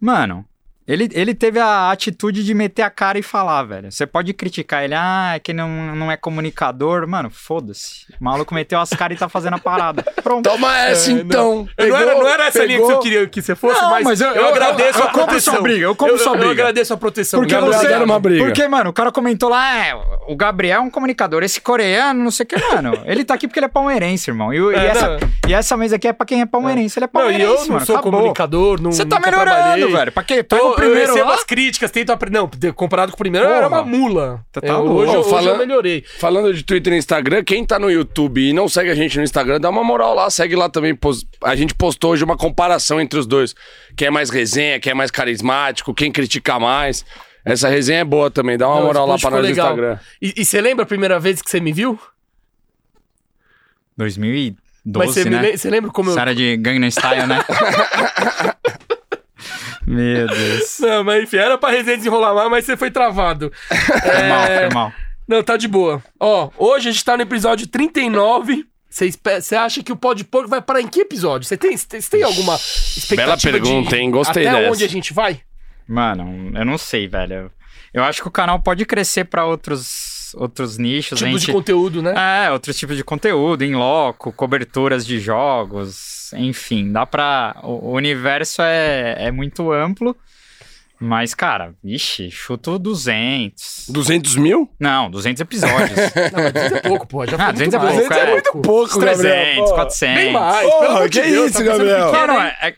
Mano, ele, ele teve a atitude de meter a cara e falar, velho. Você pode criticar ele, ah, é que não, não é comunicador. Mano, foda-se. O maluco meteu as caras e tá fazendo a
[laughs]
parada. Pronto.
Toma essa
É, não.
então.
Eu não, era,
Pegou,
não era essa linha que você
pegou.
queria que você fosse,
Não,
mas,
mas eu-
eu,
eu-
agradeço
eu- eu
a
compro
proteção.
sua briga, eu compro sua briga.
Eu agradeço a proteção.
Porque
obrigado,
você-
obrigado.
Era uma briga.
Porque, mano, o cara comentou lá, é, o Gabriel é um comunicador, esse coreano, não sei o que, mano. Ele tá aqui porque ele é palmeirense, irmão. E, o- e
É, não.
essa, e essa mesa aqui é pra quem é palmeirense. Ele é
Não,
palmeirense,
e eu não
mano.
sou
acabou.
comunicador, não
Você tá
nunca
melhorando,
trabalhei.
velho. Pra quê? Pega
Tô,
o primeiro
eu recebo
lá.
as críticas, tento aprender. Não, de- comparado com o primeiro, eu
Porra.
era uma mula.
Tá- tá
Eu-
louco.
hoje, eu-
Ô,
hoje
fala-
eu melhorei.
Falando de Twitter e Instagram, quem tá no YouTube e não segue a gente no Instagram, dá uma moral lá, segue lá também. Pos- A gente postou hoje uma comparação entre os dois. Quem é mais resenha, quem é mais carismático, quem critica mais. Essa resenha é boa também, dá uma
Não,
moral
esse
lá
post
pra nós
ficou
no
legal.
Instagram.
E e você lembra a primeira vez que você me viu?
2012,
Mas você, me
né?
le- você lembra como eu.
Sara de Gangnam Style,
[laughs]
né? Meu Deus.
Não, mas enfim, era pra resenha desenrolar mais, mas você foi
[laughs]
travado. É,
Foi
É
mal, foi mal.
Não, tá de boa. Ó, hoje a gente tá no episódio 39. Você espe- você acha que o Pode Porco vai parar em que episódio? Você tem, você tem- você tem alguma expectativa
Bela pergunta,
de
hein? Gostei
até
dessa.
onde a gente vai?
Mano, eu não sei, velho. Eu acho que o canal pode crescer pra outros, outros nichos. a
Tipo
gente...
de conteúdo, né?
É, outros tipos de conteúdo, em loco, coberturas de jogos, enfim, dá pra. O o universo é, é muito amplo, mas, cara, ixi, chuto 200.
200 mil?
Não, 200 episódios.
[laughs] Não, mas 200 é pouco, pô. Já foi
Ah, 200 é
mais.
pouco, é.
pouco,
300,
pô.
400.
Bem mais.
Porra,
pelo amor de
que
Deus,
isso, né?
tá pensando
Gabriel?
pequeno,
Não, não,
hein?
é, é,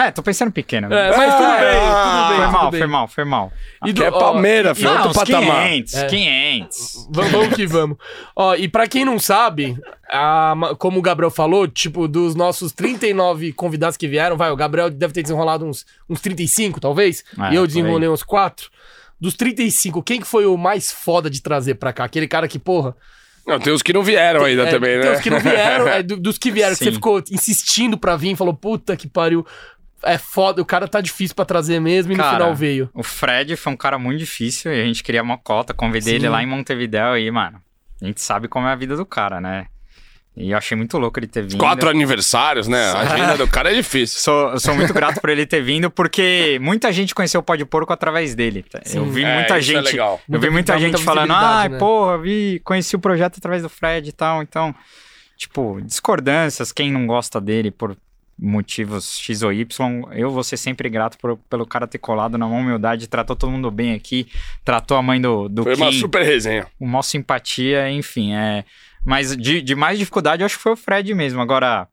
Ah.
é, tô pensando pequeno.
É, mas tudo bem, tudo bem.
foi
tudo
mal,
bem.
foi mal, foi mal. Ah,
E
Que é Palmeira,
ó,
filho. outro
uns
patamar.
500,
É.
500.
Vamos, vamos que vamos. Ó, e pra quem não sabe, a ma- como o Gabriel falou, tipo, dos nossos 39 convidados que vieram, vai, o Gabriel deve ter desenrolado uns, uns 35, talvez,
É,
e
por
eu
aí.
desenrolei uns 4. Dos 35, quem que foi o mais foda de trazer pra cá? Aquele cara que, porra...
Não, tem os que não vieram ainda
é,
também,
tem
né?
os que não vieram, é, do- dos que vieram, que
Sim.
você ficou insistindo pra vir, falou, puta que pariu, é foda, o cara tá difícil pra trazer mesmo, e no
Cara,
final veio.
O Fred foi um cara muito difícil e a gente queria uma cota. Convidei
Sim.
ele lá em Montevidéu e, mano, a gente sabe como é a vida do cara, né? E eu achei muito louco ele ter vindo.
Quatro aniversários, né? A agenda do cara é difícil.
Sou, eu sou muito grato por ele ter vindo, porque muita gente conheceu o Pó de Porco através dele. tá? Eu
Sim.
vi
É,
muita
isso é
gente.
legal.
Eu
Muita-
vi muita
dá
gente
muita
falando,
visibilidade,
ah,
né?"
porra, vi, conheci o projeto através do Fred e tal. Então, tipo, discordâncias, quem não gosta dele por motivos X ou Y, eu vou ser sempre grato por- pelo cara ter colado na mão humildade, tratou todo mundo bem aqui, tratou a mãe do, do
Foi uma
Kim,
super resenha.
o maior simpatia, enfim, é... Mas de, de mais dificuldade, eu acho que foi o Fred mesmo. Agora,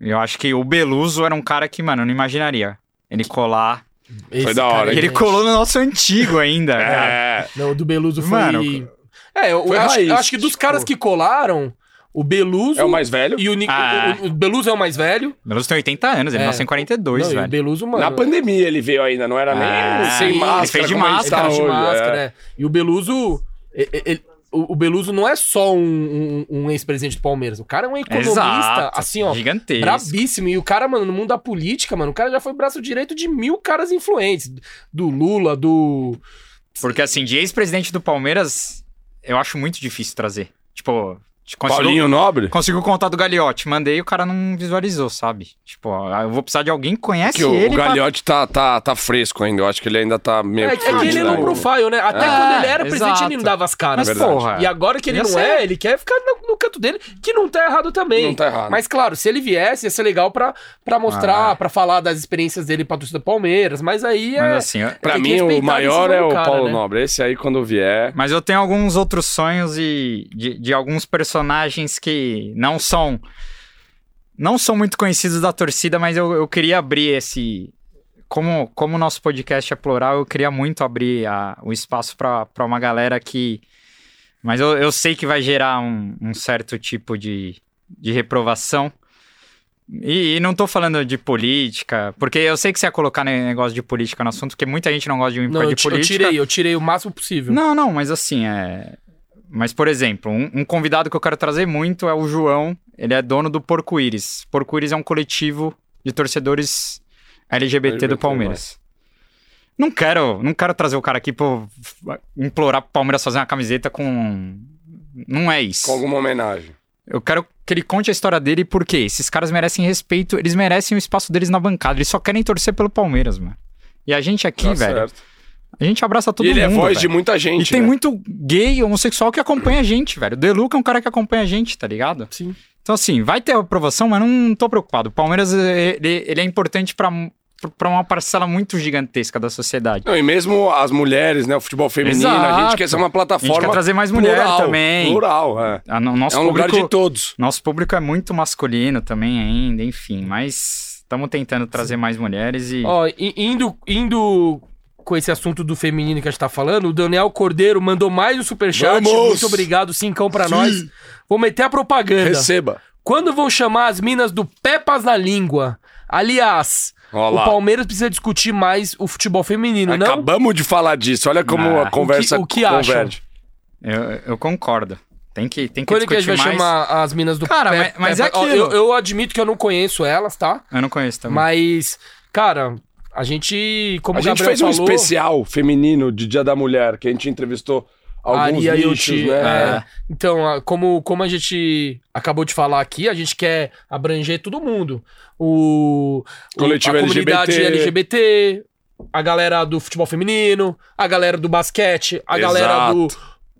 Eu acho que o Beluso era um cara que, mano, eu não imaginaria. Ele colar.
Foi da hora,
cara, é
hein?
Ele colou no nosso antigo ainda. cara.
É,
Não, o do Beluso foi.
Mano,
é, eu,
foi
eu acho, eu
raiz,
acho que dos
tipo-
caras que colaram, o Beluso
é o mais velho.
e o, Nico,
Ah.
o, o Beluso é o mais velho.
O Beluso tem 80 anos, ele
É.
nasceu em 42,
não, e o
velho.
Beluso, mano. É.
Na pandemia ele veio ainda, não era nem
Ah,
sem
ele
máscara.
fez de
como a gente
ele
tá
tava de
hoje,
máscara,
é.
é. E o Beluso. e- e- ele- o o Beluso não é só um, um- um ex-presidente do Palmeiras. O cara é um economista,
Exato.
assim, ó.
Gigantesco.
Brabíssimo. E o cara, mano, no mundo da política, mano, o cara já foi braço direito de mil caras influentes. Do Lula, do.
Porque, assim, de ex-presidente do Palmeiras, eu acho muito difícil trazer. Tipo, conseguiu,
Paulinho Nobre?
conseguiu contar do Gagliotti, mandei e o cara não visualizou, sabe? Tipo, ó, eu vou precisar de alguém que conhece
Que o,
ele.
o
pra-
Gagliotti tá, tá, tá fresco ainda. Eu acho que ele ainda tá meio.
É, é que ele é
fudido
low
ainda.
profile, né? Até
É,
quando ele era presidente, ele
exato.
não dava as caras.
Mas,
verdade.
porra.
E agora que ele
Ia
não
ser.
é, ele quer ficar no, no canto dele, que não tá errado também.
Não tá errado. Ah, é.
Mas claro, se ele viesse, ia ser legal pra, pra mostrar, pra falar das experiências dele pra torcida do Palmeiras, mas aí
Mas
é.
assim, eu-
Pra
tem que
mim, o
respeitar a
maior
decisão
é
do
o
cara,
Paulo
né?
Nobre. Esse aí, quando
É.
vier.
Mas eu tenho alguns outros sonhos e de, de alguns personagens que não são não são muito conhecidos da torcida, mas eu, eu queria abrir esse como como o nosso podcast é plural, eu queria muito abrir a- o espaço para uma galera que mas eu, eu sei que vai gerar um, um certo tipo de, de reprovação. E, e não tô falando de política, porque eu sei que você ia colocar ne- negócio de política no assunto, porque muita gente não gosta de mim por
Não,
causa
eu,
de
ti- eu
política.
tirei, eu tirei o máximo possível.
Não, não, mas assim, é. Mas, por exemplo, um, um convidado que eu quero trazer muito é o João. Ele é dono do Porco Íris. Porco Íris é um coletivo de torcedores LGBT, do
LGBT+.
Palmeiras. Não quero, não quero trazer o cara aqui pra implorar pro Palmeiras fazer uma camiseta com. Não é isso.
Com alguma homenagem.
Eu quero que ele conte a história dele e por quê. Esses caras merecem respeito, eles merecem o espaço deles na bancada. Eles só querem torcer pelo Palmeiras, mano. E a gente aqui,
Tá
velho,
certo.
a gente abraça todo
e ele
mundo.
é voz
velho.
de muita gente.
E tem
né?
muito gay homossexual que acompanha a gente, velho. O Deluca é um cara que acompanha a gente, tá ligado?
Sim.
Então, assim, vai ter aprovação, mas não tô preocupado. O Palmeiras, eh, ele, ele é importante pra, pra uma parcela muito gigantesca da sociedade.
Não, e mesmo as mulheres, né? O futebol feminino, a gente
Exato.
quer ser uma
A gente quer
plataforma.
trazer mais mulher
plural,
também.
Plural, é.
A no- nosso
é um lugar
público,
de todos.
Nosso público é muito masculino também ainda, enfim. Mas estamos tentando trazer mais mulheres e...
Ó, i- indo, indo com esse assunto do feminino que a gente tá falando, o Daniel Cordeiro mandou mais um superchat.
Vamos!
Muito obrigado, cincão pra nós. Vou meter a propaganda.
Receba.
Quando vão chamar as minas do Pepas na língua? Aliás,
Ó
o
lá.
Palmeiras precisa discutir mais o futebol feminino, não?
Acabamos de falar disso. Olha como
Ah, o
a conversa
o que acham?
converge.
Eu, eu concordo. Tem que, tem que
Quando é que a gente vai
discutir mais.
chamar as minas do
Cara,
Pe-
mas- mas é
Pepa- Ó,
aquilo.
Eu, eu admito que eu não conheço elas, tá?
Eu não conheço também.
Mas, cara, a gente. Como
A
o
gente
Gabriel
fez um
falou,
especial feminino de Dia da Mulher, que a gente entrevistou alguns
Ari Ayuti,
nichos, né?
é.
Ah,
Então, a- como, como a gente acabou de falar aqui, a gente quer abranger todo mundo. O, o-
Coletivo
a comunidade
LGBT.
LGBT, a galera do futebol feminino, a galera do basquete, a galera do,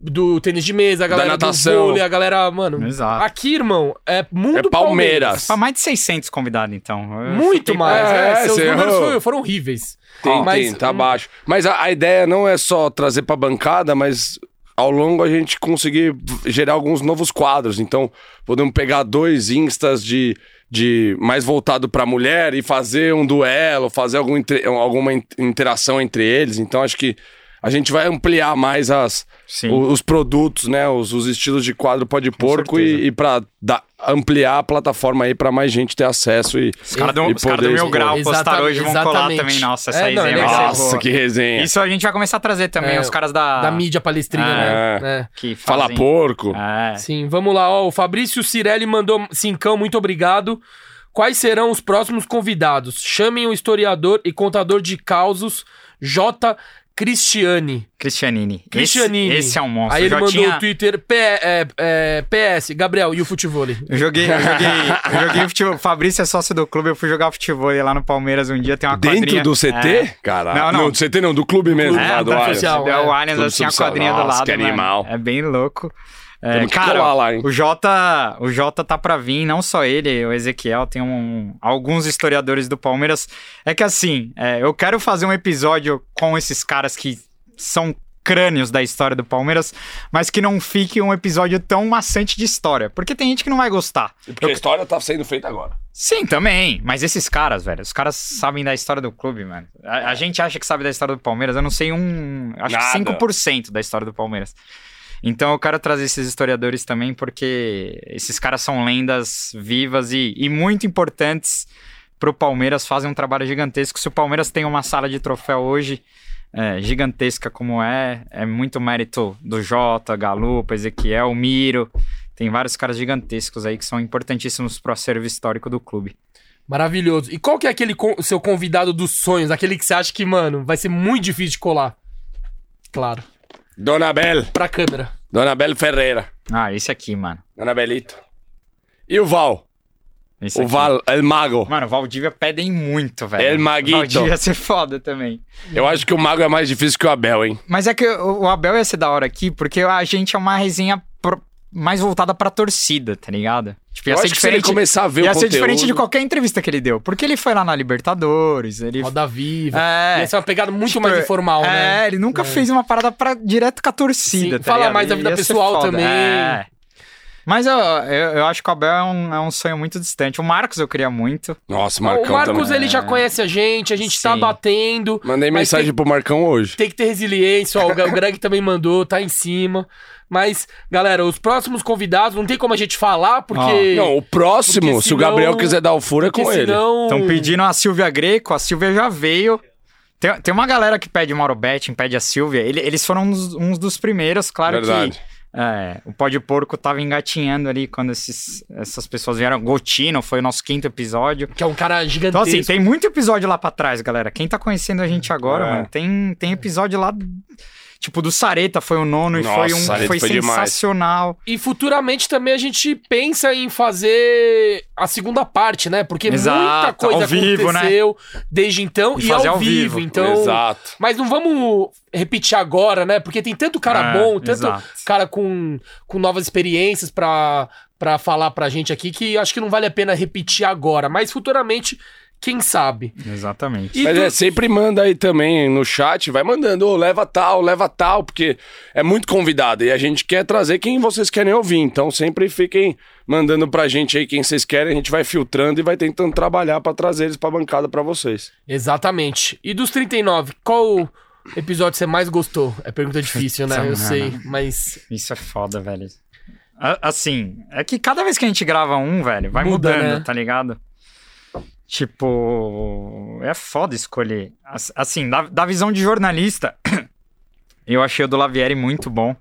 do tênis de mesa, a galera do
natação.
vôlei, a galera, mano.
Exato.
Aqui, irmão, é mundo
É Palmeiras.
Pra mais de 600 convidados, então. Eu
Muito
fiquei-
mais.
É,
é, seus
você
números
errou.
foram, foram horríveis.
Ah,
Tem,
Mas-
tem,
hum.
tá baixo. Mas a, a ideia não é só trazer pra bancada, mas ao longo a gente conseguir gerar alguns novos quadros. Então, podemos pegar dois instas de, de mais voltado pra mulher e fazer um duelo, fazer algum, inter- alguma in- interação entre eles. Então, acho que a gente vai ampliar mais as,
Sim.
o- os, produtos, né? Os, os estilos de quadro pode porco
certeza.
e, e pra dar- ampliar a plataforma aí pra mais gente ter acesso e.
Os caras do,
E
os cara do
poder
meu
expor.
grau postaram
Exatamente,
hoje vão colar
exatamente.
também. Nossa,
É,
essa
não, é
resenha né? vai ser
legal.
Nossa,
boa.
que resenha!
Isso a gente vai começar a trazer também
É,
os caras da.
Da mídia palestrina,
É.
né? É.
Que
Fala
fazem-
porco!
É.
Sim, vamos lá. Ó, o Fabrício Cirelli mandou cincão, muito obrigado. Quais serão os próximos convidados? Chamem o historiador e contador de causos J. Cristiani.
Cristianini. Esse-
Cristianini.
Esse, é um monstro.
Aí
eu
ele
já
mandou
tinha-
o Twitter P- é, é, PS, Gabriel, e o futevôlei?
Eu joguei, eu joguei, eu joguei futebol. O Fabrício é sócio do clube, eu fui jogar futebol lá no Palmeiras um dia, tem uma
Dentro
quadrinha.
do CT?
É.
Caralho.
Não, não.
do CT não, do clube mesmo.
Clube,
lá
É,
do
tá
Allianz.
oficial.
é, o Allianz,
Clube
assim, a quadrinha do
subsal- Nossa,
lado.
que
mano.
animal.
É bem louco. É,
Temos que
cara,
colar lá, hein?
O Jota, o Jota tá pra vir, não só ele, o Ezequiel, tem um- alguns historiadores do um Palmeiras. É que assim, é, eu quero fazer um episódio com esses caras que são crânios da história do Palmeiras, mas que não fique um episódio tão maçante de história. Porque tem gente que não vai gostar.
Porque a história tá sendo feita agora.
Sim, também. Mas esses caras, velho, os caras sabem da história do clube, mano. A, a gente acha que sabe da história do Palmeiras, eu não sei um. Acho
Nada.
que 5% da história do Palmeiras. Então eu quero trazer esses historiadores também, porque esses caras são lendas vivas e, e muito importantes pro Palmeiras, fazem um trabalho gigantesco. Se o Palmeiras tem uma sala de troféu hoje. é, gigantesca como é, é muito mérito do Jota, Galupa, Ezequiel, Miro. Tem vários caras gigantescos aí que são importantíssimos pro acervo histórico do clube.
Maravilhoso. E qual que é aquele con- seu convidado dos sonhos? Aquele que você acha que, mano, vai ser muito difícil de colar. Claro.
Dona Bel.
Pra câmera.
Dona Bel Ferreira.
Ah, esse aqui, mano.
Dona Belito. E o Val?
Esse
O
aqui.
Val, El Mago.
Mano, Valdívia pedem muito, velho.
El Maguito.
Valdívia ia ser foda também.
Eu acho que o Mago é mais difícil que o Abel, hein?
Mas é que o o Abel ia ser da hora aqui, porque a gente é uma resenha pro- mais voltada pra torcida, tá ligado? Tipo, ia
Eu
ser
acho que se ele
diferente.
começar a ver
ia
o
ser
conteúdo...
diferente de qualquer entrevista que ele deu. Porque ele foi lá na Libertadores, ele.
Roda viva.
É.
Essa é uma pegada muito
Tipo,
mais informal,
é,
né?
ele nunca fez uma parada pra, direto com a
Sim,
torcida. tá
fala
ligado?
mais da
Ia
vida
ser
pessoal
foda.
também.
É. Mas eu, eu, eu acho que o Abel é um, é um sonho muito distante. O Marcos eu queria muito.
Nossa,
Bom,
Marcão
o Marcos,
também.
ele já conhece a gente, a gente tá
Sim.
batendo.
Mandei
Mas
mensagem pro Marcão hoje.
Tem que ter resiliência, ó, o Gra- o Greg também mandou, tá em cima. Mas, galera, os próximos convidados, não tem como a gente falar, porque...
Ah.
Não, o próximo,
Porque
se o Gabriel
senão-
quiser dar o furo, é
porque
com ele.
senão...
Estão pedindo a Silvia Greco, a Silvia já veio. Tem, tem uma galera que pede Mauro Betting, pede a Silvia. Ele- eles foram uns, uns dos primeiros, claro
Verdade.
que. é, o pó de porco tava engatinhando ali quando esses- essas pessoas vieram. Gotino foi o nosso quinto episódio.
Que é um cara
Então,
gigantesco.
assim, tem muito episódio lá pra trás, galera. Quem tá conhecendo a gente agora,
É.
mano, tem, tem episódio lá. Tipo, do Sareta foi o nono
Nossa,
e foi um.
Sareta
Foi,
foi demais.
sensacional.
E futuramente também a gente pensa em fazer a segunda parte, né? Porque muita
Exato,
coisa
ao vivo, né?
aconteceu desde então
E
e,
fazer
ao
ao
vivo.
vivo.
Então,
Exato.
Mas não vamos repetir agora, né? Porque tem tanto cara
É,
bom, tanto
exato.
cara com, com novas experiências pra, pra falar pra gente aqui, que acho que não vale a pena repetir agora. Mas futuramente, quem sabe?
Exatamente.
E
Mas
tu-
é, sempre manda aí também no chat, vai mandando, ô, leva tal, leva tal, porque é muito convidado e a gente quer trazer quem vocês querem ouvir. Então sempre fiquem mandando pra gente aí quem vocês querem, a gente vai filtrando e vai tentando trabalhar pra trazer eles pra bancada pra vocês.
Exatamente. E dos 39, qual episódio você mais gostou? É pergunta difícil, né?
Puta,
Eu
mano.
sei, mas.
Isso é foda, velho. A- Assim, é que cada vez que a gente grava um, velho, vai
Muda,
mudando,
né?
tá ligado? Tipo, é foda escolher. As- Assim, da, da visão de jornalista, [coughs] eu achei o do Lavieri muito bom.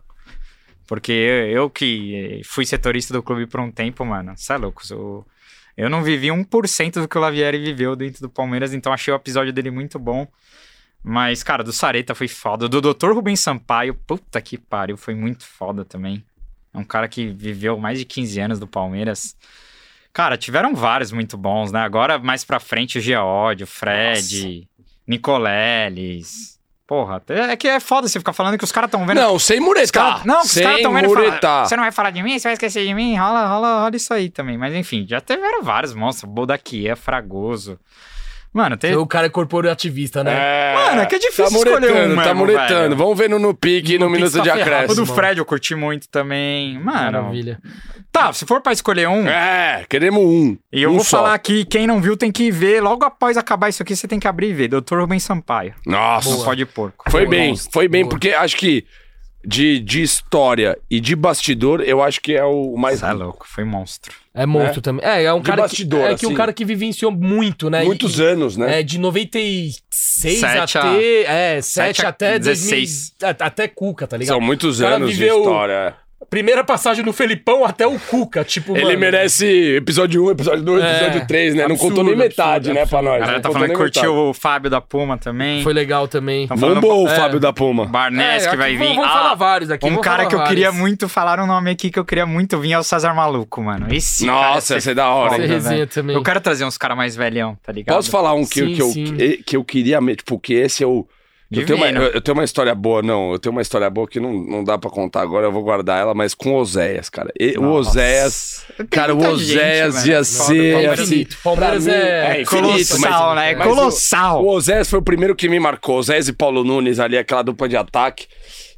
Porque eu, eu que fui setorista do clube por um tempo, mano, cê é louco. Eu, eu não vivi 1% do que o Lavieri viveu dentro do Palmeiras, então achei o episódio dele muito bom. Mas, cara, do Sareta foi foda. Do Dr. Rubens Sampaio, puta que pariu, foi muito foda também. É um cara que viveu mais de 15 anos do Palmeiras. Cara, tiveram vários muito bons, né? Agora, mais pra frente, o Geódio, Fred, Nicoleles. Porra, é que é foda você ficar falando que os caras tão vendo
Não, sem muretar.
Cara, não, os
sem
caras estão vendo e falam,
muretar.
Você não vai falar de mim? Você vai esquecer de mim? Rola, rola, rola isso aí também. Mas enfim, já tiveram vários monstros. Bodaquia, Fragoso. Mano, teve.
O cara é corporativista, né?
É,
Mano, é que é difícil
tá muretando,
escolher um
Tá
mesmo,
muretando,
velho.
vamos vendo no pique, no,
No Pix
minuto
tá
de
ferrado.
O
acréscimo.
do
mano.
Fred eu curti muito também. Mano.
Maravilha.
Tá, se for pra escolher um,
É, queremos um.
e eu
um
vou
só.
falar aqui, quem não viu tem que ver. Logo após acabar isso aqui, você tem que abrir e ver. Doutor Rubens Sampaio.
Nossa,
Boa.
Não pode porco.
Foi
Boa,
bem,
nossa,
foi bem,
boa.
porque acho que de, de história e de bastidor, eu acho que é o mais.
Tá louco, foi monstro.
É monstro também. É, é um
De
cara
bastidor,
que, é que um
assim.
cara que vivenciou muito, né?
Muitos
E-
anos, né?
É, de 96
Sete a-
até. É, 7
a
até 16.
16.
até Cuca, tá ligado?
São muitos
cara
anos
viveu-
de história.
Primeira passagem no Felipão até o Cuca, tipo.
Ele
mano,
merece episódio 1, episódio 2,
É,
episódio 3, né? não
absurdo,
contou nem
absurdo,
metade, né, pra
absurdo.
nós.
A galera
Não
tá
contou
falando que
nem
curtiu
metade.
o Fábio da Puma também.
Foi legal também.
Tá falando-
Bombou o
é.
Fábio da Puma.
Barnes
É,
que vai
aqui vamos-
vir.
Vamos
Ah,
falar vários aqui.
Um
vamos
cara
falar
que eu queria
vários.
muito falar um nome aqui que eu queria muito vir é o César Maluco, mano. Esse
Nossa,
cara, tá
essa é da hora,
Essa
hein?
Foda,
resenha
velho.
também.
Eu quero trazer uns caras mais velhão, tá ligado?
Posso falar um que,
Sim,
que, eu,
sim.
que, que eu queria mesmo? Tipo, que esse eu. Eu tenho, uma,
Divino.
eu, eu tenho uma história boa, não. Eu tenho uma história boa que não, não dá pra contar agora, eu vou guardar ela, mas com o Oséias, cara. E- o
Nossa.
Oséias.
Tem
Cara, o
muita gente,
Oséias
velho.
ia
Foda,
ser.
Palmeiras
assim,
infinito. Palmeiras
pra mim,
é
infinito, mas-
Colossal, né? É
mas o-
Colossal.
O Oséias foi o primeiro que me marcou. Oséias e Paulo Nunes ali, aquela dupla de ataque.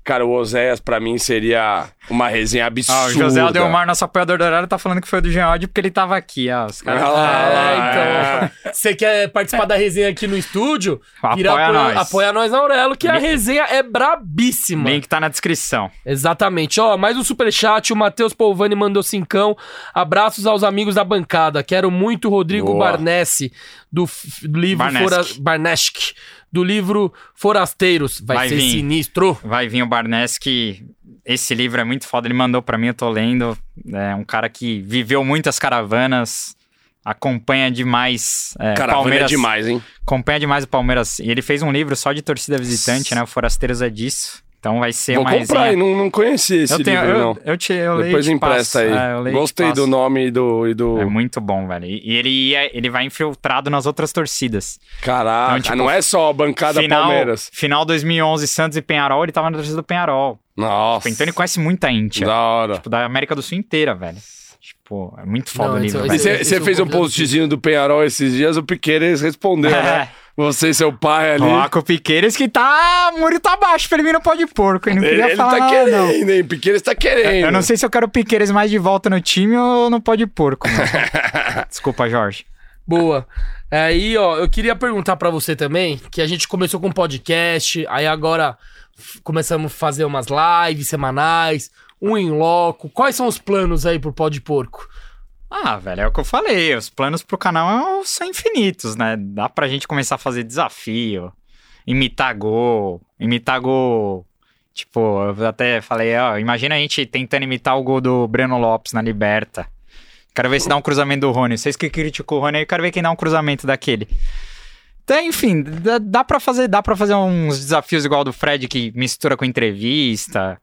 Cara, o Oséias pra mim seria uma resenha absurda.
Ah, o José Adelmar, nosso apoiador do horário, tá falando que foi do Jean Oddi porque ele tava aqui, ó. Os caras.
Ah, lá, lá, é.
então. Você quer participar da resenha aqui no estúdio? Vira
Apoia nós.
Apoia nós na Aurelo, que a resenha é brabíssima.
Link tá na descrição.
Exatamente. Ó, mais um superchat. O Matheus Polvani mandou cincão. Abraços aos amigos da bancada. Quero muito o Rodrigo
Boa.
Barnesse, do f- do livro
Barnesque.
Fora- Barnesque, do livro Forasteiros. Vai,
Vai
ser
vir.
sinistro.
Vai vir o Barnes que esse livro é muito foda, ele mandou pra mim, eu tô lendo. É um cara que viveu muitas caravanas, acompanha demais é,
Cara,
Palmeiras.
é demais, hein?
Acompanha demais o Palmeiras. E ele fez um livro só de torcida visitante, né? O Forasteiros é disso. Então vai ser
Vou
uma
comprar,
resenha.
hein? Não, não conhecia esse
eu tenho,
livro,
eu,
não.
eu te, eu leio e
Depois
te
empresta
passo.
aí.
É, eu leio e te
Gostei
passo.
do nome e do. E do...
É muito bom, velho. E e ele, ia- ele vai infiltrado nas outras torcidas.
Caraca,
Então, tipo,
não é só a bancada
final,
Palmeiras.
final 2011, Santos e Penharol, ele tava na torcida do Penharol.
Nossa.
Então ele conhece muita gente.
Da hora.
Tipo, da América do Sul inteira, velho. Tipo, é muito foda
Não,
o livro,
isso-
E
velho.
isso-
você você
eu
fez um
convido-
postzinho do Penharol esses dias, o Piqueires respondeu, né? Você e seu pai ali.
Coloca o Piqueiras que tá. O muro tá baixo pra ele vir no pó de porco, hein? Não
ele
queria
ele
falar,
tá
não.
querendo, hein? Piqueires tá querendo.
Eu não sei se eu quero o Piqueiras mais de volta no time ou no pó de porco.
[laughs]
mano. Desculpa, Jorge.
Boa. Aí, ó, eu queria perguntar pra você também, que a gente começou com um podcast, aí agora f- começamos a fazer umas lives semanais, um em loco. Quais são os planos aí pro Pó de Porco?
Ah, velho, é o que eu falei. Os planos pro canal é são infinitos, né? Dá pra gente começar a fazer desafio, imitar gol, imitar gol. Tipo, eu até falei, ó, imagina a gente tentando imitar o gol do Breno Lopes na Liberta. Quero ver se dá um cruzamento do Rony. Vocês que criticam o Rony, eu quero ver quem dá um cruzamento daquele. Então, enfim, dá, dá para fazer, dá para fazer uns desafios igual do Fred que mistura com entrevista.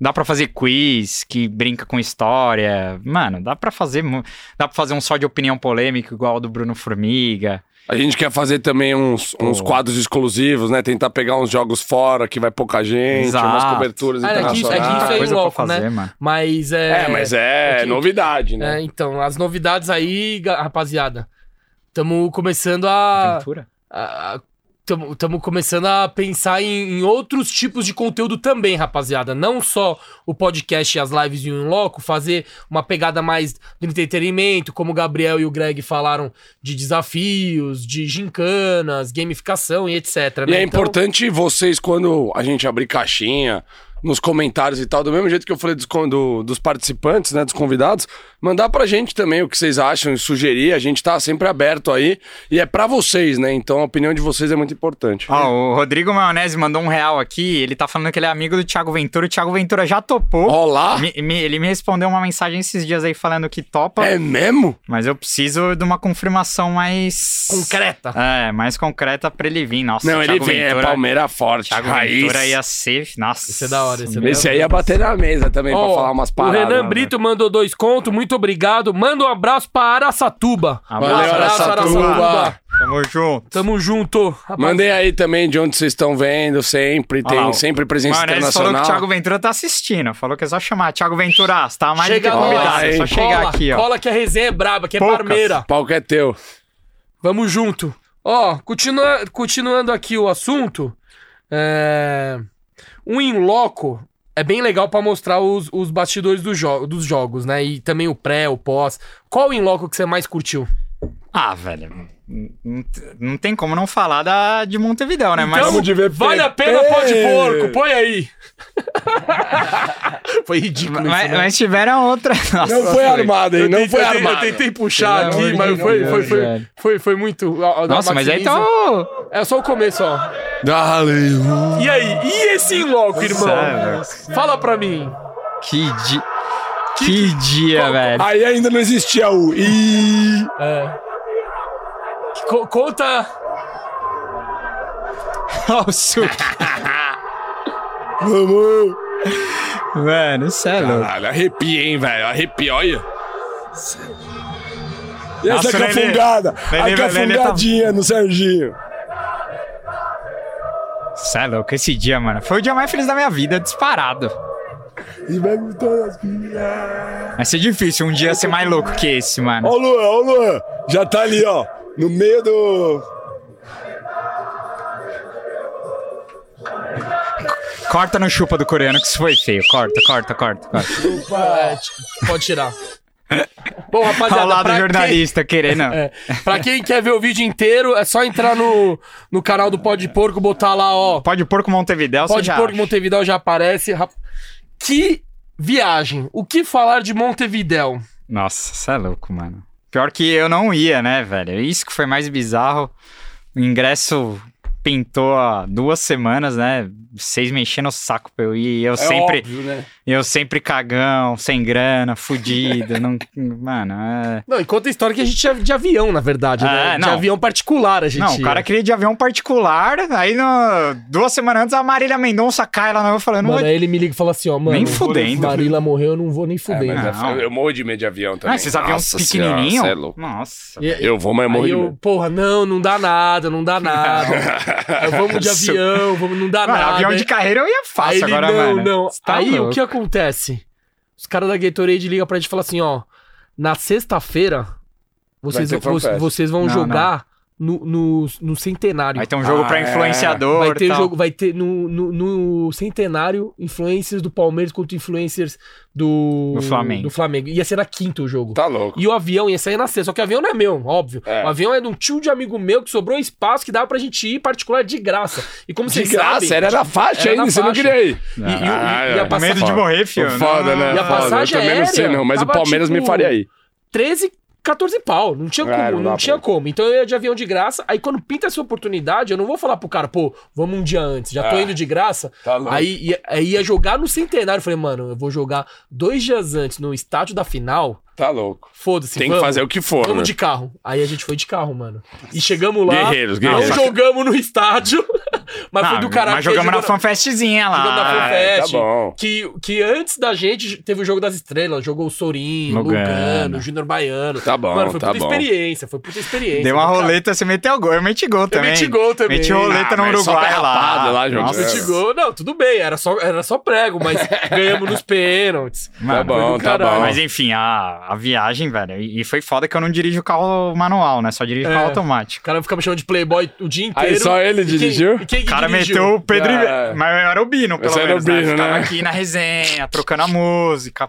Dá pra fazer quiz que brinca com história. Mano, dá pra fazer, mu- dá para fazer um só de opinião polêmica igual ao do Bruno Formiga.
A gente quer fazer também uns, uns
Pô.
quadros exclusivos, né? Tentar pegar uns jogos fora que vai pouca gente, umas
Exato.
coberturas
Ah, é que isso- é que isso aí
internacionais.
é
coisa
louco,
pra fazer,
né?
mano.
Mas é.
É, mas é,
é que-
novidade, né?
É, então, as novidades aí, ga- rapaziada. Estamos começando a.
Aventura.
Estamos começando a pensar em, em outros tipos de conteúdo também, rapaziada. Não só o podcast e as lives em um loco, fazer uma pegada mais do entretenimento, como o Gabriel e o Greg falaram, de desafios, de gincanas, gamificação e etc.
E
né?
é
Então,
importante vocês, quando a gente abrir caixinha, nos comentários e tal, do mesmo jeito que eu falei dos, con- do- dos participantes, né, dos convidados, mandar pra gente também o que vocês acham e sugerir. A gente tá sempre aberto aí e é pra vocês, né? Então a opinião de vocês é muito importante.
Ó, o Rodrigo Maionese mandou um real aqui. Ele tá falando que ele é amigo do Thiago Ventura. O Thiago Ventura já topou.
Olá!
Me- me- ele me respondeu uma mensagem esses dias aí falando que topa,
É mesmo?
mas eu preciso de uma confirmação mais.
Concreta.
É, mais concreta pra ele vir. Nossa,
Não,
o
ele
Thiago
vem, é
Ventura,
Palmeira forte,
Thiago
raiz.
Ventura ia ser. Nossa.
Isso é da hora, isso é da
Esse aí ia bater na mesa também
Ó,
pra falar umas
o
paradas.
Renan
né?
Brito mandou dois contos, muito obrigado. Manda um abraço pra Araçatuba.
Abraço,
Valeu,
abraço,
Araçatuba.
Araçatuba.
Tamo junto.
Tamo junto. rapaz.
Mandei aí também de onde vocês estão vendo, sempre.
tá Olha lá,
Tem
o
sempre presença
Maionese falou que o
internacional.
Thiago Ventura tá assistindo. Falou que é só chamar. Thiago Ventura, você tá mais
Chega
do que
nós,
convidado. É só
hein?
chegar
cola,
aqui, ó.
Cola que a resenha é braba, que é
Poucas.
parmeira.
O palco é teu.
Vamos junto. Ó, continua- continuando aqui o assunto. É... Um in loco é bem legal pra mostrar os, os bastidores do jo- dos jogos, né? E também o pré, o pós. Qual in loco que você mais curtiu?
Ah, velho. Não, não tem como não falar da, de Montevidéu, né? Mas
Vamos de VP.
Então, Vale a pena, pode porco, põe aí. Foi ridículo
mas,
isso, né?
mas tiveram outra. [laughs] Nossa,
Não foi armado, hein?
Eu
Não
tentei-
foi
eu tentei-
armado.
Eu tentei puxar
Pelo amor
aqui,
de
mas foi,
Deus,
foi, foi,
velho.
foi, foi muito. a- a-
Nossa, mas aí
maximiza.
tá. o-
É só o começo, ó.
Aleluia.
E aí? E esse in loco, irmão?
Sério.
Fala pra mim.
Que dia. Que dia, velho.
Aí ainda não existia o I.
Co- conta.
[laughs] Olha o suco.
Vamos.
Mano, isso é louco.
Caralho, arrepia, hein, velho? Arrepia, olha. E essa é
Nossa, Lelê.
cafungada?
Lelê,
a
Lelê tá-
cafungadinha é no Serginho.
Isso é louco. Esse dia, mano. Foi o dia mais feliz da minha vida, disparado.
E vai com todas as minhas.
Vai ser difícil um dia ser mais louco que esse, mano.
Ó o Luan, ó o Luan. Já tá ali, ó. No meio do.
Corta no chupa do coreano, que isso foi feio. Corta, corta, corta, corta.
É, t- pode
[laughs]
tirar. Bom, rapaziada,
Ao lado
pra
do
quem-
jornalista, querendo.
[laughs] É. Pra quem quer ver o vídeo inteiro, é só entrar no, no canal do Pode Porco, botar lá, ó.
Pode pôr com Montevidéu, você
Pode
já
Porco
acha.
Montevidéu já aparece. Rap- Que viagem! O que falar de Montevidéu?
Nossa, você é louco, mano. Pior que eu não ia, né, velho? Isso que foi mais bizarro. O ingresso pintou há duas semanas, né? Vocês mexendo o saco pra eu ir. E eu sempre.
óbvio, né?
Eu sempre cagão, sem
[laughs]
grana, fudido. não... Mano, é.
Não, e conta a história que a gente é de avião, na verdade, né?
É,
De
não.
avião particular, a gente.
Não, o cara
ia.
queria ir de avião particular. Aí, no- duas semanas antes, a Marília Mendonça cai lá na rua falando.
Mano, aí ele me liga e fala assim, ó, mano.
Nem fudendo.
Marila morreu, eu não vou nem fudendo.
mas é
Não.
f- eu morro de medo de avião também.
Ah, esses aviões
Nossa senhora,
pequenininhos?
cê é louco.
Nossa.
E-
Eu vou, mas eu morro
Aí
de
eu,
medo.
porra, não, não dá nada, não
[laughs]
dá nada.
[laughs]
Aí É, vamos de avião, vamos, não dá
Mano,
nada. é.
avião de carreira eu ia
Aí
fácil
ele,
agora,
não,
mano.
não.
Cê tá
Aí o
louco.
que acontece? Os caras da Gatorade ligam pra gente e falam assim, ó, na sexta-feira vocês,
ter
vão- vo-
fanfest.
vocês vão
Não,
jogar No, no, no centenário.
Vai ter um jogo
Ah,
pra
é.
influenciador.
Vai ter
tal.
jogo, vai ter no, no, no centenário influencers do Palmeiras contra influencers do,
Do Flamengo.
do Flamengo. Ia ser na quinta o jogo.
Tá louco.
E o avião ia sair na sexta. Só que o avião não é meu, óbvio.
É.
O avião é de um tio de amigo meu que sobrou espaço que dava pra gente ir particular de graça. E como
De
vocês
graça,
sabem.
era na faixa
Era
ainda,
na
você não
faixa.
queria ir.
E, e, o- e-
Ah,
e a
é.
Com medo
passagem
de morrer, filho.
Foda, foda, né?
E a
Foda.
passagem
eu também não sei
aérea
não, mas o
tava,
Palmeiras me
tipo,
faria aí.
13, 14 pau. Não tinha
É,
como,
não
não,
dá pra
tinha
ir.
como. Então eu ia de avião de graça. Aí quando pinta essa oportunidade, eu não vou falar pro cara, pô, vamos um dia antes, já tô
É.
indo de graça.
Tá louco.
Aí ia, aí ia jogar no centenário. Eu falei, mano, eu vou jogar dois dias antes no estádio da final.
Tá louco.
Foda-se,
Tem que
vamos.
fazer o que for, né?
Vamos de carro. Aí a gente foi de carro, mano. E chegamos lá.
Guerreiros, guerreiros.
Não jogamos no estádio, [laughs] mas
Não,
foi do caralho.
Mas
porque
jogamos na
jogou
fanfestzinha lá.
jogamos na
Ah,
fanfest.
é, tá bom.
Que, que antes da gente teve o jogo das estrelas, jogou o Sorinho,
Lugano.
Lugano, Júnior Baiano.
Tá bom,
Mano, foi
tá
puta
bom.
experiência, foi puta experiência.
Deu uma
Foi, cara,
roleta, você meteu gol. Eu meti gol também.
meti gol também.
Meti roleta
Ah,
no
mas só
Uruguai lá.
derrapada lá, jogando.
Nossa,
Meti gol, não, tudo bem, era só, era só prego,
[laughs]
mas ganhamos nos pênaltis.
Tá
Mano,
bom,
do
tá
caralho.
bom.
Mas enfim, a, a viagem, velho. E e foi foda que eu não dirijo o carro manual, né? Só dirijo o carro
É.
automático.
O cara ficava me chamando de playboy o dia inteiro.
só ele
E quem-
dirigiu?
e quem
O cara
dirigiu?
meteu o Pedro. e-
Ah.
Mas eu era o Bino, pelo
Você era o
menos. né?
Bino,
Ficava
né?
aqui na resenha, trocando a música,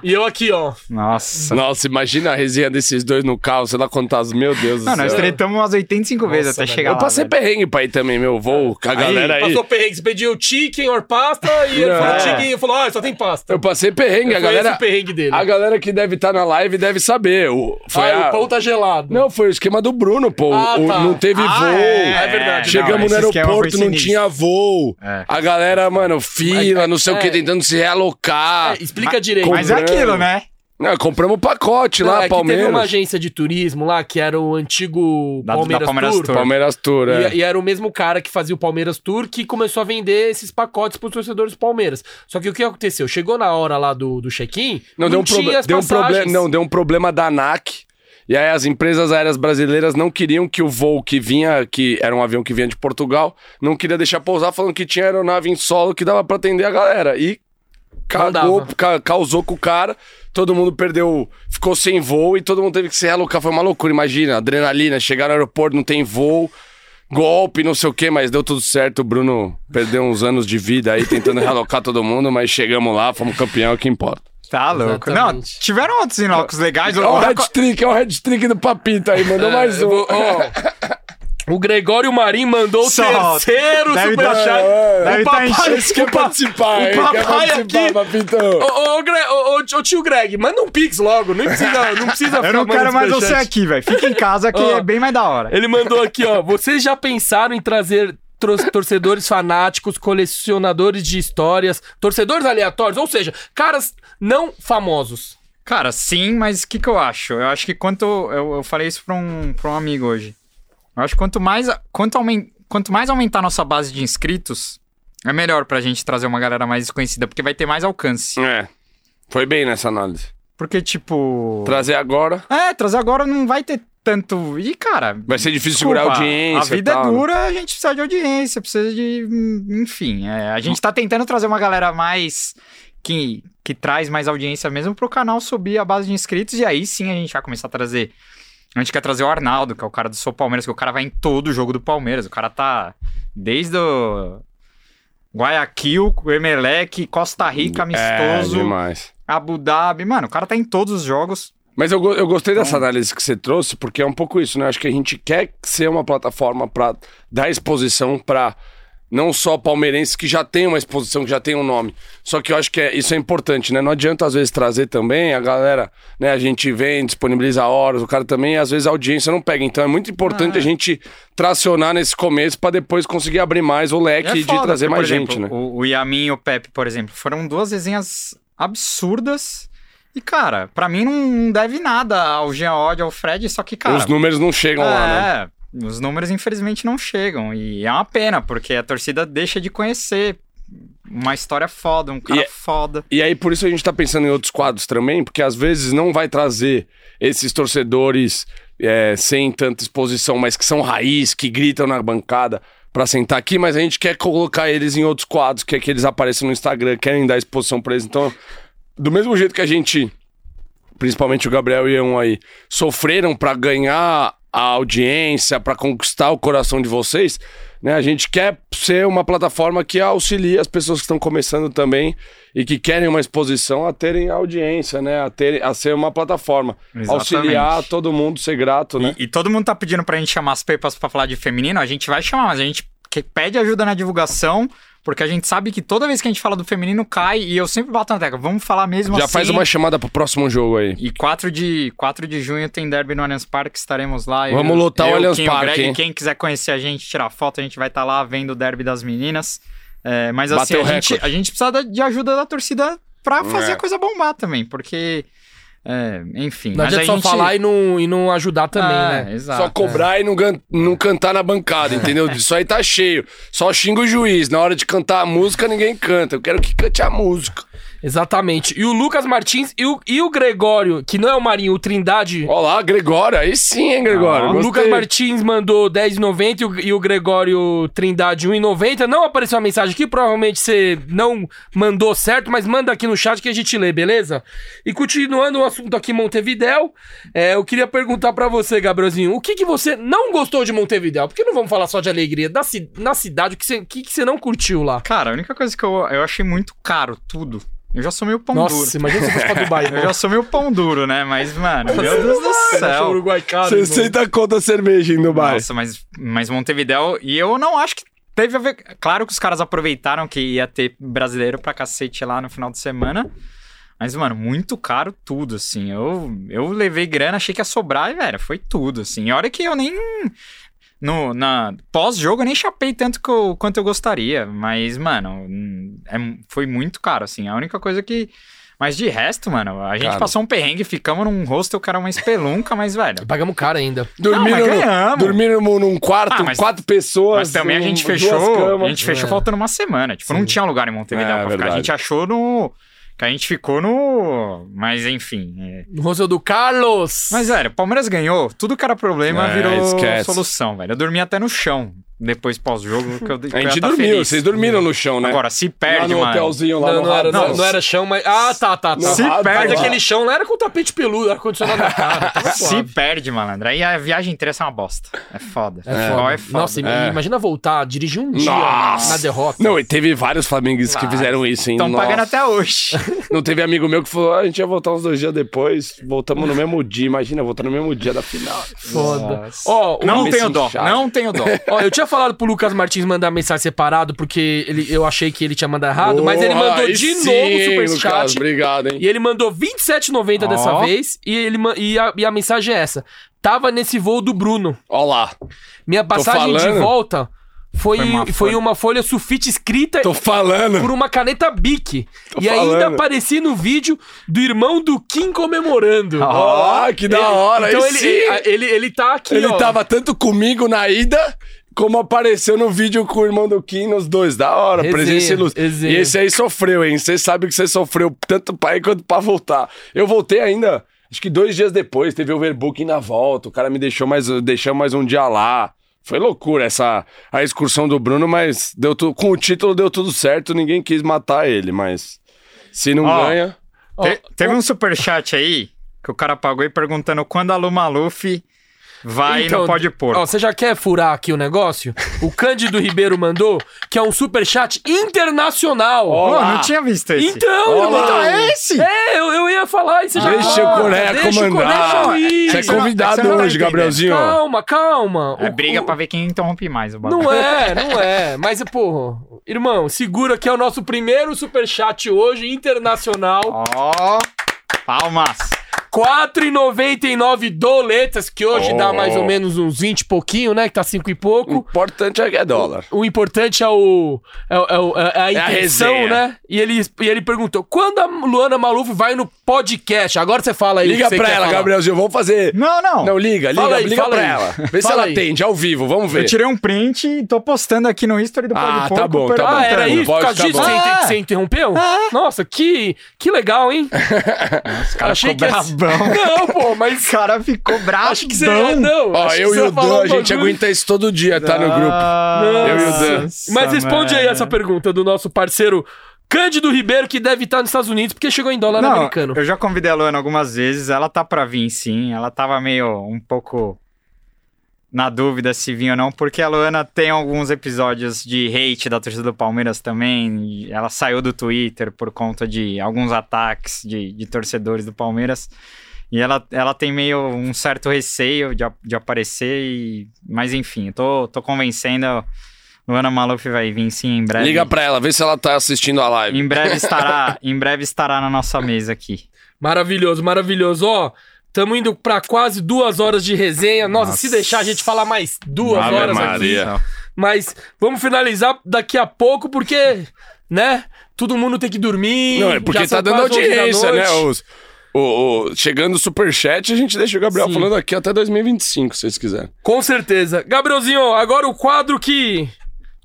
[laughs] E eu aqui, ó.
Nossa.
Nossa, imagina a resenha desses dois no carro, sei lá quantas. Meu Deus
Não,
do
nós
céu.
tretamos umas 85 vezes
Nossa,
até
velho.
chegar
Eu
lá.
passei
velho.
perrengue pra ir também, meu voo, com a galera aí.
né? Passou perrengue, você pediu chicken or pasta e ele
Não.
falou chicken e falou, ah, só tem pasta.
Eu passei perrengue, a
Foi esse
galera.
o perrengue dele.
A galera que deve estar na live deve saber. O, foi
ah,
a-
o pão tá gelado.
Não, foi o esquema do Bruno, pô.
Ah,
O-
tá.
não teve
Ah,
voo.
é,
é verdade.
Chegamos
Não, é
no
esse
é
esquema
aeroporto,
foi
não
sinistro.
tinha voo.
É.
A galera, mano, fila, não sei o
é.
que, tentando se realocar.
É, explica direito.
Mas é aquilo, né?
Não, compramos o pacote
Não,
lá,
é que
Palmeiras.
Teve uma agência de turismo lá que era o antigo
Da- da
Palmeiras,
Palmeiras
Tour.
Tour.
Palmeiras Tour, é.
E, e era o mesmo cara que fazia o Palmeiras Tour que começou a vender esses pacotes pros torcedores do Palmeiras. Só que o que aconteceu? Chegou na hora lá do, do check-in,
Não, deu um,
tinha
proble-
as
deu um
passagens.
problema. Não, deu um problema da ANAC. E aí as empresas aéreas brasileiras não queriam que o voo que vinha, que era um avião que vinha de Portugal, não queria deixar pousar, falando que tinha aeronave em solo que dava pra atender a galera. E cagou,
dava.
ca- causou com o cara, todo mundo perdeu, ficou sem voo e todo mundo teve que se realocar. Foi uma loucura, imagina, adrenalina, chegar no aeroporto, não tem voo. Golpe, não sei o que, mas deu tudo certo. O Bruno perdeu uns anos de vida aí tentando [laughs] realocar todo mundo, mas chegamos lá, fomos campeão, é o que importa.
Tá louco. Não,
Exatamente.
tiveram outros inocos legais.
É o
Olha
head
co-
trick, é o head trick do papito aí, mandou
É,
mais um. [laughs]
O Gregório Marim mandou o
[laughs]
Solta.
terceiro
Deve tá-
superchat.
deve
o
tá
papai...
Esse quer
o pa-
participar, hein?
o
Quer
papai
participar,
aqui-
papito?
Ô, ô, Gre- ô, ô, ô, tio Greg, manda um pix logo. Não precisa, não precisa
[laughs] Eu
ficar
não quero
mandando
mais você
superchat.
aqui, velho. Fica em casa que
Ó.
é bem mais da hora.
Ele mandou aqui, ó. Vocês já pensaram em trazer tro- torcedores fanáticos, colecionadores de histórias, torcedores aleatórios, ou seja, caras não famosos.
Cara, sim, mas o que, que eu acho? Eu acho que quanto. Eu, eu falei isso pra um, pra um amigo hoje. Eu acho que quanto mais, a- quanto, aumen- quanto mais aumentar nossa base de inscritos, é melhor pra gente trazer uma galera mais desconhecida, porque vai ter mais alcance.
É. Foi bem nessa análise.
Porque, tipo.
Trazer agora.
É, trazer agora não vai ter tanto. E, cara.
Vai ser difícil
desculpa,
segurar a audiência.
A vida
e tal,
é
né?
dura, a gente precisa de audiência, precisa de. hum, Enfim, é, a gente tá tentando trazer uma galera mais. Que, que traz mais audiência mesmo pro canal subir a base de inscritos. E aí sim a gente vai começar a trazer. A gente quer trazer o Arnaldo, que é o cara do Sou Palmeiras, que o cara vai em todo jogo do Palmeiras. O cara tá. Desde o. Guayaquil, Emelec, Costa Rica, amistoso,
É, demais.
Abu Dhabi. Mano, o cara tá em todos os jogos.
Mas eu, go- eu gostei dessa
Então.
análise que você trouxe, porque é um pouco isso, né? Acho que a gente quer ser uma plataforma para dar exposição para não só palmeirenses que já tem uma exposição, que já tem um nome. Só que eu acho que é- isso é importante, né? Não adianta às vezes trazer também a galera, né? A gente vem, disponibiliza horas, o cara também, às vezes a audiência não pega. Então é muito
Ah,
importante a gente tracionar nesse começo para depois conseguir abrir mais o
E
leque
é
de
foda,
trazer
porque,
mais
por
gente,
exemplo,
né?
O, o Yamin e o Pepe, por exemplo, foram duas resenhas absurdas. E, cara, pra mim não deve nada ao Geod, ao Fred, só que, cara.
Os números não chegam lá, né?
É, os números infelizmente não chegam. E é uma pena, porque a torcida deixa de conhecer uma história foda, um cara
E é-
foda.
E aí, por isso a gente tá pensando em outros quadros também, porque às vezes não vai trazer esses torcedores é, sem tanta exposição, mas que são raiz, que gritam na bancada pra sentar aqui, mas a gente quer colocar eles em outros quadros, quer que eles apareçam no Instagram, querem dar exposição pra eles. Então, do mesmo jeito que a gente, principalmente o Gabriel e eu aí, sofreram pra ganhar a audiência, pra conquistar o coração de vocês, né? A gente quer ser uma plataforma que auxilie as pessoas que estão começando também e que querem uma exposição a terem audiência, né? A, terem, a ser uma plataforma.
Exatamente.
Auxiliar todo mundo, ser grato, né?
E, e todo mundo tá pedindo pra gente chamar as pepas pra falar de feminino, a gente vai chamar, mas a gente que- pede ajuda na divulgação, porque a gente sabe que toda vez que a gente fala do feminino cai, e eu sempre bato na tecla, vamos falar mesmo
Já
assim.
faz uma chamada pro próximo jogo aí.
E 4 de, 4 de junho tem derby no Allianz Parque, estaremos lá.
Vamos lotar o Allianz
Kim, o
Parque,
Greg,
hein?
quem quiser conhecer a gente, tirar foto, a gente vai estar lá vendo o derby das meninas. É, mas assim,
Bateu
a gente,
recorde.
a gente precisa da- de ajuda da torcida pra fazer
É.
a coisa bombar também, porque... é, enfim.
Não
mas
adianta
a
só
gente...
falar e não, e não ajudar também,
É,
né?
Exato,
Só cobrar e não, gan- não cantar na bancada,
[laughs]
entendeu? Isso aí tá cheio. Só xinga o juiz. Na hora de cantar a música, ninguém canta. Eu quero que cante a música.
Exatamente. E o Lucas Martins e o, e o Gregório, que não é o Marinho, o Trindade.
Olá, Gregório. Aí sim, hein,
Ah,
Gregório.
o
Gostei.
Lucas Martins mandou 10,90 e o- e o Gregório Trindade 1,90. Não apareceu a mensagem aqui, provavelmente você não mandou certo, mas manda aqui no chat que a gente lê, beleza? E continuando o assunto aqui em Montevidéu, é, eu queria perguntar pra você, Gabrielzinho, o que, que você não gostou de Montevidéu? Porque não vamos falar só de alegria. Da ci- na cidade, o que você, o que que você não curtiu lá?
Cara, a única coisa que eu, eu achei muito caro, tudo. Eu já sou meio pão duro.
Nossa, imagina se fosse pra
[laughs]
Dubai. né?
Eu já sou meio pão duro, né? Mas, mano, meu Deus do
Achou o
céu.
Uruguai caro, irmão.
60 conta cerveja em Dubai.
Nossa, mas, mas Montevidéu. E eu não acho que teve a ver. Claro que os caras aproveitaram que ia ter brasileiro pra cacete lá no final de semana. Mas, mano, muito caro tudo, assim. Eu, eu levei grana, achei que ia sobrar e, velho, foi tudo, assim. E olha que eu nem. No, na pós-jogo eu nem chapei tanto que eu- quanto eu gostaria. Mas, mano, hum, é mu- foi muito caro, assim. A única coisa que. Mas de resto, mano, a gente
Caro.
passou um perrengue, ficamos num hostel, cara, uma espelunca, mas, velho.
Pagamos caro ainda.
Não,
Dormiram,
mas ganhamos.
dormiram num quarto,
Ah, mas-
quatro pessoas.
Mas também a
um-
gente
duas
fechou.
camas.
A gente fechou faltando uma semana. Tipo, não tinha lugar em
É,
Montevideo pra ficar.
verdade.
A gente achou no. Que a gente ficou no. Mas enfim. é.
No Rosel do Carlos.
Mas, é- velho, o Palmeiras ganhou. Tudo que era problema
É,
virou
esquece.
solução, velho. Eu dormi até no chão depois pós-jogo. que eu- que eu
A
ia
gente
tá
dormiu,
feliz.
vocês dormiram no chão, né?
Agora, se
lá
perde,
no
mano.
hotelzinho lá
Não,
no
não era, não,
Radisson.
não era chão, mas. Ah, tá, tá, tá.
Se
Não,
Mas
perde
lá.
aquele chão lá era com tapete peludo, ar-condicionado na cara. Tava
[laughs]
Se
suave.
perde, malandro. Aí a viagem inteira é uma bosta. É foda.
É foda.
É foda.
Nossa, im-
É.
imagina voltar, dirigir um dia
Nossa.
na derrota.
Não, e teve vários flamenguistas que
Vários.
fizeram isso, hein?
Estão
Nossa.
pagando
[laughs]
até hoje.
Não teve amigo meu que falou, "Ah, a gente ia voltar uns dois dias depois, voltamos no mesmo dia. Imagina, voltar no mesmo dia da final.
foda. Ó, o
Não
Lu-
tenho dó.
Chato.
Não tenho dó.
Ó, eu tinha falado pro Lucas Martins mandar mensagem separado, porque ele, eu achei que ele tinha mandado errado, mas ele
Boa,
mandou
aí
de
sim,
novo o
Lucas,
superchat.
Obrigado, hein?
E ele mandou 27,90 dessa
Ó.
vez, e, ele, ma- e, a, e a mensagem é essa. Tava nesse voo do Bruno.
Ó lá.
Minha passagem de
falando.
volta foi, foi,
Foi
uma,
uma folha.
folha sulfite escrita
Tô falando.
por uma caneta Bic. E ainda
falando.
apareci no vídeo do irmão do Kim comemorando.
Ó, Ah, que da hora.
Então
aí
ele,
sim.
ele, ele, tá aqui,
Ele
ó.
tava tanto comigo na ida, como apareceu no vídeo com o irmão do Kim nos dois. Da hora,
Resenha,
presença e luz.
resenha.
E esse aí sofreu, hein? Você sabe que você sofreu tanto pra ir quanto pra voltar. Eu voltei ainda, acho que dois dias depois, teve overbooking na volta. O cara me deixou mais, deixou mais um dia lá. Foi loucura essa a excursão do Bruno, mas deu tu, com o título deu tudo certo, ninguém quis matar ele, mas se não
Ó,
ganha.
Ó,
Te- teve um superchat aí que o cara pagou e perguntando quando a Lu Maluf Vai e
Então,
não pode pôr.
Ó, você já quer furar aqui o negócio? O Cândido Ribeiro mandou, que é um superchat internacional.
Pô,
Olá.
não tinha visto esse.
Então,
Olá.
irmão,
Então
Então
é esse!
É, eu, eu ia falar e você já
Deixa o
Ah,
Coreia
deixa o
comandar.
Coreia ir.
Você é
Isso não-
convidado
isso não vai
hoje,
entender.
Gabrielzinho.
Calma, calma.
É
O-
briga
o-
pra ver quem interrompe mais o bagulho.
Não é, não é. Mas, porra, irmão, segura que é o nosso primeiro superchat hoje, internacional.
Ó, palmas.
R$4,99 doletas, que hoje
Oh.
dá mais ou menos uns 20 e pouquinho, né? Que tá 5 e
O
pouco.
importante é que é dólar.
O importante é o. É, o- é o- é a
a
intenção,
resenha.
né? E ele, e ele perguntou: quando a Luana Maluf vai no podcast? Agora você fala aí. o
Liga
que você
pra
quer
ela,
falar.
Gabrielzinho. Vamos fazer.
Não, não.
Não, liga, liga,
Fala aí,
liga
fala
pra
aí.
ela. Vê se
Fala
ela
aí.
atende ao vivo, vamos ver.
Eu tirei um print e tô postando aqui no history do
Ah,
Pode Porco.
tá bom, tá
é. Ah,
bom.
era
Então,
isso? Por
pode
causa disso
acabar.
você, inter-
Ah.
você interrompeu? Nossa, que, que legal,
[laughs]
hein?
Os caras
Achei
ficou
que ia- [laughs]
brabão.
Não, pô,
Os
mas.
caras ficou brabo.
Acho que você. Não,
Ó,
acho que
eu
você
e o
falou
Dan,
um
a gente
bagulho-
aguenta isso todo dia, tá no grupo.
Ah, Eu
e o Dan.
Mas responde aí
mano.
essa pergunta do nosso parceiro Cândido Ribeiro, que deve estar nos Estados Unidos, porque chegou em dólar
Não,
americano.
Eu já convidei a Luana algumas vezes, ela tá pra vir sim, ela tava meio um pouco na dúvida se vinha ou não, porque a Luana tem alguns episódios de hate da torcida do Palmeiras também, e ela saiu do Twitter por conta de alguns ataques de, de torcedores do Palmeiras. E ela, ela tem meio um certo receio de, a- de aparecer, e- mas enfim, eu tô, tô convencendo. a Luana Maluf vai vir sim em
é
breve.
Liga pra ela, vê se ela tá assistindo a live. [laughs]
Em breve estará, em breve estará na nossa mesa aqui.
Maravilhoso, maravilhoso. Ó, tamo indo pra quase duas horas de resenha. Nossa,
Nossa.
se deixar a gente falar mais duas
Ave
horas aqui.
Maria.
Mas vamos finalizar daqui a pouco, porque, né? Todo mundo tem que dormir.
Não, é porque
já são
tá dando
quase 11 da
audiência, né?
noite.
Os, o, o- chegando o superchat, a gente deixa o Gabriel
Sim.
falando aqui até 2025, se vocês quiserem.
Com certeza. Gabrielzinho, agora o quadro que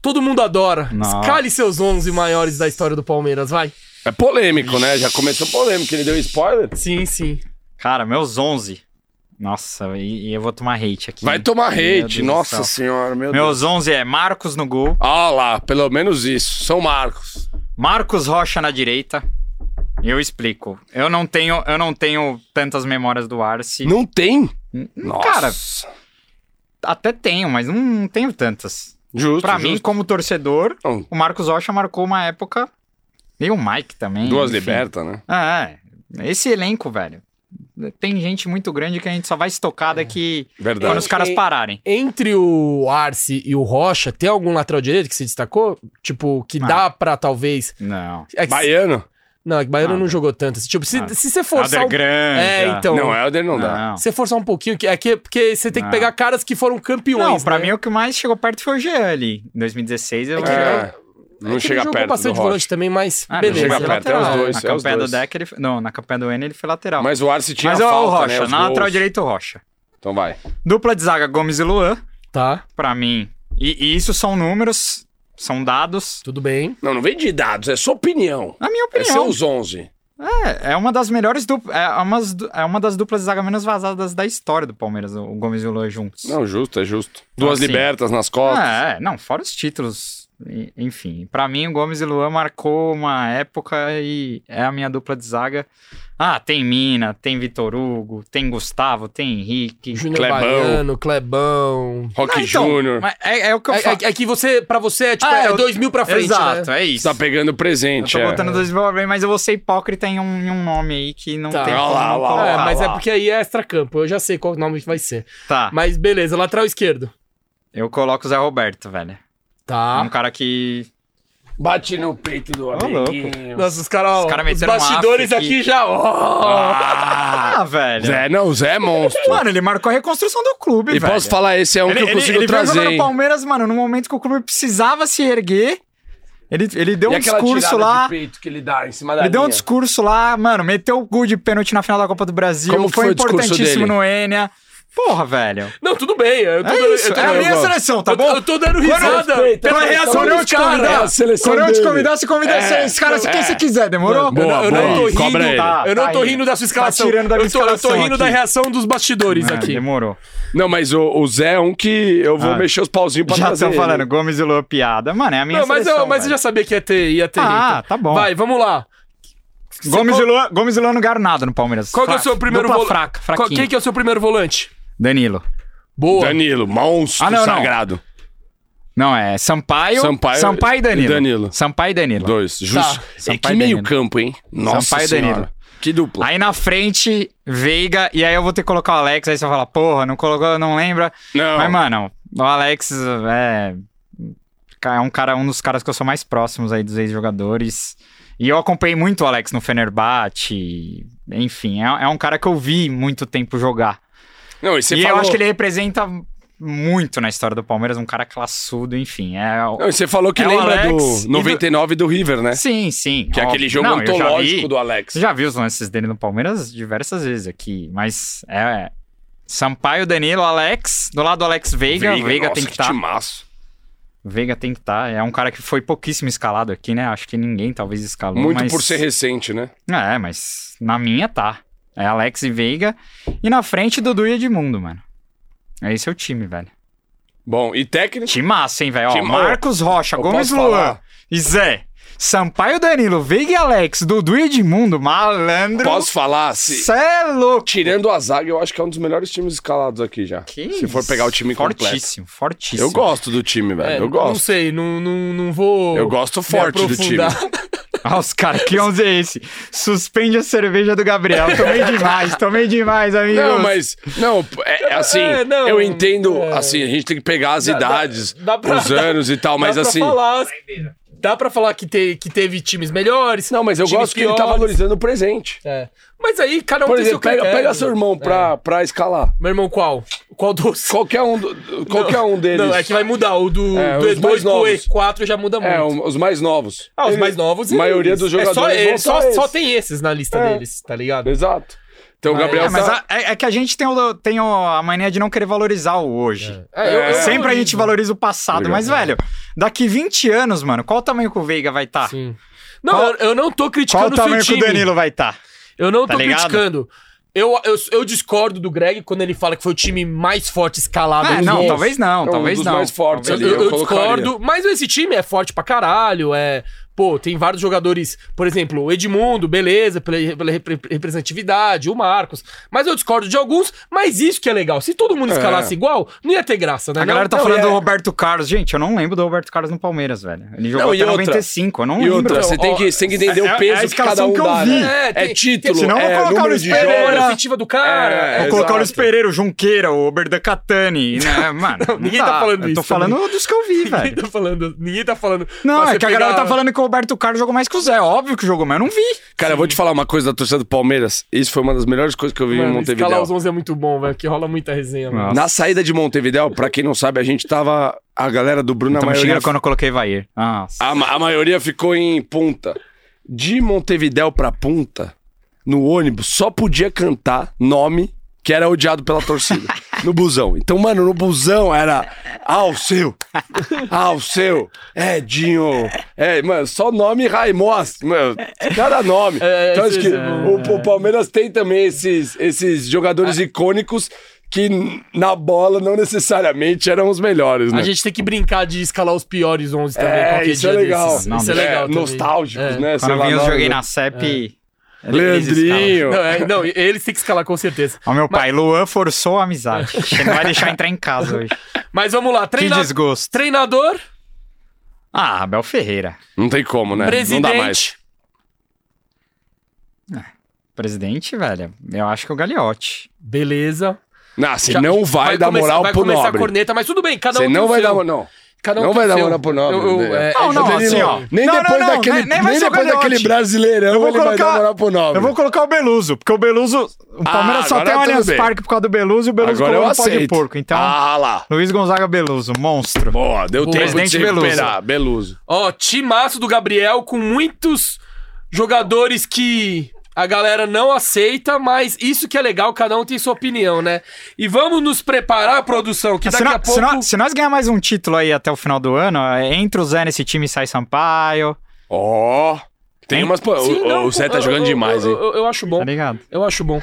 todo mundo adora.
Nossa.
Escale seus 11 maiores da história do Palmeiras, vai.
É polêmico, né? Já começou polêmico, ele deu spoiler.
Sim, sim.
Cara, meus 11. Nossa, e, e eu vou tomar hate aqui.
Vai tomar
Meu
hate,
Deus
nossa
do céu.
senhora, meu Deus.
Meus 11 é Marcos no gol,
Ah lá, pelo menos isso. São Marcos.
Marcos Rocha na direita. Eu explico. Eu não tenho, eu não tenho tantas memórias do Arce.
Não tem?
Cara,
Nossa.
até tenho, mas não, não tenho tantas.
justo.
Pra mim,
justo.
como torcedor,
Não,
o Marcos Rocha marcou uma época. E o Mike também.
duas
enfim.
libertas, né?
Ah, é. Esse elenco, velho. Tem gente muito grande que a gente só vai se tocar daqui quando
É, Verdade.
os caras pararem.
Entre o Arce e o Rocha, tem algum lateral direito que se destacou? Tipo, que
Ah.
dá pra talvez.
Não.
É que-
Baiano?
Não, é que
Ah,
Baiano
Nada.
tá.
não jogou tanto. Tipo, se,
Nada.
se você forçar. um-
Grande.
É, então.
Não, Helder não dá.
Não.
Se você forçar um pouquinho, que- é que, porque você tem que
Não.
pegar caras que foram campeões.
Não, pra
né?
mim o que mais chegou perto foi o Jean ali. Em 2016 eu...
É que
É, não
É que ele
chega
jogou
perto
bastante
do Rocha.
volante também, mas
Ah, ele
beleza.
chega
foi
perto, é os
lateral.
dois, é
Na
os
campanha
dois.
do Deck, ele... foi- Não, na campanha do N ele foi lateral.
Mas o Arce tinha
Mas
falta,
o
né?
Rocha,
Os
na
gols.
lateral direita o Rocha.
Então vai.
Dupla de zaga, Gomes e Luan,
Tá,
pra mim. E, e isso são números, são dados.
tudo bem.
Não, não vem de dados, é sua opinião.
Na minha
É
opinião,
seus 11.
é, é uma das melhores duplas... É, umas du- é uma das duplas de zaga menos vazadas da história do Palmeiras, o Gomes e o Luan juntos.
Não, justo, é justo. Duas
assim,
libertas nas costas.
Ah, é, não, fora os títulos. E- Enfim, pra mim o Gomes e Luan marcou uma época e é a minha dupla de zaga. Ah, tem Mina, tem Vitor Hugo, tem Gustavo, tem Henrique.
Júnior
Clebão.
Baiano, Clebão.
Rock
Não, então,
Júnior.
mas É, é o que eu
É,
falo.
é- é que você, pra você, é tipo,
Ah,
é,
eu-
2000 pra frente,
Exato,
né?
é isso.
Tá pegando
eu
presente,
tô
é.
botando dois mil mas eu vou ser hipócrita em um, em um nome aí que um não
Tá.
tem
Olha
como
lá,
não
olha lá,
colocar.
É, mas é
lá.
porque aí é extra-campo. Eu já sei qual nome que vai ser.
Tá,
Mas beleza, lateral esquerdo.
eu coloco o Zé Roberto, velho. É um
Tá.
cara que...
Bate no peito do amiguinho.
Nossa, os caras,
Os cara
os
meteram uma
bastidores
afta aqui.
aqui já. ó.
Ah, velho.
Zé, não, Zé é monstro.
Mano, ele marcou a reconstrução do clube,
e
velho.
posso falar,
Então,
esse é um
ele,
que eu
ele-
consigo
ele veio
trazer.
jogar no
hein?
Palmeiras, mano, no momento que o clube precisava se erguer. Ele, ele deu
E
um
aquela
discurso
tirada
lá.
de peito que ele dá em cima da
Ele deu um
linha?
discurso lá, mano, meteu o gol de pênalti na final da Copa do Brasil.
Como que foi o discurso
importantíssimo
dele?
no Enia. Porra, velho.
Não, tudo bem. Eu tô,
É
dando-
isso,
eu tô
é a
dando-
minha
eu-
seleção, tá
eu tô-
bom?
Eu tô dando risada
respeito,
pela
eu-
reação
eu-
dos
eu-
caras.
É a seleção
Quando eu te
dele.
convidar, se convidar
É,
esse- esse cara, se
é.
quem você quiser, demorou?
Eu não- eu não
Boa,
tô
boa.
rindo.
Cobra
eu
ele.
não
Tá,
tô
tá
rindo
rindo.
da sua escalação.
Tá tirando da
eu,
minha
tô, eu tô
escalação
rindo
aqui.
da reação dos bastidores
Ah,
aqui.
Demorou.
Não, mas o, o Zé é um que eu vou
Ah.
mexer os pauzinhos pra
Já
trazer.
estão
ele.
falando, Gomes e Lua piada. Mano, é a minha
né? Não, mas,
seleção.
eu, mas eu
velho.
já sabia que ia ter, ia ter
Ah,
hate.
tá bom.
Vai, vamos lá.
Gomes,
Você-
e Lua, Gomes e Lua não ganharam nada no Palmeiras.
Qual que é o
Fraco.
seu primeiro
Dupla
volante?
fraca,
Qual-
fraquinho.
Quem que é o seu primeiro volante?
Danilo.
Boa.
Danilo, monstro
Ah, não, não.
sagrado.
Não, é Sampaio,
Sampaio
Sampaio, e Danilo.
e Danilo.
Sampaio e Danilo. Tá.
Dois. Justo. E que
Sampaio e
meio
Danilo.
campo, hein? Nossa
Sampaio e
senhora.
Danilo.
Que dupla.
Aí na frente, Veiga, e aí eu vou ter que colocar o Alex, aí você vai falar, porra, não colocou, não lembra.
Não.
Mas, mano, o Alex é. É um, cara, um dos caras que eu sou mais próximos aí dos ex-jogadores. E eu acompanhei muito o Alex no Fenerbahçe. Enfim, é, é um cara que eu vi muito tempo jogar.
Não, e você
e
falou...
eu acho que ele representa muito na história do Palmeiras, um cara classudo, enfim. É,
Não, e você falou que
É o
lembra
Alex e
do
do-
99 do... River, né?
Sim, sim.
Que é
óbvio.
aquele jogo
Não, eu já
antológico
vi-
do Alex.
Você já viu os lances dele no Palmeiras diversas vezes aqui, mas é. Sampaio, Danilo, Alex. Do lado do Alex Veiga. Veiga,
nossa,
tem que tá. estar.
timaço.
Veiga tem que estar. É um cara que foi pouquíssimo escalado aqui, né? Acho que ninguém talvez escalou.
Muito
mas-
por ser recente, né?
É, mas na minha tá. É Alex e Veiga. E na frente, Dudu e Edmundo, mano. É esse é o time, velho.
Bom, e técnico...
Time massa, hein, velho? Ó,
Time-
Marcos Rocha,
Eu
Gomes
posso
Luan
falar?
e Zé. Sampaio, Danilo, Veiga e Alex, Dudu e Edmundo, malandro.
Posso falar? Se...
Cê é louco.
Tirando a zaga, eu acho que é um dos melhores times escalados aqui já. Se for pegar o time completo.
fortíssimo, fortíssimo.
Eu gosto do time, velho.
É,
eu
Não
gosto.
sei, não, não, não vou.
Eu gosto
me
forte do
[laughs]
time.
aprofundar.
Ah, os caras, que 11 é esse? Suspende a cerveja do Gabriel. Tomei demais, tomei demais, amigos.
Não, mas. Não, é, é
[laughs]
assim.
É, não,
eu entendo.
é.
Assim, a gente tem que pegar as
Dá- dá-
idades,
[laughs] dá pra-
os anos e tal, mas
dá
assim.
Pra falar, dá pra falar que, te- que teve times melhores.
Não, mas eu
times
gosto que ele tá
piores.
valorizando o presente.
É. Mas aí cada um
Por
tem
exemplo,
seu
pega,
critério. É.
pega seu irmão pra, pra escalar.
Meu irmão, qual? Qual dos?
Qualquer um, do- qualquer
Não,
um deles.
Não, é que vai mudar. O do,
É,
do
os mais
E2 pro
novos.
E4 já muda muito.
É, um- os mais novos.
Ah, os
Ele-
mais novos.
A maioria
eles-
dos jogadores.
É só,
vão
ele só,
pra
só
esse.
tem esses na lista
É.
deles, tá ligado?
Exato. Então o
Mas-
Gabriel
É, mas
tá...
a- é, é que a gente tem, o, tem o- a mania de não querer valorizar o hoje.
É, eu- eu
Sempre a
valorizo.
gente valoriza o passado,
Obrigado.
mas, velho, daqui 20 anos, mano, qual o tamanho que o Veiga vai estar?
Sim. Não,
Qual-
eu, eu não tô
Qual
criticando
o
o seu
tamanho que o
time.
Danilo vai estar?
Eu não
Tá
tô
ligado?
criticando. Eu, eu, eu discordo do Greg quando ele fala que foi o time mais forte escalado.
Ah,
dos
não,
bons.
talvez não,
É um
talvez
dos
não.
mais fortes
Eu,
Talvez
ali,
eu-
não.
eu
colocaria.
discordo, mas esse time é forte pra caralho, é... Pô, tem vários jogadores, por exemplo, o Edmundo, beleza, pela, pela repre- representatividade, o Marcos, mas eu discordo de alguns, mas isso que é legal. Se todo mundo
É.
escalasse igual, não ia ter graça, né?
A galera tá
Não,
falando
é-
do Roberto Carlos. Gente, eu não lembro do Roberto Carlos no Palmeiras, velho. Ele jogou
Não, e
até
outra?
95, eu não
E
lembro.
outra, você tem,
um ó,
que, você tem que entender
é- é
o
a
peso que cada
escalação
um
que eu
dá,
vi.
né?
É, tem-
É título,
senão eu vou
é
colocar
número
o
de
Pereira,
Era
jogos.
afetiva do cara.
É,
Vou colocar o Luiz
exato.
Pereira, o Junqueira, o Oberdan
[laughs]
Catani, né? Mano, não
Ninguém tá
dá.
falando
Eu tô
isso também.
falando
né?
dos que eu vi,
[laughs] Ninguém
velho.
tá falando. Ninguém tá falando.
é. Não,
Pra
é
você
que a galera
pegar-
tá falando que o Roberto Carlos jogou mais que o Zé. Óbvio que jogou, mas eu não vi.
Cara, eu vou te falar uma coisa da torcida do Palmeiras. Isso foi uma das melhores coisas que eu vi em
Mano, escalar os
Montevideo.
11 é muito bom, velho, que rola muita resenha. mano.
Na saída de Montevideo, pra quem não sabe, a gente tava. A galera do Bruno, a
Então me
maioria.
xingaram quando eu coloquei Vair. Nossa.
A, ma- a maioria ficou em Punta. De Montevidéu pra Punta, no ônibus, só podia cantar nome que era odiado pela torcida. No busão. Então, mano, no busão era ao seu, ao seu, Edinho. É, mano, só nome Raimós. Mano, cada nome.
[laughs] É,
então, acho
esses,
que
é. Ah.
o, o Palmeiras tem também esses, esses jogadores icônicos que n- na bola não necessariamente eram os melhores, né?
A gente tem que brincar de escalar os piores 11 também. qualquer
isso é
dia
legal.
desses.
Não,
isso é
não.
legal. também.
nostálgicos,
É.
né? Sei
quando eu
lá,
vim, eu
nós-
joguei na CEP. eles escalam.
Leandrinho.
Não, é- não, eles têm que escalar com certeza.
Ó, meu pai, Luan forçou a amizade.
[laughs]
Ele não vai deixar eu entrar em casa hoje.
Mas vamos lá,
Que
treina...
desgosto.
treinador,
Ah, Abel Ferreira.
Não tem como, né? Não dá mais.
presidente.
Presidente, velho, eu acho que é o Gagliotti.
Beleza.
Não, você
Já-
não vai, dar
começar-
moral
vai
pro
começar
nobre.
a corneta, mas tudo bem, cada um
Você
tem
não
o
vai
seu.
dar moral. Não.
Cada um
Não
tem
vai
o
dar
seu.
moral pro nobre.
Eu- eu- é,
Não,
é
não,
Danilo.
assim, ó.
Nem
Não,
depois
não, não,
daquele,
nem- nem
nem
vai ser o
depois daquele
Gagliotti.
brasileirão
Eu vou
ele vai
colocar-
dar moral pro nobre.
Eu vou colocar o Beluso, porque o Beluso. O Palmeiras só
Ah, agora
tem o
tudo
Allianz
bem.
Parque por causa do Beluso e o Beluso
Agora eu
colou no pó
aceito.
de porco. Então,
Ah lá.
Luiz Gonzaga Beluso, monstro.
Boa, deu tempo de
presidente
se
Beluso.
recuperar. Beluso.
Ó, timaço do Gabriel com muitos jogadores que a galera não aceita, mas isso que é legal, cada um tem sua opinião, né? E vamos nos preparar, produção, que
se,
daqui
nó-
a pouco...
se nó- se nós ganhar mais um título aí até o final do ano, é, entra o Zé nesse time e sai Sampaio,
Ó. Tem
Hein?
umas. pô,
Sim,
o,
não,
o Zé tá
eu-
jogando
eu-
demais,
eu,
hein?
eu- eu acho bom.
tá ligado?
Eu acho bom.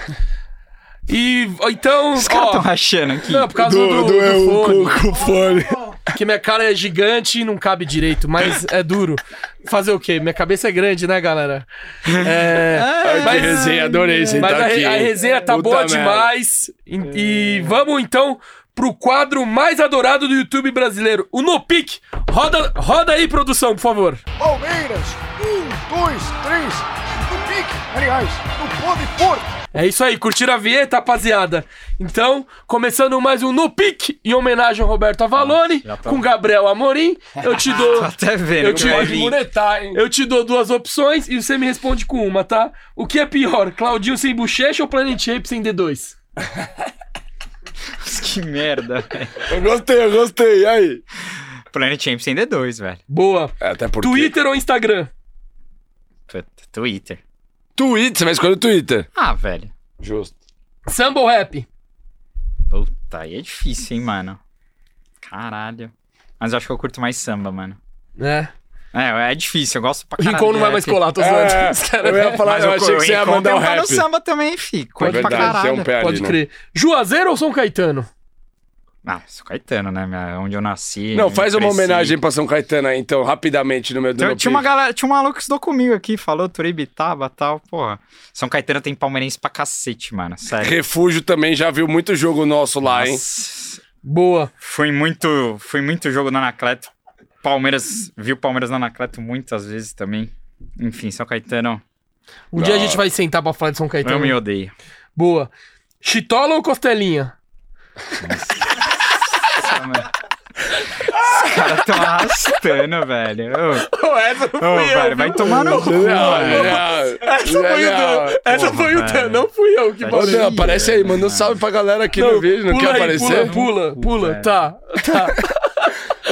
E então,
Os caras
ó,
estão rachando aqui.
não, por causa do, do,
eu
fone,
com- com o fone.
que minha cara é gigante e não cabe direito, mas é duro. Fazer o quê? Minha cabeça é grande, né, galera? [laughs] É,
Ai, que resenha, adorei sentar
mas a, tá re-
Então aqui.
a
hein?
resenha tá
Puta
boa
merda.
demais. E, e vamos então pro quadro mais adorado do YouTube brasileiro, o No Pick. Roda, roda aí, produção, por favor.
Palmeiras, um, dois, três, no pique, aliás, no pode porco.
É isso aí, curtiram a vinheta, rapaziada? Então, começando mais um No Pique, em homenagem ao Roberto Avalone, com Gabriel Amorim. Eu te
[laughs]
dou.
Tô até vendo.
Eu te,
cara.
Pode munetar, hein?
eu te dou duas opções e você me responde com uma, tá? O que é pior, Claudinho sem bochecha ou Planet Shape sem D2?
Que merda, velho.
Eu gostei, eu gostei. E aí?
Planet Champions tem D2, velho.
Boa.
É, até porque...
Twitter ou Instagram?
Puta, Twitter.
Twitter, você vai escolher o Twitter.
Ah, velho.
Justo.
Samba ou rap?
Puta, aí é difícil, hein, mano. Caralho. Mas eu acho que eu curto mais samba, mano.
É.
É, é difícil, eu gosto pra caralho.
Rincon não vai
de
mais
rap.
colar, tô zoando.
É,
Os caras-
eu ia falar,
Mas
eu, achei que você ia
Rincon
mandar
tem
um
pé
rap.
no samba também, fi.
É
Curto pra
verdade, você é
caralho.
um pé ali,
Pode
né?
crer. Juazeiro ou São Caetano?
Ah, sou Caetano, né? minha- Onde eu nasci.
Não,
me
faz uma
cresci.
homenagem pra São Caetano aí, então, rapidamente, no meu do
Então,
meu
tinha, uma galera, tinha um maluco que estudou comigo aqui, falou Turibitaba e tal, porra. São Caetano tem palmeirense pra cacete, mano,
pique.
sério.
Refúgio também já viu muito jogo nosso lá, [laughs] hein?
Nossa,
Boa.
Foi muito, foi muito jogo no Anacleto. Palmeiras, viu Palmeiras no Anacleto muitas vezes também. Enfim, São Caetano,
Um dia a
Da
gente
hora.
vai sentar pra falar de São
eu
Caetano.
[laughs]
me odeio.
Boa. Chitola ou costelinha?
Nossa, mano. Os caras tão arrastando, velho. Ô,
essa foi
ô, velho, vai tomar no cu, mano.
Essa foi o Dan. Essa
porra,
foi o Dan,
velho.
não fui eu que
Tá
Ô,
mandei.
Dan, aparece aí, manda um salve pra galera aqui no vídeo, não
pula
quer
aí,
aparecer?
Pula, pula, pula.
velho.
Tá, tá.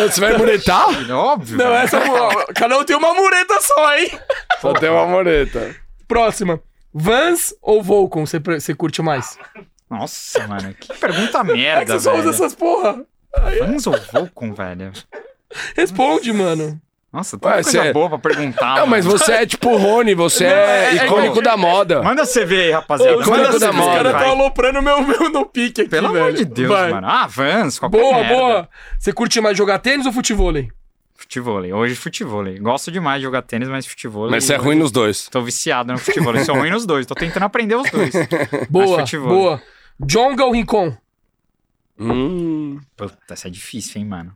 Você vai muretar?
Óbvio.
Não,
velho.
essa foi. Cada um tem uma mureta só, hein?
Só tem uma mureta.
Próxima. Vans ou Volcom? Você, pre- você curte mais?
Nossa, mano, que pergunta
É que
merda,
você só usa
velho.
essas porra.
Vamos ou Volcom, velho?
Responde, mano.
Nossa, tanta
Ué,
coisa
cê-
boa pra perguntar,
Não,
mano.
mas você é tipo o Rony, você
é-
é
é
icônico
igual.
da moda.
Manda CV aí, rapaziada.
Os
quando
Manda
caras
eu
os
tô na moda,
caras
vai.
estão aloprando meu, meu no pique aqui,
Pelo
velho.
amor de Deus,
Vai.
mano. Ah, Vans, qualquer
Boa,
merda.
boa. Você curte mais jogar tênis ou futevôlei?
Futevôlei. Hoje futevôlei. Gosto demais de jogar tênis, mas futevôlei...
Mas você é ruim nos dois.
Tô viciado no futevôlei. Sou ruim nos dois. Tô tentando aprender os dois.
Boa,
futevôlei.
boa. Jonga ou Rincon?
Hum.
Puta, isso é difícil, hein, mano.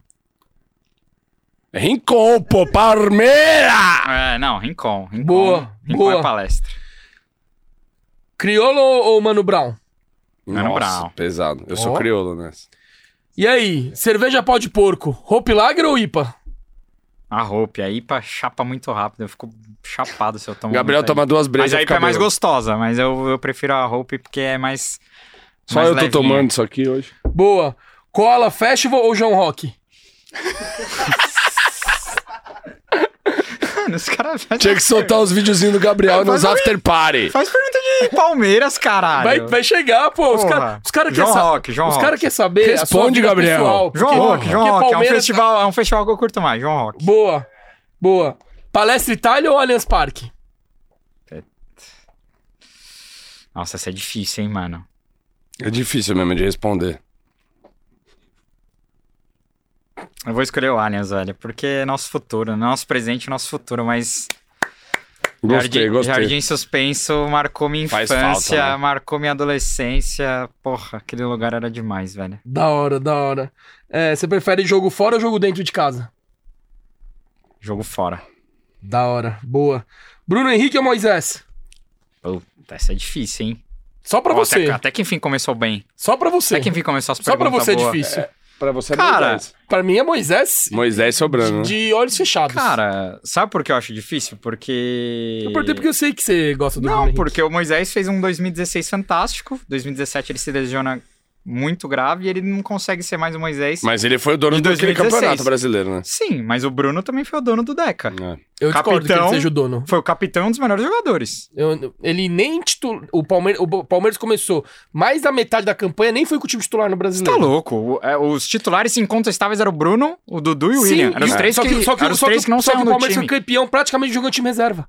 Rincon, pô, Palmeira!
É, não, Rincon. Rincon
Ah! Boa,
Rincon
boa.
é palestra.
Criolo ou ou Mano Brown?
Mano Brown.
pesado. Eu sou
Ó.
crioulo né? nessa.
E aí, cerveja pau de porco, Hope Lager ou IPA?
A roupa aí pra chapa muito rápido. Eu fico chapado se eu tomo
Gabriel
muito aí.
toma duas brejas.
Mas
e
a IPA é
fica
mais
bêbado.
gostosa, mas eu, eu prefiro a roupa porque é mais.
Só
mais
eu tô
levinha.
tomando isso aqui hoje.
Boa. Cola Festival ou João Rock?
Mano, os caras
[laughs]
fazem.
Tinha que soltar os videozinhos do Gabriel nos
um
after party.
Faz pergunta de Palmeiras, caralho.
Vai, vai chegar, pô. Os
Porra.
caras os cara querem
João
sa
Rock, João
os cara
Rock.
quer saber. a sua
Responde,
vida
Gabriel.
pessoal,
João
porque-
Rock, João
porque
Rock. É um,
Palmeiras-
festival, é um festival que eu curto mais, João Rock.
Boa. Boa. Palestra Itália ou Allianz Parque?
Nossa, isso é difícil, hein, mano.
É difícil mesmo de responder.
Eu vou escolher o Allianz, velho, porque é nosso futuro, nosso presente, é nosso futuro, mas
Gostei,
Jardim,
gostei.
Jardim Suspenso marcou minha
Faz
infância,
falta, né?
marcou minha adolescência. Porra, aquele lugar era demais, velho.
Da hora, da hora. É, você prefere jogo fora ou jogo dentro de casa?
Jogo fora.
Da hora. Boa. Bruno Henrique ou Moisés?
Puta, essa é difícil, hein?
Só pra
Ó,
você.
Até, até que enfim começou bem.
Só pra você.
Até é que enfim começou as
Só pra
perguntas
você é
boas.
difícil.
Pra você é
Cara,
Moisés.
Pra mim é Moisés
Moisés sobrando. né?
de olhos fechados.
Cara, sabe por que eu acho difícil? Porque...
Eu perguntei porque eu sei que você gosta do Bruno
Não,
Henrique.
porque o Moisés fez um 2016 fantástico. 2017 ele se lesiona muito grave e ele não consegue ser mais o Moisés.
Mas ele foi o dono
De
daquele
2016.
campeonato brasileiro, né?
Sim, mas o Bruno também foi o dono do Deca.
É.
Eu discordo que ele
Capitão.
seja o dono.
Foi o capitão e um dos melhores jogadores.
Eu- ele nem titulou. O Palmeiras, o Palmeiras começou mais da metade da campanha, nem foi com o time titular no brasileiro.
Tá louco. O- é, os titulares incontestáveis eram o Bruno, o Dudu e o William. Eram os
isso.
três
só
que,
só que,
eram os
só que-
três que não
só que
saíam
o
do
Palmeiras
time.
foi campeão praticamente jogando time reserva.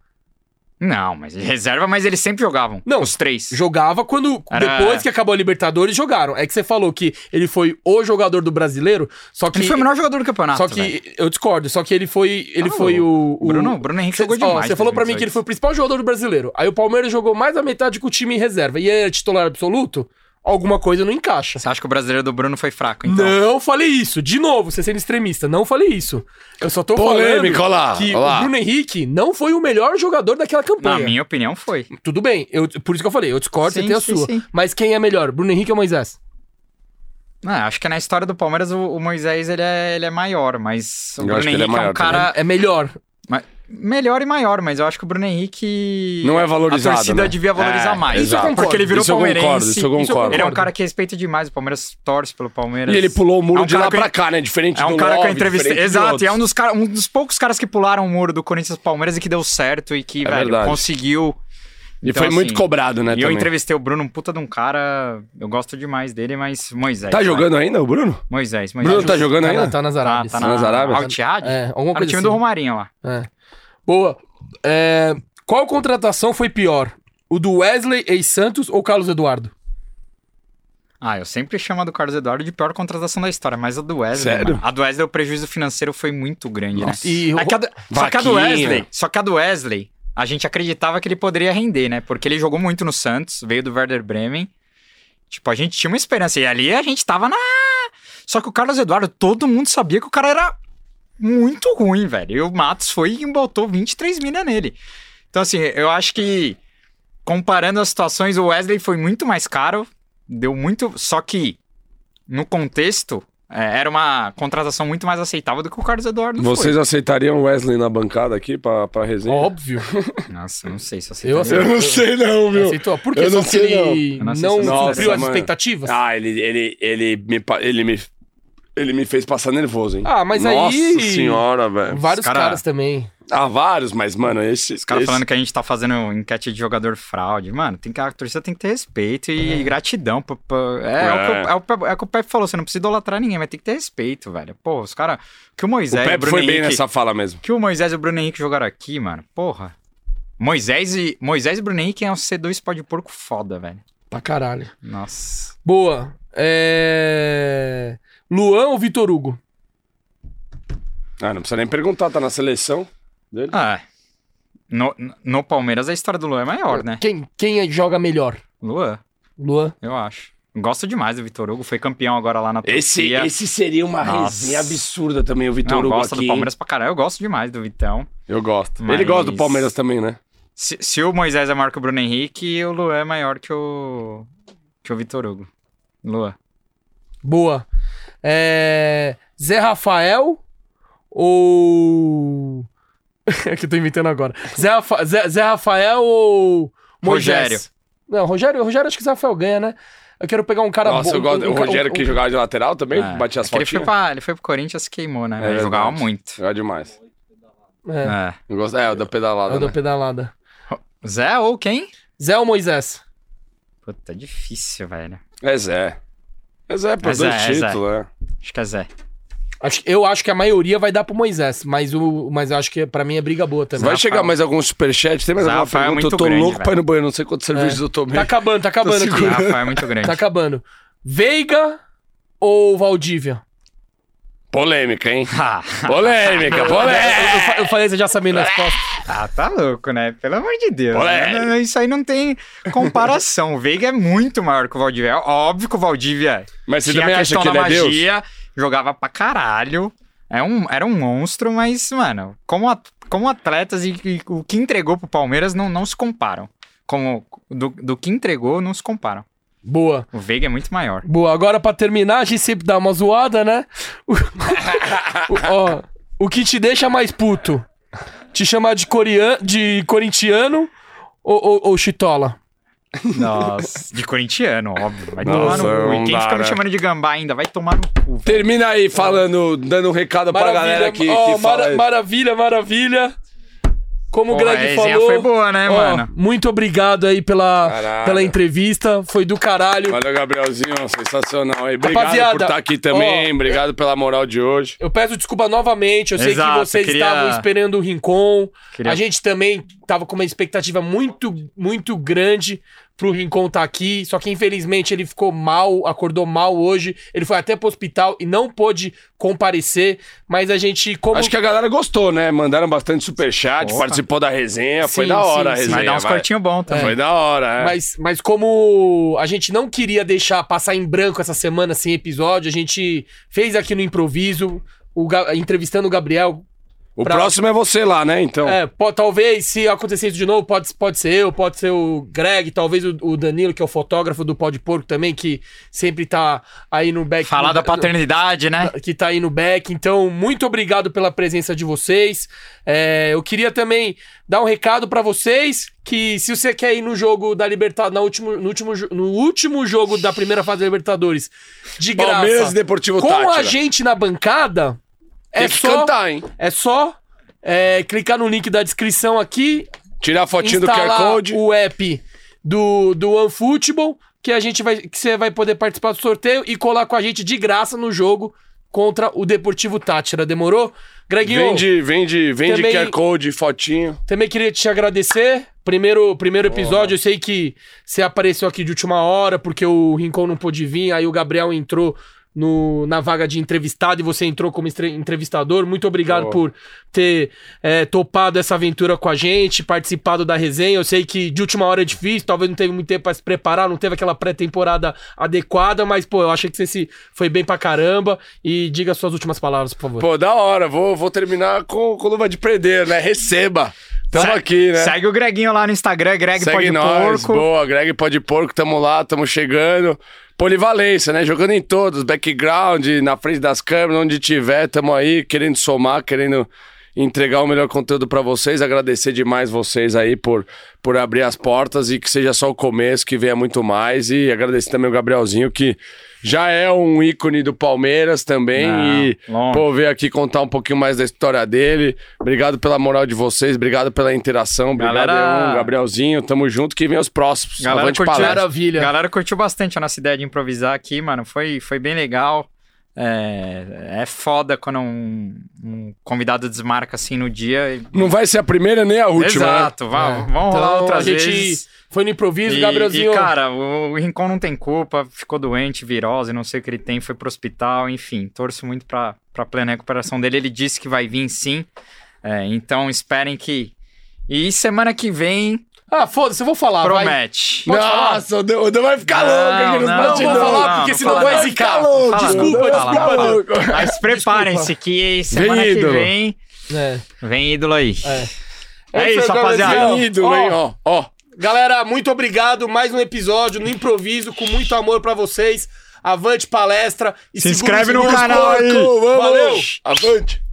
Não, mas reserva, mas eles sempre jogavam.
Não,
Os três.
Jogava quando.
Era-
Depois que acabou a Libertadores, jogaram. É que você falou que ele foi o jogador do brasileiro, só que.
Ele foi o melhor jogador do campeonato.
só que.
velho.
Eu discordo, só que ele foi. Ele
Tá
foi o. o-
Bruno, Bruno Henrique
Cê-
jogou
ó,
demais.
Você falou pra mim que ele foi o principal jogador do brasileiro. Aí o Palmeiras jogou mais da metade com o time em reserva. E ele era é titular absoluto? alguma coisa não encaixa.
Você acha que o brasileiro do Bruno foi fraco, então?
Não falei isso. De novo, você sendo extremista, não falei isso. Eu só tô
Polêmica,
falando
olha lá,
que
olha lá.
o Bruno Henrique não foi o melhor jogador daquela
Na
campanha.
minha opinião, foi.
Tudo bem, eu, por isso que eu falei, eu discordo,
Sim,
você tem a
sim,
sua.
sim.
Mas quem é melhor, Bruno Henrique ou Moisés?
Ah, acho que na história do Palmeiras o, o Moisés ele é, ele é maior, mas o
Eu
Bruno
acho que ele é
Henrique é,
maior
um cara
É melhor.
ma- melhor e maior, mas eu acho que o Bruno Henrique.
Não é valorizado,
A torcida
né?
devia valorizar
É,
mais.
isso eu concordo,
Porque ele virou
isso eu
palmeirense.
concordo, isso eu concordo.
Ele é um cara que respeita demais. O Palmeiras torce pelo Palmeiras.
E ele pulou o muro
É um
de lá
cara que-
pra cá, né? Diferente
É
do
um cara que eu
Love,
entrevistei.
diferente de
Exato,
outros.
e é um dos, cara, um dos poucos caras que pularam o muro do Corinthians Palmeiras e que deu certo e que, velho,
É verdade.
conseguiu.
E
Então,
foi muito
assim,
cobrado, né?
e eu
também.
entrevistei o Bruno, um puta de um cara. Eu gosto demais dele, mas Moisés.
Tá
vai.
jogando ainda o Bruno?
Moisés, Moisés.
Bruno tá jogando
Tá,
ainda?
na, tá nas Arábias.
Tá, tá
na- Nas Arábias?
Al-Ittihad?
É, alguma
Tá no
coisa
time
assim.
do Romarinho lá.
Boa. É, qual contratação foi pior? O do Wesley e Santos ou Carlos Eduardo?
Ah, eu sempre chamo a do Carlos Eduardo de pior contratação da história, mas a do Wesley.
Sério?
mano, a do Wesley, o prejuízo financeiro foi muito grande,
Nossa.
né?
E o-
É que a do- só que a do
Vaquinha.
Wesley. Só que a do Wesley, a gente acreditava que ele poderia render, né? Porque ele jogou muito no Santos, veio do Werder Bremen. Tipo, a gente tinha uma esperança. E ali a gente tava na. Só que o Carlos Eduardo, todo mundo sabia que o cara era muito ruim, velho. E o Matos foi e botou 23 milha nele. Então, assim, eu acho que comparando as situações, o Wesley foi muito mais caro, deu muito. Só que, no contexto, é, era uma contratação muito mais aceitável do que o Carlos Eduardo
Vocês aceitariam o Wesley na bancada aqui pra, pra resenha?
Óbvio.
foi. Nossa, não sei se tá
Eu
aceitaria.
aceito.
não,
Aceitou? Por que
Eu
só
não
que
sei,
ele
Eu não
não,
sei se eu aceito.
cumpriu
Nossa,
as
mano.
expectativas?
Ah, ele, ele, ele, me, pa- ele, me, ele me fez passar nervoso, hein?
Ah, mas
Nossa
aí-
senhora, velho.
Vários
cara-
caras também.
Ah, vários, mas, mano, esse...
Os caras
esse-
falando que a gente tá fazendo enquete de jogador fraude. Mano, tem que, a torcida tem que ter respeito
É.
e gratidão. pra- pra- é, é o que o- é o Pepe- é o que o Pepe falou, você não precisa idolatrar ninguém, mas tem que ter respeito, velho. Pô, os caras. Que o
O
Moisés. o
Pepe
Bruno
foi bem
Henrique-
nessa fala mesmo.
que o Moisés e o Bruno Henrique jogaram aqui, mano. Porra. Moisés e, Moisés e Bruno Henrique é um C2 pó de porco foda, velho.
Pra caralho.
Nossa.
Boa. É... Luan ou Vitor Hugo?
Ah, não precisa nem perguntar, tá na seleção dele.
Ah, no, no Palmeiras a história do Luan é maior, né?
Quem, quem é- joga melhor?
Luan,
Luan.
eu acho. Gosto demais do Vitor Hugo, foi campeão agora lá na
Esse,
Turquia.
esse seria uma
Nossa.
resenha absurda também, o Vitor
Não,
Hugo
gosto
aqui.
do
hein?
Palmeiras pra caralho. Eu gosto demais do Vitão.
Eu gosto.
Mas-
Ele gosta do Palmeiras também, né?
Se, se o Moisés é maior que o Bruno Henrique, o Luan é maior que o, que o Vitor Hugo. Luan.
Boa. É... Zé Rafael ou. [laughs] é que eu tô inventando agora. Zé, Rafa- Zé- Zé Rafael ou. Moisés?
Rogério.
Não, Rogério, Rogério acho que o Zé Rafael ganha, né? Eu quero pegar um cara
Nossa,
bom-
eu gosto.
um
o
ca-
Rogério
um-
que
um-
jogava de lateral também,
É,
batia as
é que ele, foi
fotinhas.
pra, ele foi pro Corinthians e queimou, né?
É
Mas jogava
verdade.
muito.
Jogava demais.
É,
É.
Eu gosto, é, o da pedalada,
eu dou
né?
pedalada.
Zé ou quem?
Zé ou Moisés?
Puta, é difícil, velho.
É Zé. É Zé, por
É
dois
Zé, é Zé.
títulos, né?
Acho que é
[laughs]
Zé.
Acho- eu acho que a maioria vai dar pro Moisés, mas, o, mas eu acho que pra mim é briga boa também.
Vai chegar mais algum superchat? Tem mais
Zé
alguma
Rafael é
pergunta?
muito
eu tô
grande,
louco pra ir
velho. É.
no banheiro, não sei quantos cervejas eu tomei.
Tá acabando, tá acabando
Tô segurando.
aqui.
Rafael é muito grande.
Tá acabando. Veiga ou Valdívia?
Polêmica, hein?
Ah,
Polêmica,
[laughs]
polêmica.
Eu, fa- eu falei, você já sabia a resposta.
ah, tá louco, né? Pelo amor de Deus.
Olé.
Não, não, Isso aí não tem comparação. O Veiga é muito maior que o Valdívia. É Óbvio que o Valdívia
Mas você
tinha
também
a
acha
questão
que ele
da
é Deus?
magia, jogava pra caralho. É um, era um monstro, mas, mano, como, at- como atletas e, e o que entregou pro Palmeiras não, não se comparam. Como, do, do que entregou, não se comparam.
Boa.
O Veiga é
[laughs]
muito maior.
Boa, agora pra terminar, a gente sempre dá uma zoada, né? O, o- ó, o que te deixa mais puto? Te chamar de, corean, de corintiano ou, ou, ou chitola?
Nossa, de corintiano, óbvio. Vai
Nossa,
tomar no cu. E
não
quem
dá,
fica
né?
me chamando de gambá ainda, vai tomar no cu. velho.
Termina aí falando, dando um recado pra galera que,
ó,
que fala
mara-
isso.
maravilha, maravilha. Como
um
Porra,
o
a
Greg
resenha
falou.
foi boa, né,
ó,
mano?
Muito obrigado aí pela,
Caralho.
pela entrevista. Foi do caralho.
Valeu, Gabrielzinho. Sensacional, hein? Obrigado
Rapaziada,
por estar aqui também.
ó,
Obrigado pela moral de hoje.
Eu peço desculpa novamente. Eu sei
Exato,
que vocês
queria-
estavam esperando o Rincon.
Queria-
A gente também tava com uma expectativa muito, muito grande pro Rincon estar aqui. Só que infelizmente ele ficou mal, acordou mal hoje. Ele foi até pro hospital e não pôde comparecer. Mas a gente, como
Acho que a galera gostou, né? Mandaram bastante superchat,
Opa.
participou da resenha. foi
Sim,
da hora a
sim, sim.
resenha.
Vai
Vai dar uns
vai.
cortinhos bons também.
Foi da hora, é.
Mas, mas como a gente não queria deixar passar em branco essa semana sem episódio, a gente fez aqui no improviso, o Ga- entrevistando o Gabriel.
o
pra-
próximo é você lá, né? Então.
É, po- talvez, se acontecer isso de novo, pode, pode ser eu, pode ser o Greg, talvez o, o Danilo, que é o fotógrafo do Pó de Porco também, que sempre tá aí no back.
Falar
no-
da paternidade, né?
que tá aí no back. Então, muito obrigado pela presença de vocês. É, eu queria também dar um recado pra vocês que se você quer ir no jogo da Libertadores, no último, no, último, jo- no último jogo da primeira fase da Libertadores, de
Palmeiras e
graça,
Deportivo
com a
Tátira.
gente na bancada,
Tem
é
que
só,
cantar, hein?
é só é, clicar no link da descrição aqui,
Tirar a fotinha do QR
instalar
Code.
o app do, do OneFootball, que a gente vai, que você vai poder participar do sorteio e colar com a gente de graça no jogo contra o Deportivo Tátira. Demorou? Greginho,
Vende, vende, vende
Também-
QR Code, fotinho.
também queria te agradecer. Primeiro, primeiro episódio, eu sei que você apareceu aqui de última hora, porque o Rincon não pôde vir, aí o Gabriel entrou no, na vaga de entrevistado e você entrou como estre- entrevistador. Muito obrigado
Boa.
por ter é, topado essa aventura com a gente, participado da resenha. Eu sei que de última hora é difícil, talvez não teve muito tempo pra se preparar, não teve aquela pré-temporada adequada, mas, pô, eu achei que você se foi bem pra caramba. E diga suas últimas palavras, por favor.
Pô, da hora. Vou, vou terminar com, com luva de prender, né? Receba. Tamo
Se-
aqui, né?
Segue o Greguinho lá no Instagram, Greg Pode
nós.
Porco.
Boa, Greg Pode Porco, tamo lá, tamo chegando. Polivalência, né? Jogando em todos, background, na frente das câmeras, onde tiver, tamo aí, querendo somar, querendo entregar o melhor conteúdo pra vocês. Agradecer demais vocês aí por, por abrir as portas e que seja só o começo, que venha muito mais. E agradecer também o Gabrielzinho, que já é um ícone do Palmeiras também.
Não,
e,
longe.
pô, veio aqui contar um pouquinho mais da história dele. Obrigado pela moral de vocês, obrigado pela interação, obrigado,
Galera-
Eun, Gabrielzinho. Tamo junto, que vem os próximos.
Galera
Avante
curtiu,
palestra.
Maravilha.
galera curtiu bastante a nossa ideia de improvisar aqui, mano. Foi, foi bem legal. É, é foda quando um, um convidado desmarca assim no dia. e-
Não vai ser a primeira nem a última. né?
Exato, vá,
É.
vamos rolar
Então,
outras
a gente
vezes.
Foi no improviso,
E,
Gabrielzinho.
e, cara, o, o Rincon não tem culpa, ficou doente, virose, não sei o que ele tem, foi pro hospital, enfim, torço muito pra, pra plena recuperação dele. Ele disse que vai vir sim, É, então esperem que. E semana que vem
Ah, foda-se, eu vou falar. vai.
promete.
né? Nossa, o Dan o Dan vai ficar
Não,
louco aqui nos
não,
Não,
bastidores.
vou falar,
não,
porque
não
senão
fala
vai
não.
zicar.
Fala não,
desculpa,
fala
[laughs]
não.
desculpa. Dan.
Mas preparem-se que semana
Vem ídolo.
que vem
É.
vem ídolo aí. É,
Esse
isso,
o
rapaziada.
Gabrielzinho.
Ídolo, hein?
Ó,
Ó, ó.
Galera, muito obrigado. Mais um episódio no improviso, com muito amor pra vocês. Avante palestra. E
Se
segura
inscreve
os
no
meus
canal aí.
porco.
Vamos,
Valeu.
Avante.